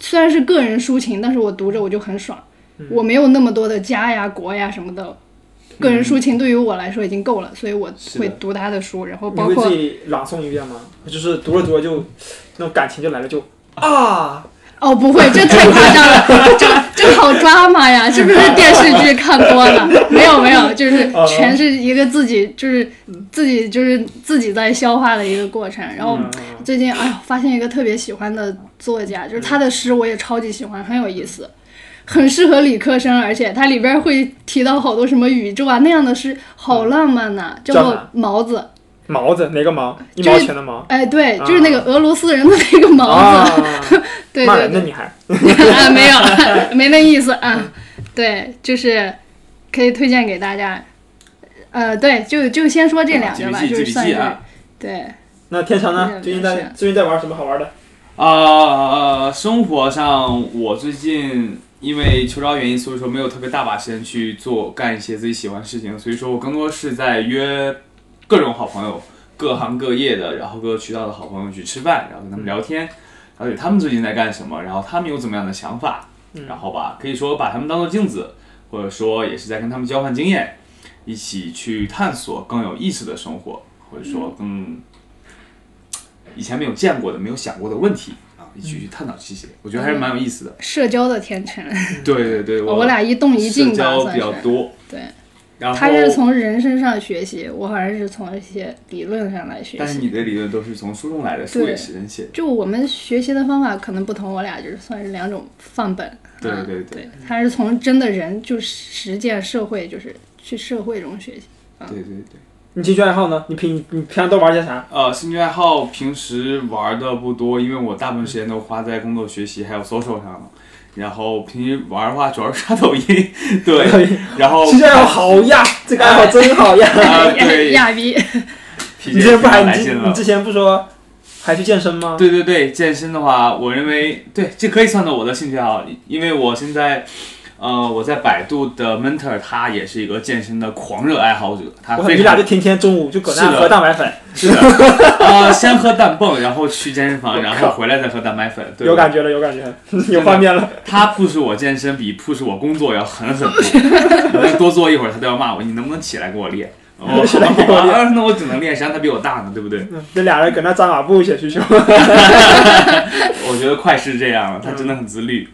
S2: 虽然是个人抒情，但是我读着我就很爽，
S1: 嗯
S2: 我没有那么多的家呀、国呀什么的。个人抒情对于我来说已经够了，所以我
S3: 是的
S2: 会读他的书，然后
S1: 你
S2: 包
S1: 会
S2: 括
S1: 自己朗诵一遍吗？就是读着读着就那种感情就来了，就啊，
S2: 哦，不会，这太夸张了，这这好抓马呀！是不是电视剧看多了？没有没有，就是
S1: 哦
S2: 全是一个自己，就是自己就是自己在消化的一个过程。然后
S1: 嗯
S2: 最近哎呦，发现一个特别喜欢的作家，就是他的诗我也超级喜欢，很有意思。很适合理科生，而且它里边会提到好多什么宇宙啊那样的诗，好浪漫呐、
S1: 嗯
S2: 叫
S1: 叫
S2: 做
S1: 啥
S2: 毛子。
S1: 毛子哪个毛？一
S2: 就
S1: 毛
S2: 是
S1: 钱的毛。
S2: 哎，对，就是那个俄罗斯人的那个毛子，
S1: 啊，
S2: 对
S1: 骂
S2: 对
S1: 人的
S2: 对，
S1: 你还
S2: 啊， 没 有，没那意思啊，对，就是可以推荐给大家。呃，对，就就先说这两
S3: 记
S2: 个
S3: 笔
S2: 吧，
S3: 记，
S2: 就
S3: 记
S2: 是
S3: 笔
S2: 算
S3: 记
S2: 是
S3: 啊！
S2: 对，
S1: 那天长呢？
S2: 嗯
S1: 最近
S2: 没
S1: 在
S2: 事
S1: 最近在玩什么好玩的？
S3: 啊，生活上我最近因为秋招原因，所以说没有特别大把时间去做干一些自己喜欢的事情，所以说我更多是在约各种好朋友，各行各业的，然后各个渠道的好朋友去吃饭，然后跟他
S2: 嗯
S3: 们聊天，了解他们最近在干什么，然后他们有怎么样的想法，
S1: 嗯
S3: 然后吧，可以说把他们当做镜子，或者说也是在跟他们交换经验，一起去探索更有意思的生活，或者说
S2: 嗯
S3: 更以前没有见过的、没有想过的问题啊，一
S2: 嗯
S3: 起去探讨这些，我觉得还是蛮有意思的。
S2: 社交的天成，
S3: 对对对，
S2: 哦我俩一动一
S3: 社
S2: 静吧，
S3: 交
S2: 算
S3: 比较
S2: 是。
S3: 多，
S2: 对，
S3: 然后
S2: 他是从人身上学习，我好像是从一些理论上来学
S3: 但是
S2: 习。
S3: 你的理论都是从书中来的，书
S2: 对
S3: 也是人写的，
S2: 就我们学习的方法可能不同，我俩就是算是两种范本。
S3: 对
S2: 嗯
S3: 对对
S2: 对，他是从真的人就实践社会，就是去社会中学习。
S3: 对对对。
S1: 你兴趣爱好呢？你平你平常都玩些啥？
S3: 呃，兴趣爱好平时玩的不多，因为我大部分时间都花在工作、学习还有 social 上了。然后平时玩的话，主要是刷抖音， 对，然后
S1: 兴趣爱好好呀，这个爱好真好呀。
S3: 啊，对，
S2: 亚逼，
S3: 皮
S1: 你
S3: 姐
S1: 之前不还
S3: 来
S1: 你之
S3: 信
S1: 你
S3: 了。
S1: 之前不说还去健身吗？
S3: 对对对，健身的话，我认为对这可以算作我的兴趣爱好，因为我现在，呃，我在百度的 mentor，他也是一个健身的狂热爱好者，他
S1: 我
S3: 非
S1: 你俩
S3: 常
S1: 就天天中午就搁
S3: 啊是
S1: 那
S3: 的
S1: 喝蛋白粉，
S3: 是 的，呃，先喝蛋泵，然后去健身房，然后回来再喝蛋白粉，对
S1: 有感觉了，有感觉了， 有画面了。
S3: 他 push 我健身比 push 我工作要狠很 多，我多做一会儿他都要骂我，你能不能起来给我练？哦，
S1: 起来给我练
S3: 好吧那我只能练，谁让他比我大呢，对不对？
S1: 嗯这俩人搁那扎马步写 需求。
S3: 我觉得快是这样了，他真的很自律。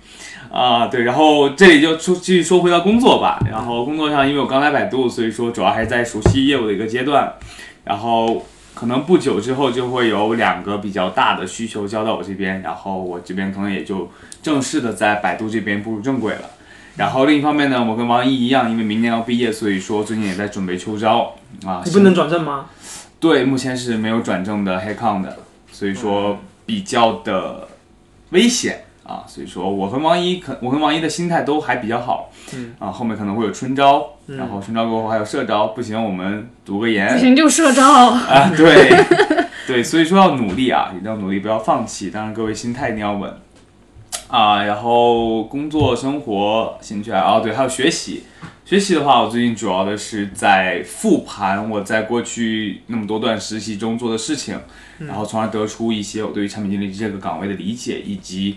S3: 啊、对，然后这里就出继续说回到工作吧。然后工作上，因为我刚来百度，所以说主要还在熟悉业务的一个阶段。然后可能不久之后就会有两个比较大的需求交到我这边，然后我这边可能也就正式的在百度这边步入正轨了。然后另一方面呢，我跟王一一样，因为明年要毕业，所以说最近也在准备秋招啊。
S1: 你不能转正吗？
S3: 对，目前是没有转正的 Headcount 的，所以说比较的危险啊。所以说我和王一可，我跟王一的心态都还比较好。
S1: 嗯
S3: 啊，后面可能会有春招，
S1: 嗯
S3: 然后春招过后还有社招，不行我们读个研
S2: 不行就社招。
S3: 啊，对对，所以说要努力啊，一定要努力，不要放弃。当然，各位心态一定要稳啊。然后工作、生活、兴趣爱好，哦对，还有学习。学习的话，我最近主要的是在复盘我在过去那么多段实习中做的事情，然后从而得出一些我对于产品经理这个岗位的理解，以及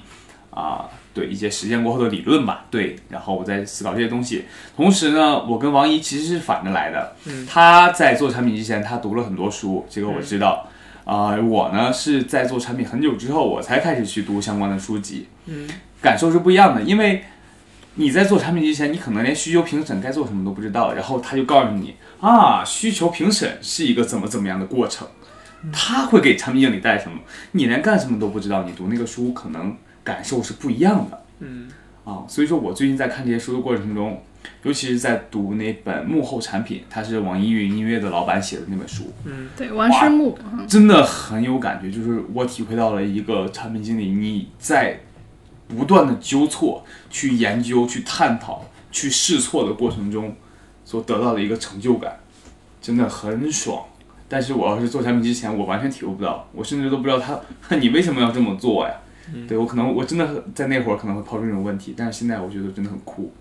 S3: 啊、对一些实践过后的理论吧。对，然后我在思考这些东西。同时呢，我跟王一其实是反着来的。
S1: 嗯
S3: 他在做产品之前，他读了很多书，这个我知道。
S1: 嗯
S3: 啊、我呢是在做产品很久之后，我才开始去读相关的书籍。
S1: 嗯，
S3: 感受是不一样的，因为你在做产品之前，你可能连需求评审该做什么都不知道，然后他就告诉你啊，需求评审是一个怎么怎么样的过程，
S1: 嗯
S3: 他会给产品经理带什么，你连干什么都不知道，你读那个书可能感受是不一样的。
S1: 嗯，
S3: 啊，所以说我最近在看这些书的过程中，尤其是在读那本《幕后产品》，它是网易云音乐的老板写的那本书，
S2: 对，王师木，
S3: 真的很有感觉，就是我体会到了一个产品经理你在不断的纠错、去研究、去探讨、去试错的过程中所得到的一个成就感，真的很爽。但是我要是做产品之前，我完全体会不到，我甚至都不知道他 你为什么要这么做呀？对我可能我真的很在那会儿可能会抛出这种问题，但是现在我觉得真的很酷。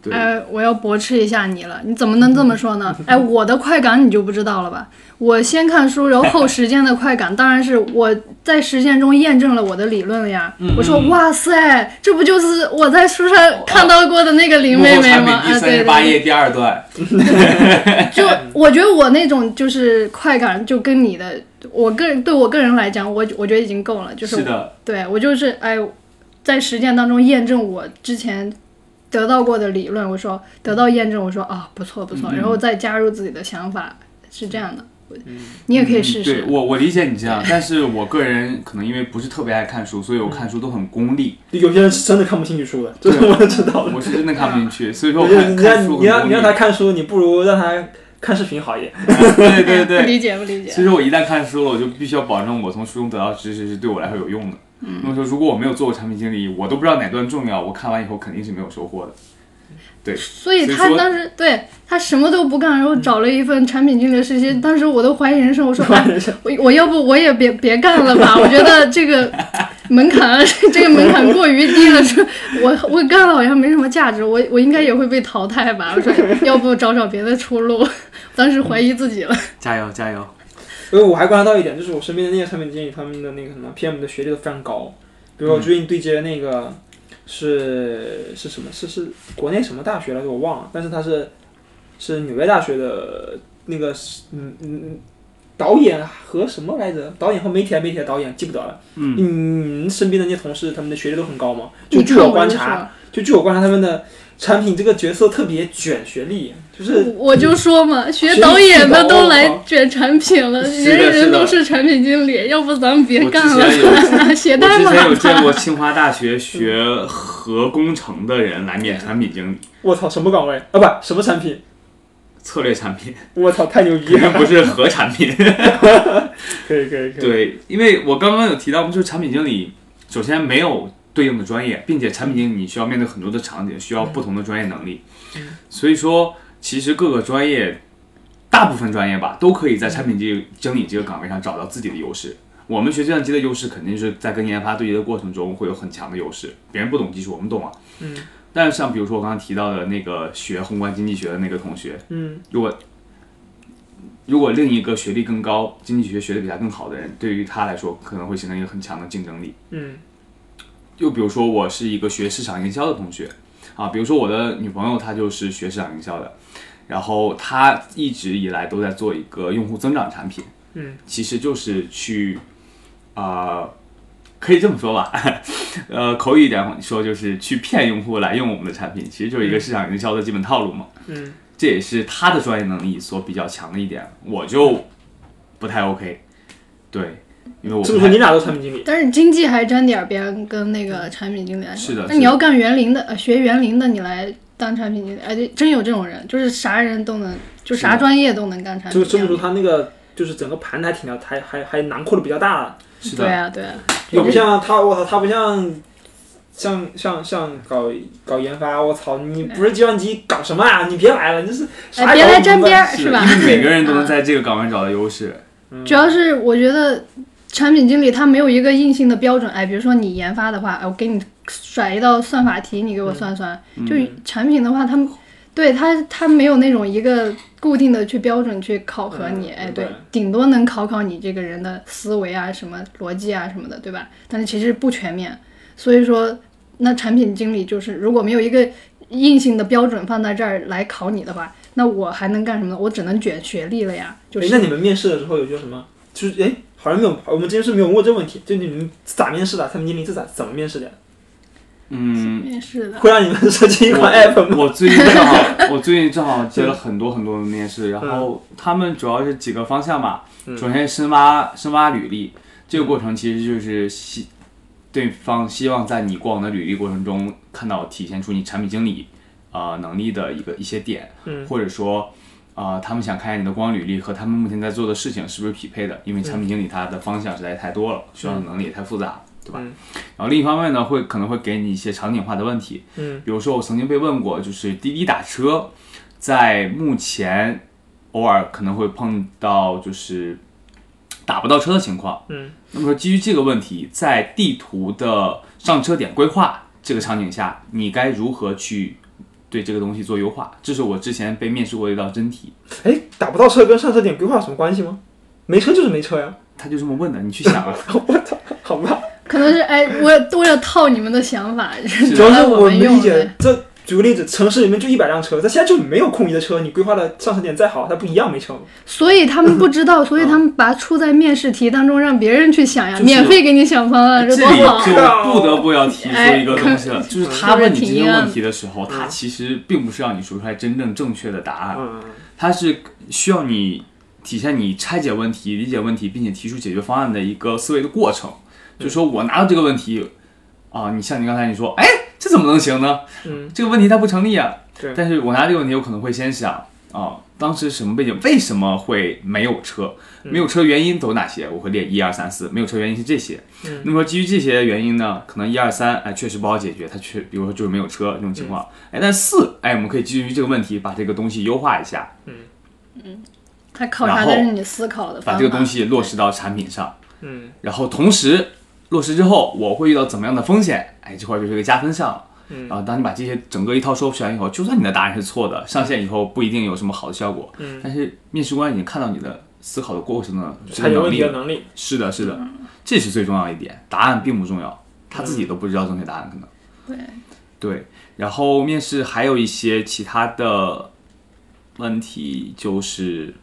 S3: 对，
S2: 哎，我要驳斥一下你了，你怎么能这么说呢？哎，我的快感你就不知道了吧？我先看书，然后后实践的快感，当然是我在实践中验证了我的理论了呀。我说，哇塞，这不就是我在书上看到过的那个林
S3: 幕
S2: 妹
S3: 后
S2: 妹
S3: 产品
S2: 吗？
S3: 第
S2: 啊，
S3: 三
S2: 对
S3: 十
S2: 对
S3: 八
S2: 对，
S3: 页第二段，
S2: 就我觉得我那种就是快感，就跟你的，我个人对我个人来讲，我我觉得已经够了，就是
S3: 是的，
S2: 对我就是哎，在实践当中验证我之前得到过的哦理论，我说得到验证，我说啊不错不错，然后再加入自己的想法，是这样的。你也可以
S3: 嗯嗯
S2: 试
S3: 对
S2: 试。
S3: 我，我理解你这样，但是我个人可能因为不是特别爱看书，所以我看书都很功利，
S1: 有些人是真的看不进去书的，这是 我知
S2: 嗯
S1: 道的。
S3: 我是真的看不进去，所以说我看
S1: 你让
S3: 看书
S1: 你
S3: 很
S1: 让你
S3: 功利
S1: 让。他看书，你不如让他看视频好一点。
S3: 对对
S2: 不
S3: 对，
S2: 理解不理
S3: 所
S2: 解。
S3: 以说我一旦看书了，我就必须要保证我从书中得到的知识是对我来说有用的。
S2: 嗯
S3: 那么说，如果我没有做过产品经理，我都不知道哪段重要，我看完以后肯定是没有收获的。
S2: 所以他
S3: 所以说
S2: 当时对他什么都不干，然后找了一份产品经理的实
S3: 嗯
S2: 习，当时我都怀疑人生，我说哎我我要不我也别别干了吧，我觉得这个门槛这个门槛过于低了，说我我干了好像没什么价值，我我应该也会被淘汰吧，我说要不找找别的出路，当时怀疑自己了，
S3: 加油加 油！
S1: 因为我还观察到一点，就是我身边的那些产品经理，他们的那个什么 PM 的学历都非常高。比如我最近对接那个是是什么？是是国内什么大学来着？我忘了，但是他是是纽约大学的那个嗯嗯导演和什么来着？导演和媒体还媒体的导演记不得了。嗯，你身边的那些同事，他们的学历都很高吗？就
S2: 你
S1: 据
S2: 看
S1: 我
S2: 我
S1: 观
S2: 就
S1: 察，
S2: 说，
S1: 就据我观察，他们的产品这个角色特别卷学历，就是
S2: 我就说嘛，学
S1: 学
S2: 导演的
S1: 导
S2: 都来
S1: 啊
S2: 卷产品了，
S3: 是的
S2: 人
S3: 是
S2: 人
S3: 的
S2: 都是产品经理，要不咱们别
S3: 我之
S2: 干
S3: 前
S2: 了，
S3: 有
S2: 写
S3: 我
S2: 代
S3: 之
S2: 码
S3: 前有见
S2: 吧。
S3: 过清华大学学核工程的人来面产品经理，
S1: 我操什么岗位啊？不，什么产品？
S3: 策略 产品，
S1: 我操，太牛逼
S3: 肯定
S1: 了！
S3: 不是核产品。
S1: 可以可以可以。
S3: 对，因为我刚刚有提到，就是产品经理首先没有对应的专业，并且产品经理你需要面对很多的场景，需要不同的专业能力。所以说，其实各个专业，大部分专业吧，都可以在产品经理经理这个岗位上找到自己的优势。我们学计算机的优势肯定是在跟研发对接的过程中会有很强的优势，别人不懂技术，我们懂啊。
S1: 嗯。
S3: 但是像比如说我刚刚提到的那个学宏观经济学的那个同学，
S1: 嗯，
S3: 如果如果另一个学历更高、经济学学的比他更好的人，对于他来说可能会形成一个很强的竞争力。
S1: 嗯
S3: 又比如说，我是一个学市场营销的同学啊，比如说我的女朋友她就是学市场营销的，然后她一直以来都在做一个用户增长产品，
S1: 嗯，
S3: 其实就是去啊、呃可以这么说吧， 呃，口语一点说就是去骗用户来用我们的产品，其实就是一个市场营销的基本套路嘛。
S1: 嗯，
S3: 这也是他的专业能力所比较强的一点，我就不太 OK。对，因为我
S1: 是
S3: 不
S1: 不是
S3: 太
S1: 你俩都是产品经理？
S2: 但是经济还沾点儿边跟那个产品经理来说
S3: 是的
S2: 那
S3: 是
S2: 你
S3: 的
S2: 要干园林的，呃学园林的，你来当产品经理，哎，对真有这种人，就是啥人都能，就是啥
S3: 的
S2: 专业都能干产
S1: 这
S2: 品
S1: 个这
S2: 经
S1: 么说，
S2: 理。
S1: 他那个就是整个盘还挺大，还还还囊括的比较大的，
S3: 是
S2: 对
S3: 的，
S2: 啊，对啊，
S1: 又不像他，我操，他不像。像像像搞搞研发，我操！你不是计算机搞什么啊？你别来了，你这是啥
S2: 哎，别
S1: 搞
S2: 来
S1: 不
S2: 沾
S1: 明白
S2: 边儿，
S3: 是
S2: 是
S1: 啊
S2: 吧？
S3: 因为每个人都能在这个岗位找到优势。
S1: 嗯
S2: 主要是我觉得产品经理他没有一个硬性的标准，哎，比如说你研发的话，哎，我给你甩一道算法题，你给我算算。
S1: 嗯
S2: 就产品的话，他们对他他没有那种一个固定的去标准去考核你，
S1: 嗯
S2: 哎，
S1: 明
S2: 对
S1: 白，
S2: 顶多能考考你这个人的思维啊、什么逻辑啊什么的，对吧？但是其实不全面，所以说那产品经理就是如果没有一个硬性的标准放在这儿来考你的话，那我还能干什么呢？我只能卷学历了呀，就
S1: 哎
S2: 是。
S1: 那你们面试的时候有叫什么？就是哎，好像没有，我们之前是没有问过这个问题。就你们咋面试的？产品经理是咋怎么面试的呀？
S3: 嗯，
S2: 面试的，
S1: 会让你们设计一款
S2: 嗯
S1: app 吗？
S3: 我我最近正好， 我最近正好
S1: 嗯
S3: 接了很多很多的面试，然后他们主要是几个方向吧。
S1: 嗯
S3: 首先深挖深挖履历，这个过程其实就是希对方希望在你过往的履历过程中看到体现出你产品经理啊、呃能力的一个一些点，
S1: 嗯
S3: 或者说。啊、他们想看一下你的光履历和他们目前在做的事情是不是匹配的，因
S1: 嗯
S3: 为产品经理他的方向实在太多了，需要的能力也太复杂了，对吧？
S1: 嗯
S3: 然后另一方面呢，会可能会给你一些场景化的问题，
S1: 嗯
S3: 比如说我曾经被问过，就是滴滴打车在目前偶尔可能会碰到就是打不到车的情况。
S1: 嗯，
S3: 那么说基于这个问题，在地图的上车点规划这个场景下，你该如何去对这个东西做优化？这是我之前被面试过的一道真题，
S1: 哎，打不到车跟上车点规划有什么关系吗？没车就是没车呀！
S3: 他就这么问的，你去想啊。
S1: 我操，好吧，
S2: 可能是哎，我为了套你们的想法，
S3: 是
S1: 主要是
S2: 拿我
S1: 我
S2: 们
S1: 没理
S2: 用
S1: 解
S2: 的。
S1: 这。举个例子，城市里面就一百辆车，它现在就没有空余的车，你规划的上车点再好，它不一样没车吗？
S2: 所以他们不知 道，所以他们把出在面试题当中，让别人去想呀，
S3: 就是
S2: 免费给你想方案，
S3: 这
S2: 这多
S3: 里
S2: 好！
S3: 就不得不要提出一个东西
S1: 哎
S3: 了，就是他问你这些问题的时候，
S1: 嗯
S3: 他其实并不是让你说出来真正正确的答案，
S1: 嗯，
S3: 他是需要你体现你拆解问题、理解问题，并且提出解决方案的一个思维的过程。就说我拿到这个问题，啊，你像你刚才你说，哎，这怎么能行呢？
S1: 嗯，
S3: 这个问题它不成立啊。
S1: 对
S3: 但是我拿这个问题，我可能会先想啊，当时什么背景，为什么会没有车？没有车原因都有哪些？我会列一二三四，嗯没有车原因是这些。
S1: 嗯
S3: 那么基于这些原因呢，可能一二三哎确实不好解决，它确比如说就是没有车这种情况。哎，但四哎我们可以基于这个问题把这个东西优化一下，
S2: 他考察的
S3: 然
S2: 是
S3: 后
S2: 你思考的方
S3: 把
S2: 法。
S3: 这个东西落实到产品上。
S1: 嗯
S3: 然后同时落实之后，我会遇到怎么样的风险？哎，这块就是一个加分项了。
S1: 嗯
S3: 啊，当你把这些整个一套说全以后，就算你的答案是错的，上线以后不一定有什么好的效果。
S1: 嗯，
S3: 但是面试官已经看到你的思考的过程的这
S1: 察
S3: 个
S1: 觉
S3: 能
S1: 问题
S3: 力
S1: 的
S3: 了。
S1: 能力，
S3: 是的，是的，这是最重要的一点。答案并不重要，他自己都不知道正确答案可能。
S2: 对，
S3: 对，然后面试还有一些其他的问题，就是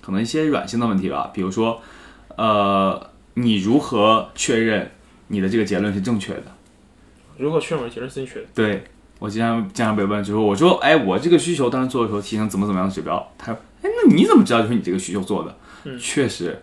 S3: 可能一些软性的问题吧，比如说，呃，你如何确认你的这个结论是正确的？
S1: 如何确认我的结论是正确的？
S3: 对我经常经常被问，就是我说，哎，我这个需求当时做的时候提升怎么怎么样的指标，他说，哎，那你怎么知道就是你这个需求做的？
S1: 嗯
S3: 确实，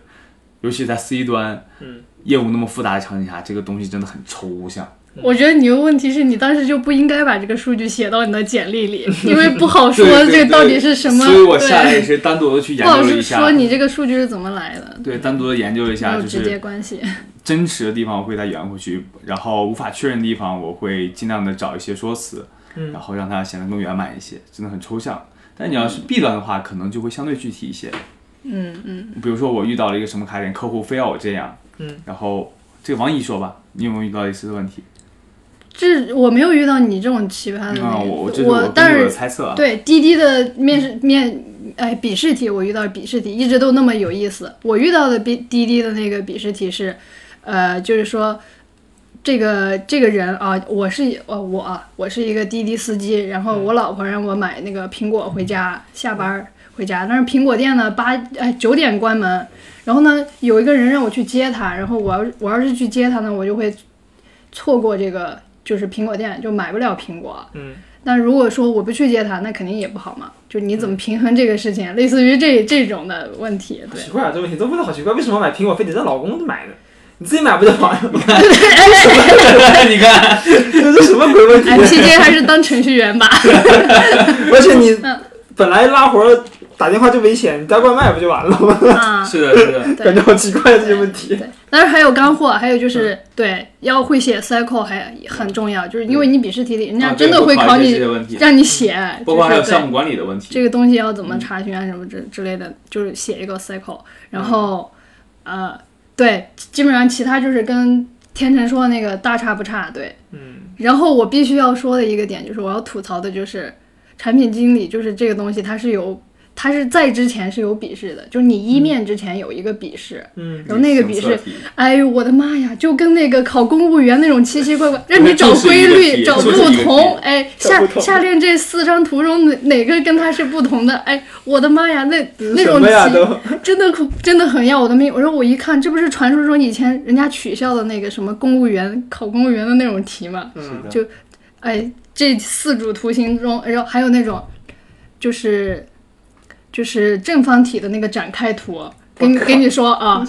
S3: 尤其在 C 端，
S1: 嗯，
S3: 业务那么复杂的场景下，这个东西真的很抽象。
S2: 我觉得你的问题是你当时就不应该把这个数据写到你的简历 里，因为不好说
S3: 对对
S2: 这
S3: 对
S2: 个到底是什么。
S3: 所以我
S2: 对
S3: 下来也是单独的去研
S2: 不好
S3: 究了一
S2: 说
S3: 下，
S2: 说嗯你这个数据是怎么来的，
S3: 对，单独的研究了一
S2: 没
S3: 下，
S2: 有
S3: 就
S2: 直接
S3: 是
S2: 关系。
S3: 真实的地方我会再圆回去，然后无法确认的地方我会尽量的找一些说辞，
S1: 嗯
S3: 然后让它显得更圆满一些，真的很抽象。但你要是 B 端的话，可能就会相对具体一些。
S2: 嗯嗯，
S3: 比如说我遇到了一个什么卡点，客户非要我这样，
S1: 嗯，
S3: 然后这个王姨说吧，你有没有遇到类似的问题？
S2: 这我没有遇到你这种奇葩的那个。
S3: 啊，我我这是
S2: 我
S3: 根
S2: 但
S3: 据我的
S2: 是
S3: 猜测啊，
S2: 对滴滴的面试面，哎，笔试题我遇到笔试题一直都那么有意思。我遇到的滴滴滴的那个笔试题是，呃，就是说。这个这个人啊，我是呃我啊我是一个滴滴司机，然后我老婆让我买那个苹果回家，下班儿回家，但是苹果店呢八哎九点关门，然后呢有一个人让我去接他，然后我要我要是去接他呢，我就会错过这个就是苹果店，就买不了苹果，
S1: 嗯，
S2: 那如果说我不去接他，那肯定也不好嘛。就你
S3: 嗯
S2: 怎么平衡这个事情，类似于这这种的问题，对。
S1: 奇怪啊，这问题都问的好奇怪，为什么买苹果非得让老公买 呢？你自己买不就好了？
S3: 你看，
S1: 这是什么鬼问题
S2: 哎，？p j 还是当程序员 吧。
S1: 而且你本来拉活儿打电话就危险，你带外卖不就完了吗？
S2: 啊，
S3: 是的，是的，
S2: 对
S1: 感觉好奇怪啊这些问题。
S2: 对。但是还有干货，还有就是、
S3: 嗯
S2: 对，要会写 cycle 还很重要，就是因为你笔试题里人家
S3: 啊
S2: 真的
S3: 对
S2: 会
S3: 考
S2: 考
S3: 一些
S2: 你，
S3: 这些问题，
S2: 让你写，
S3: 包括还有
S2: 就是对
S3: 项目管理的问题。
S2: 这个东西要怎么查询啊，什么之之类的，就是写一个 cycle，然后、呃，对，基本上其他就是跟天成说的那个大差不差，对。
S1: 嗯
S2: 然后我必须要说的一个点就是，我要吐槽的就是产品经理，就是这个东西它是有，它是在之前是有笔试的，就是你一面之前有一个笔试。
S1: 嗯，
S2: 然后那个笔
S3: 评测
S2: 试，
S3: 题
S2: 哎呦我的妈呀，就跟那个考公务员那种奇奇怪怪，让你找规
S3: 就是一个
S2: 律、
S3: 题
S2: 找
S3: 就是
S2: 不
S3: 一个
S2: 同，
S3: 题
S2: 哎，
S1: 找
S2: 下
S1: 不同
S2: 下列这四张图中哪哪个跟它是不同的？哎，我的妈呀，那那
S1: 嗯什
S2: 种
S1: 么呀
S2: 奇
S1: 都，
S2: 真的可真的很要我的命。我说我一看，这不是传说中以前人家取笑的那个什么公务员考公务员的那种题吗？
S1: 嗯
S3: 是的
S2: 哎，这四组图形中，然后还有那种就是就是正方体的那个展开图，给你
S1: 我靠嗯
S2: 给你说啊，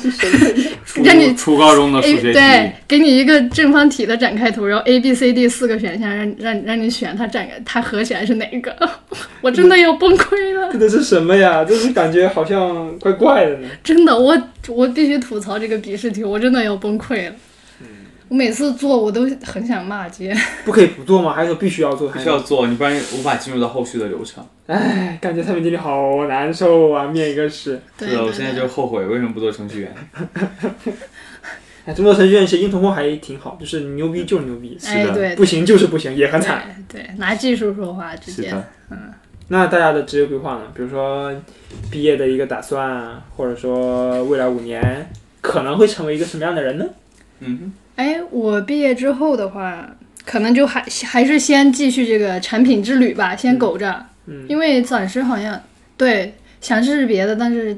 S3: 初
S2: 让你
S3: 初高中的数
S2: A
S3: 学
S2: 对
S3: 题，，
S2: 给你一个正方体的展开图，然后 A B C D 四个选项，让让让你选它展开它合起来是哪一个， 我真的要崩溃了。
S1: 这都是什么呀？就是感觉好像怪怪的呢。
S2: 真的，我我必须吐槽这个笔试题，我真的要崩溃了。
S3: 嗯
S2: 我每次做我都很想骂街，
S1: 不可以不做吗？还是说必须要做？
S3: 必须要做，你不然无法进入到后续的流程。
S1: 哎，感觉产品经理好难受啊，面一个试。
S2: 对
S3: 是的，我
S2: 对
S3: 现在
S2: 对，
S3: 就后悔为什么不做程序员。
S1: 哎，中国程序员写硬通货还挺好，就是你牛逼就是牛逼，
S2: 哎
S3: 是的
S2: 对，哎
S1: 不行就是不行，也很惨。
S2: 对，对，拿技术说话直
S3: 是
S2: 接。
S3: 的，
S1: 那大家的职业规划呢？比如说毕业的一个打算啊，或者说未来五年可能会成为一个什么样的人呢？
S3: 嗯
S2: 哎，我毕业之后的话，可能就还还是先继续这个产品之旅吧，先苟着，
S1: 嗯，
S2: 因为暂时好像对想试试别的，但是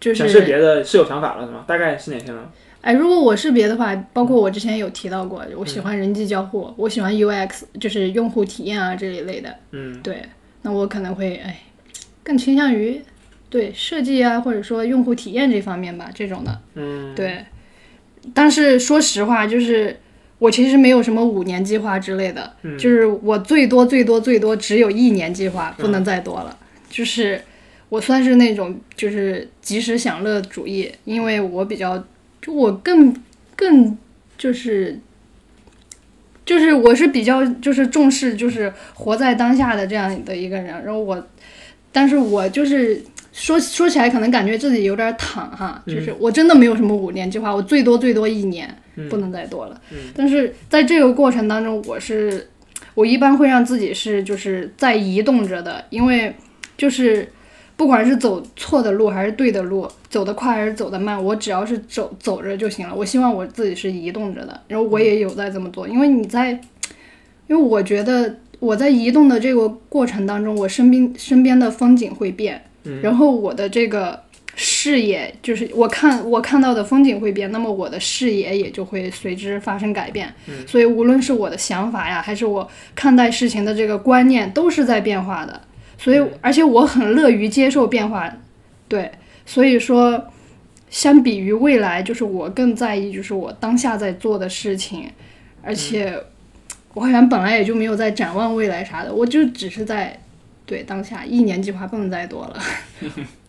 S2: 就
S1: 想试
S2: 是
S1: 别的是有想法了是吗？大概是哪些呢？
S2: 哎，如果我识别的话，包括我之前有提到过，
S1: 嗯
S2: 我喜欢人机交互，我喜欢 UX，就是用户体验啊这一类的。
S1: 嗯
S2: 对，那我可能会哎，更倾向于对设计啊，或者说用户体验这方面吧，这种的。
S1: 嗯，
S2: 对，但是说实话，就是我其实没有什么五年计划之类的，
S1: 嗯
S2: 就是我最多最多最多只有一年计划，不
S1: 嗯
S2: 能再多了。就是我算是那种就是及时享乐主义，因为我比较，就我更更就是。就是我是比较就是重视就是活在当下的这样的一个人，然后我，但是我就是说说起来可能感觉自己有点躺哈，就是我真的没有什么五年计划，我最多最多一年，
S1: 嗯
S2: 不能再多了。
S1: 嗯
S2: 但是在这个过程当中，我是我一般会让自己是就是在移动着的，因为就是不管是走错的路还是对的路，走得快还是走得慢，我只要是走走着就行了。我希望我自己是移动着的，然后我也有在这么做，因为你在，因为我觉得。我在移动的这个过程当中，我身边身边的风景会变，
S1: 嗯
S2: 然后我的这个视野就是我看我看到的风景会变，那么我的视野也就会随之发生改变。
S1: 嗯
S2: 所以无论是我的想法呀，还是我看待事情的这个观念，都是在变化的。所以
S1: 嗯，
S2: 而且我很乐于接受变化，对，所以说，相比于未来，就是我更在意就是我当下在做的事情，
S1: 嗯
S2: 而且我好像本来也就没有在展望未来啥的，我就只是在对当下一年计划不能再多了。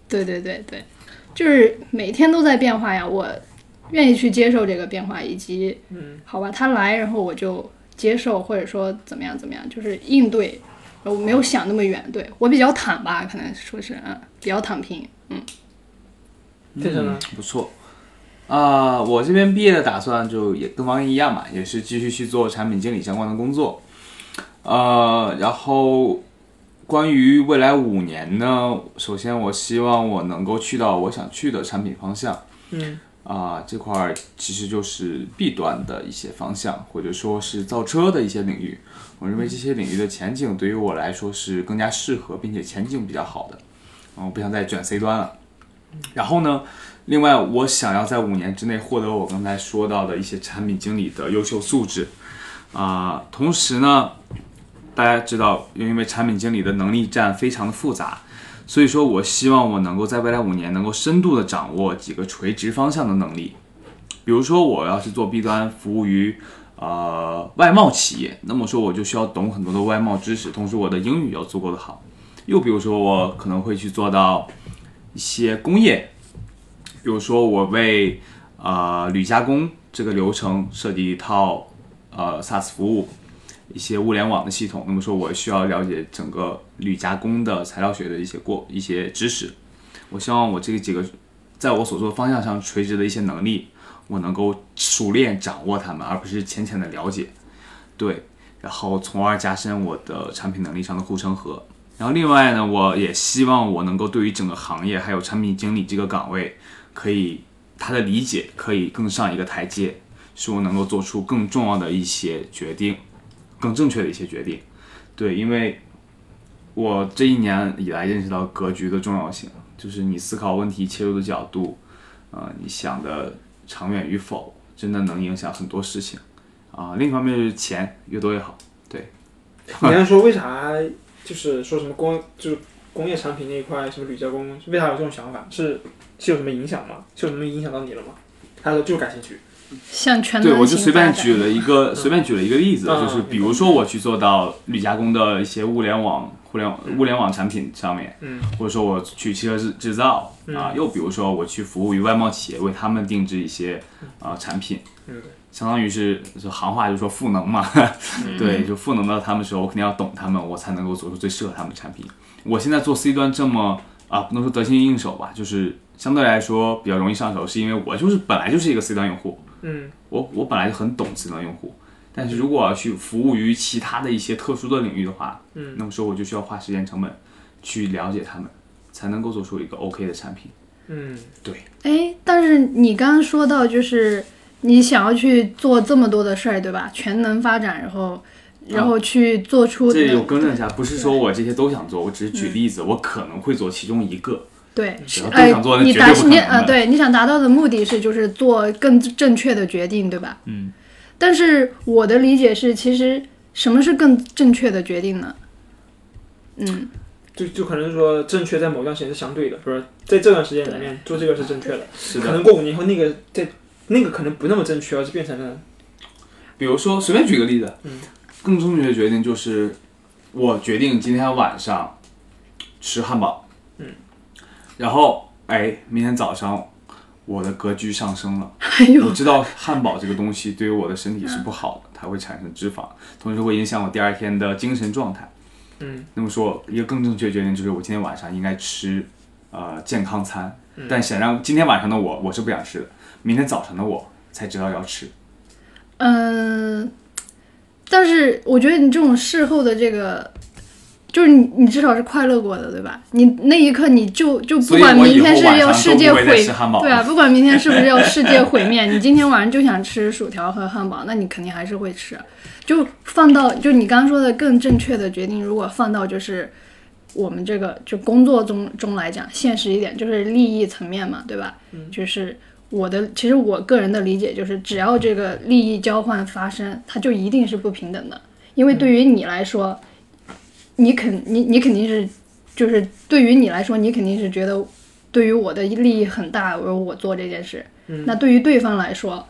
S2: 对对对对，就是每天都在变化呀，我愿意去接受这个变化，以及
S1: 嗯
S2: 好吧，他来，然后我就接受，或者说怎么样怎么样，就是应对。我没有想那么远，对我比较坦吧，可能说是嗯，比较躺平，嗯，
S1: 这是呢
S3: 嗯，不错。啊、我这边毕业的打算就也跟王源一样嘛，也是继续去做产品经理相关的工作。呃，然后关于未来五年呢，首先我希望我能够去到我想去的产品方向。
S1: 嗯
S3: 啊、这块儿其实就是弊端的一些方向，或者说是造车的一些领域。我认为这些领域的前景对于我来说是更加适合，并且前景比较好的。嗯，我不想再卷 C 端了。然后呢，另外我想要在五年之内获得我刚才说到的一些产品经理的优秀素质。啊、同时呢，大家知道，因为产品经理的能力站非常的复杂，所以说我希望我能够在未来五年能够深度的掌握几个垂直方向的能力，比如说我要是做 B 端服务于呃外贸企业，那么说我就需要懂很多的外贸知识，同时我的英语要足够的好。又比如说我可能会去做到一些工业，比如说我为呃铝加工这个流程设计一套呃 SaaS 服务，一些物联网的系统，那么说我需要了解整个铝加工的材料学的一些过一些知识。我希望我这个几个在我所做的方向上垂直的一些能力，我能够熟练掌握它们，而不是浅浅的了解。对，然后从而加深我的产品能力上的护城河。然后另外呢，我也希望我能够对于整个行业还有产品经理这个岗位，可以他的理解可以更上一个台阶，使我能够做出更重要的一些决定。更正确的一些决定。对，因为我这一年以来认识到格局的重要性，就是你思考问题切入的角度，呃，你想的长远与否，真的能影响很多事情。啊、另一方面就是钱，越多越好。
S1: 你刚
S3: 啊
S1: 才说为啥就是说什么工就是工业产品那一块什么铝加工，为啥有这种想法？是是有什么影响吗？是有什么影响到你了吗？还是说就是感兴趣？
S2: 像全
S3: 对，
S2: 能
S3: 我就
S2: 型
S3: 随
S2: 发
S3: 便
S2: 展
S3: 举了一个随便举了一个例子，
S1: 嗯
S3: 就是比如说我去做到铝加工的一些物联网、互联网物联网产品上面，
S1: 嗯，
S3: 或者说我去汽车制制造啊，又比如说我去服务于外贸企业，为他们定制一些啊、呃产品，
S1: 嗯，
S3: 相当于是是行话就说赋能嘛，
S1: 嗯
S3: 对，就赋能到他们的时候，我肯定要懂他们，我才能够做出最适合他们的产品。我现在做 C 端这么啊，不能说得心应手吧，就是相对来说比较容易上手，是因为我就是本来就是一个 C 端用户，
S1: 嗯
S3: 我我本来就很懂智能用户，但是如果我要去服务于其他的一些特殊的领域的话，
S1: 嗯，
S3: 那么说我就需要花时间成本去了解他们，才能够做出一个 OK 的产品。
S1: 嗯
S2: 哎，但是你刚刚说到，就是你想要去做这么多的事儿，对吧？全能发展，然后，然后去做出
S3: 啊这里
S2: 能、
S3: 我更正一下，不是说我这些都想做，我只是
S1: 嗯
S3: 举例子，我可能会做其中一个。
S2: 对，是
S3: 我更
S2: 哎
S3: 想做，的
S2: 你
S3: 绝
S2: 达
S3: 对不
S2: 你
S3: 可能
S2: 啊，
S3: 的
S2: 对，你想达到的目的是就是做更正确的决定，对吧？
S3: 嗯。
S2: 但是我的 理解是，其实什么是更正确的决定呢？嗯，
S1: 就就可能说正确在某段时间是相对的，比如说在这段时间里面做这个是正确的，
S3: 是
S1: 可
S3: 的，
S1: 能过五年后那个在那个可能不那么正确，而是变成了
S3: 比如说随便举个例子，
S1: 嗯，
S3: 更正确的决定就是我决定今天晚上吃汉堡，
S1: 嗯，
S3: 然后哎，明天早上我的格局上升了。
S2: 还有
S3: 你知道汉堡这个东西对于我的身体是不好的，它会产生脂肪，同时会影响我第二天的精神状态。
S1: 嗯，
S3: 那么说一个更正确的决定就是我今天晚上应该吃呃健康餐，
S1: 嗯
S3: 但显然今天晚上的我我是不想吃的，明天早上的我才知道要吃。
S2: 嗯，但是我觉得你这种事后的这个，就是你你至少是快乐过的，对吧？你那一刻你就就不
S3: 所以
S2: 管
S3: 我以
S2: 明
S3: 后
S2: 天是
S3: 晚
S2: 要
S3: 上
S2: 世
S3: 都
S2: 界
S3: 不会再
S2: 毁
S3: 吃汉堡
S2: 对
S3: 了。
S2: 啊，不管明天是不是要世界毁灭， 你今天晚上就想吃薯条和汉堡，那你肯定还是会吃。就放到就你刚刚说的更正确的决定，如果放到就是我们这个就工作中中来讲，现实一点就是利益层面嘛，对吧？就是我的其实我个人的理解就是，只要这个利益交换发生，它就一定是不平等的，因为对于你来说，你肯你你肯定是。就是对于你来说，你肯定是觉得对于我的利益很大，我说我做这件事，那对于对方来说，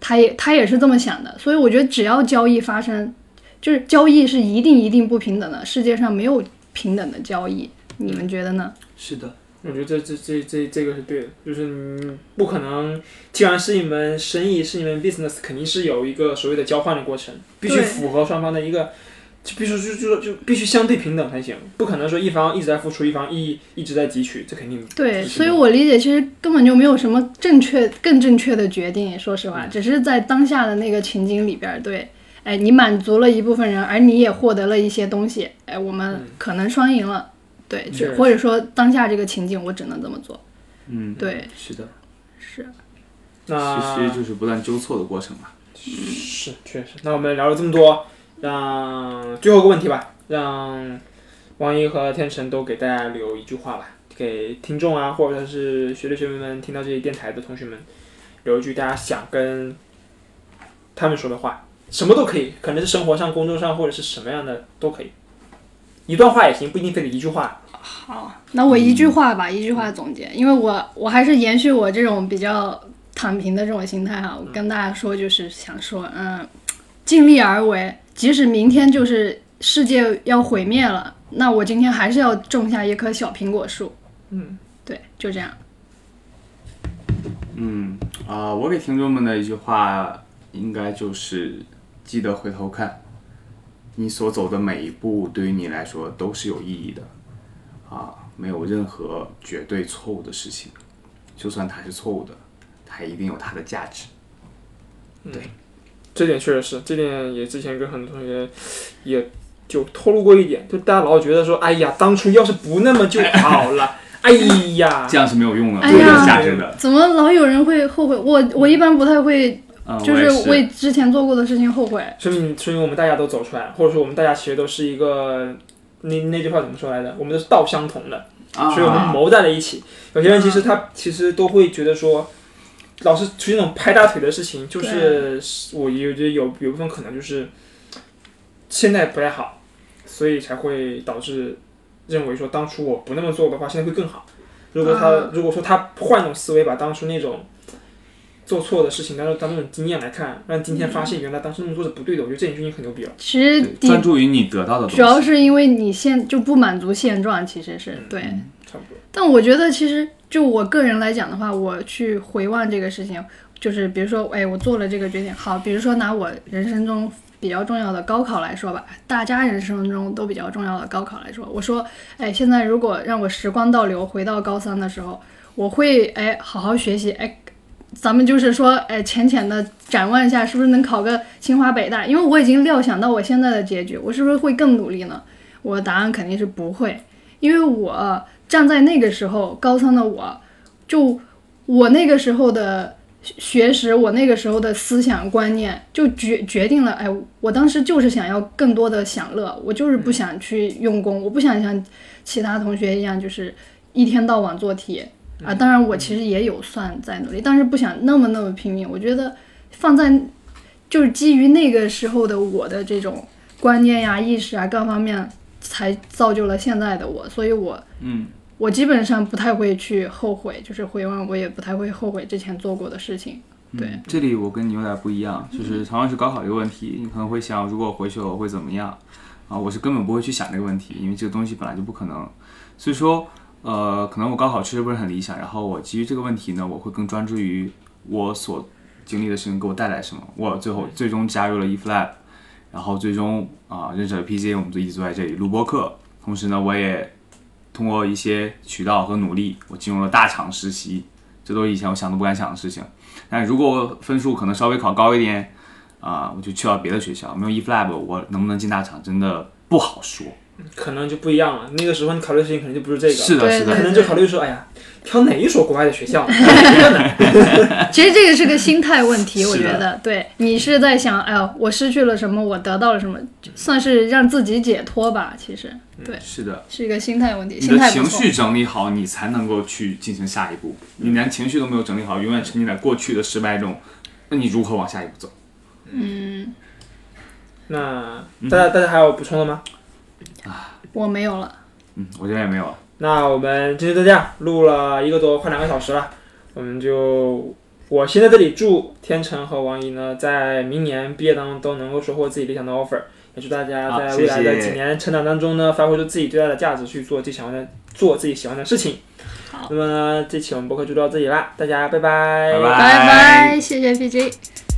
S2: 他也他也是这么想的，所以我觉得只要交易发生，就是交易是一定一定不平等的，世界上没有平等的交易，你们觉得呢？
S1: 是的，我觉得这这这这这个是对的，就是你不可能，既然是一门生意，是一门 business，肯定是有一个所谓的交换的过程，必须
S2: 对
S1: 符合双方的一个，就必须就就就必须相对平等才行，不可能说一方一直在付出，一方一一直在汲取，这肯定
S2: 对，
S1: 是
S2: 所以我理解其实根本就没有什么正确、更正确的决定。说实话，只是在当下的那个情景里边儿，对，哎，你满足了一部分人，而你也获得了一些东西，哎，我们可能双赢了。对，只
S1: 是
S2: 或者说当下这个情景，我只能这么做。
S3: 嗯，
S2: 对，
S3: 是的，
S2: 是。
S1: 那
S3: 其实就是不断纠错的过程嘛。
S1: 是，确实。那我们聊了这么多，让最后一个问题吧，让王一和天成都给大家留一句话吧，给听众啊，或者是学弟学妹们听到这些电台的同学们，留一句大家想跟他们说的话，什么都可以，可能是生活上、工作上，或者是什么样的都可以，一段话也行，不一定非得一句话。
S2: 好，那我一句话吧，一句话总结，因为我我还是延续我这种比较躺平的这种心态哈，我跟大家说就是想说，嗯，尽力而为，即使明天就是世界要毁灭了，那我今天还是要种下一棵小苹果树。
S1: 嗯，
S2: 对，就这样。
S3: 嗯啊、我给听众们的一句话应该就是：记得回头看，你所走的每一步对于你来说都是有意义的，啊，没有任何绝对错误的事情，就算它是错误的，它一定有它的价值。
S1: 这点确实是，这点也之前跟很多同学也就透露过一点，就大家老觉得说，哎呀，当初要是不那么就好了，哎呀，
S3: 这样是没有用的，
S2: 哎
S3: 没有
S2: 呀
S3: 价值的。
S2: 怎么老有人会后悔？我我一般不太会，
S3: 嗯，
S2: 就
S3: 我也是
S2: 为之前做过的事情后悔。
S1: 说明说明我们大家都走出来了，或者说我们大家其实都是一个，那那句话怎么说来着？我们都是道相同的，
S3: 啊，
S1: 所以我们谋在了一起。有些人其实他其实都会觉得说，老是出现那种拍大腿的事情，就是我也觉得有有部分可能就是现在不太好，所以才会导致认为说当初我不那么做的话，现在会更好。如果他、
S2: 啊
S1: 如果说他换一种思维，把当初那种做错的事情当做当那种经验来看，让今天发现原来当时那么做是不对的，我觉得这点就已经很牛逼了。
S2: 其实
S3: 对
S2: 底
S3: 专注于你得到的东西。
S2: 主要是因为你现就不满足现状，其实是对。
S1: 差不多，
S2: 但我觉得，其实就我个人来讲的话，我去回望这个事情，就是比如说，哎，我做了这个决定，好，比如说拿我人生中比较重要的高考来说吧，大家人生中都比较重要的高考来说，我说，哎，现在如果让我时光倒流，回到高三的时候，我会哎好好学习，哎。咱们就是说，哎，浅浅的展望一下，是不是能考个清华北大？因为我已经料想到我现在的结局，我是不是会更努力呢？我的答案肯定是不会，因为我站在那个时候高三的我，就我那个时候的学识，我那个时候的思想观念，就决决定了，哎，我当时就是想要更多的享乐，我就是不想去用功，我不想像其他同学一样，就是一天到晚做题啊。当然，我其实也有算在努力，但是不想那么那么拼命。我觉得放在就是基于那个时候的我的这种观念呀、意识啊各方面。才造就了现在的我，所以我
S3: 嗯
S2: 我基本上不太会去后悔，就是回望我也不太会后悔之前做过的事 情。对
S3: 嗯这里我跟你有点不一样，就是常常是高考这个问题，你可能会想，如果我回去了我会怎么样？啊，我是根本不会去想这个问题，因为这个东西本来就不可能。所以说，呃，可能我高考确实不是很理想，然后我基于这个问题呢，我会更专注于我所经历的事情给我带来什么。我最后最终加入了 eFlab，然后最终啊、认识了 PJ，我们就一直坐在这里录播课。同时呢，我也通过一些渠道和努力，我进入了大厂实习，这都是以前我想都不敢想的事情。但如果我分数可能稍微考高一点，啊、我就去到别的学校，没有 E eFlab，我能不能进大厂真的不好说。
S1: 可能就不一样了。那个时候你考虑的事情可能就不是这个，
S3: 是的，
S2: 对
S3: 是的
S2: 对，
S1: 可能就考虑说，哎呀，挑哪一所国外的学 校？哎一个呢
S2: 其实这个是个心态问 题，我
S3: 是
S2: 觉
S3: 的
S2: 得，对你是在想，哎呦，我失去了什么，我得到了什么，就算是让自己解脱吧。其实
S3: 是的。
S2: 是一个心态问题，
S3: 你
S2: 心
S3: 的
S2: 态不
S3: 情
S2: 错。
S3: 绪整理好，你才能够去进行下一步。你连情绪都没有整理好，永远沉浸在过去的失败中，那你如何往下一步走？
S1: 那
S3: 嗯
S1: 大家大家还有补充的吗？
S2: 我没有了，
S3: 嗯，我这边也没有了。
S1: 那我们今天就这样，录了一个多快两个小时了，我们就我先在这里祝天成和王怡呢，在明年毕业当中都能够收获自己理想的 offer，也祝大家
S3: 好
S1: 在未来
S3: 谢
S1: 的
S3: 谢
S1: 几年成长当中呢，发挥出自己最大的价值，去做自己想要的做自己喜欢的事情。
S2: 好
S1: 那么呢这期我们播客就到这里啦，大家拜拜，
S3: 拜拜
S2: 拜拜，谢谢 PJ。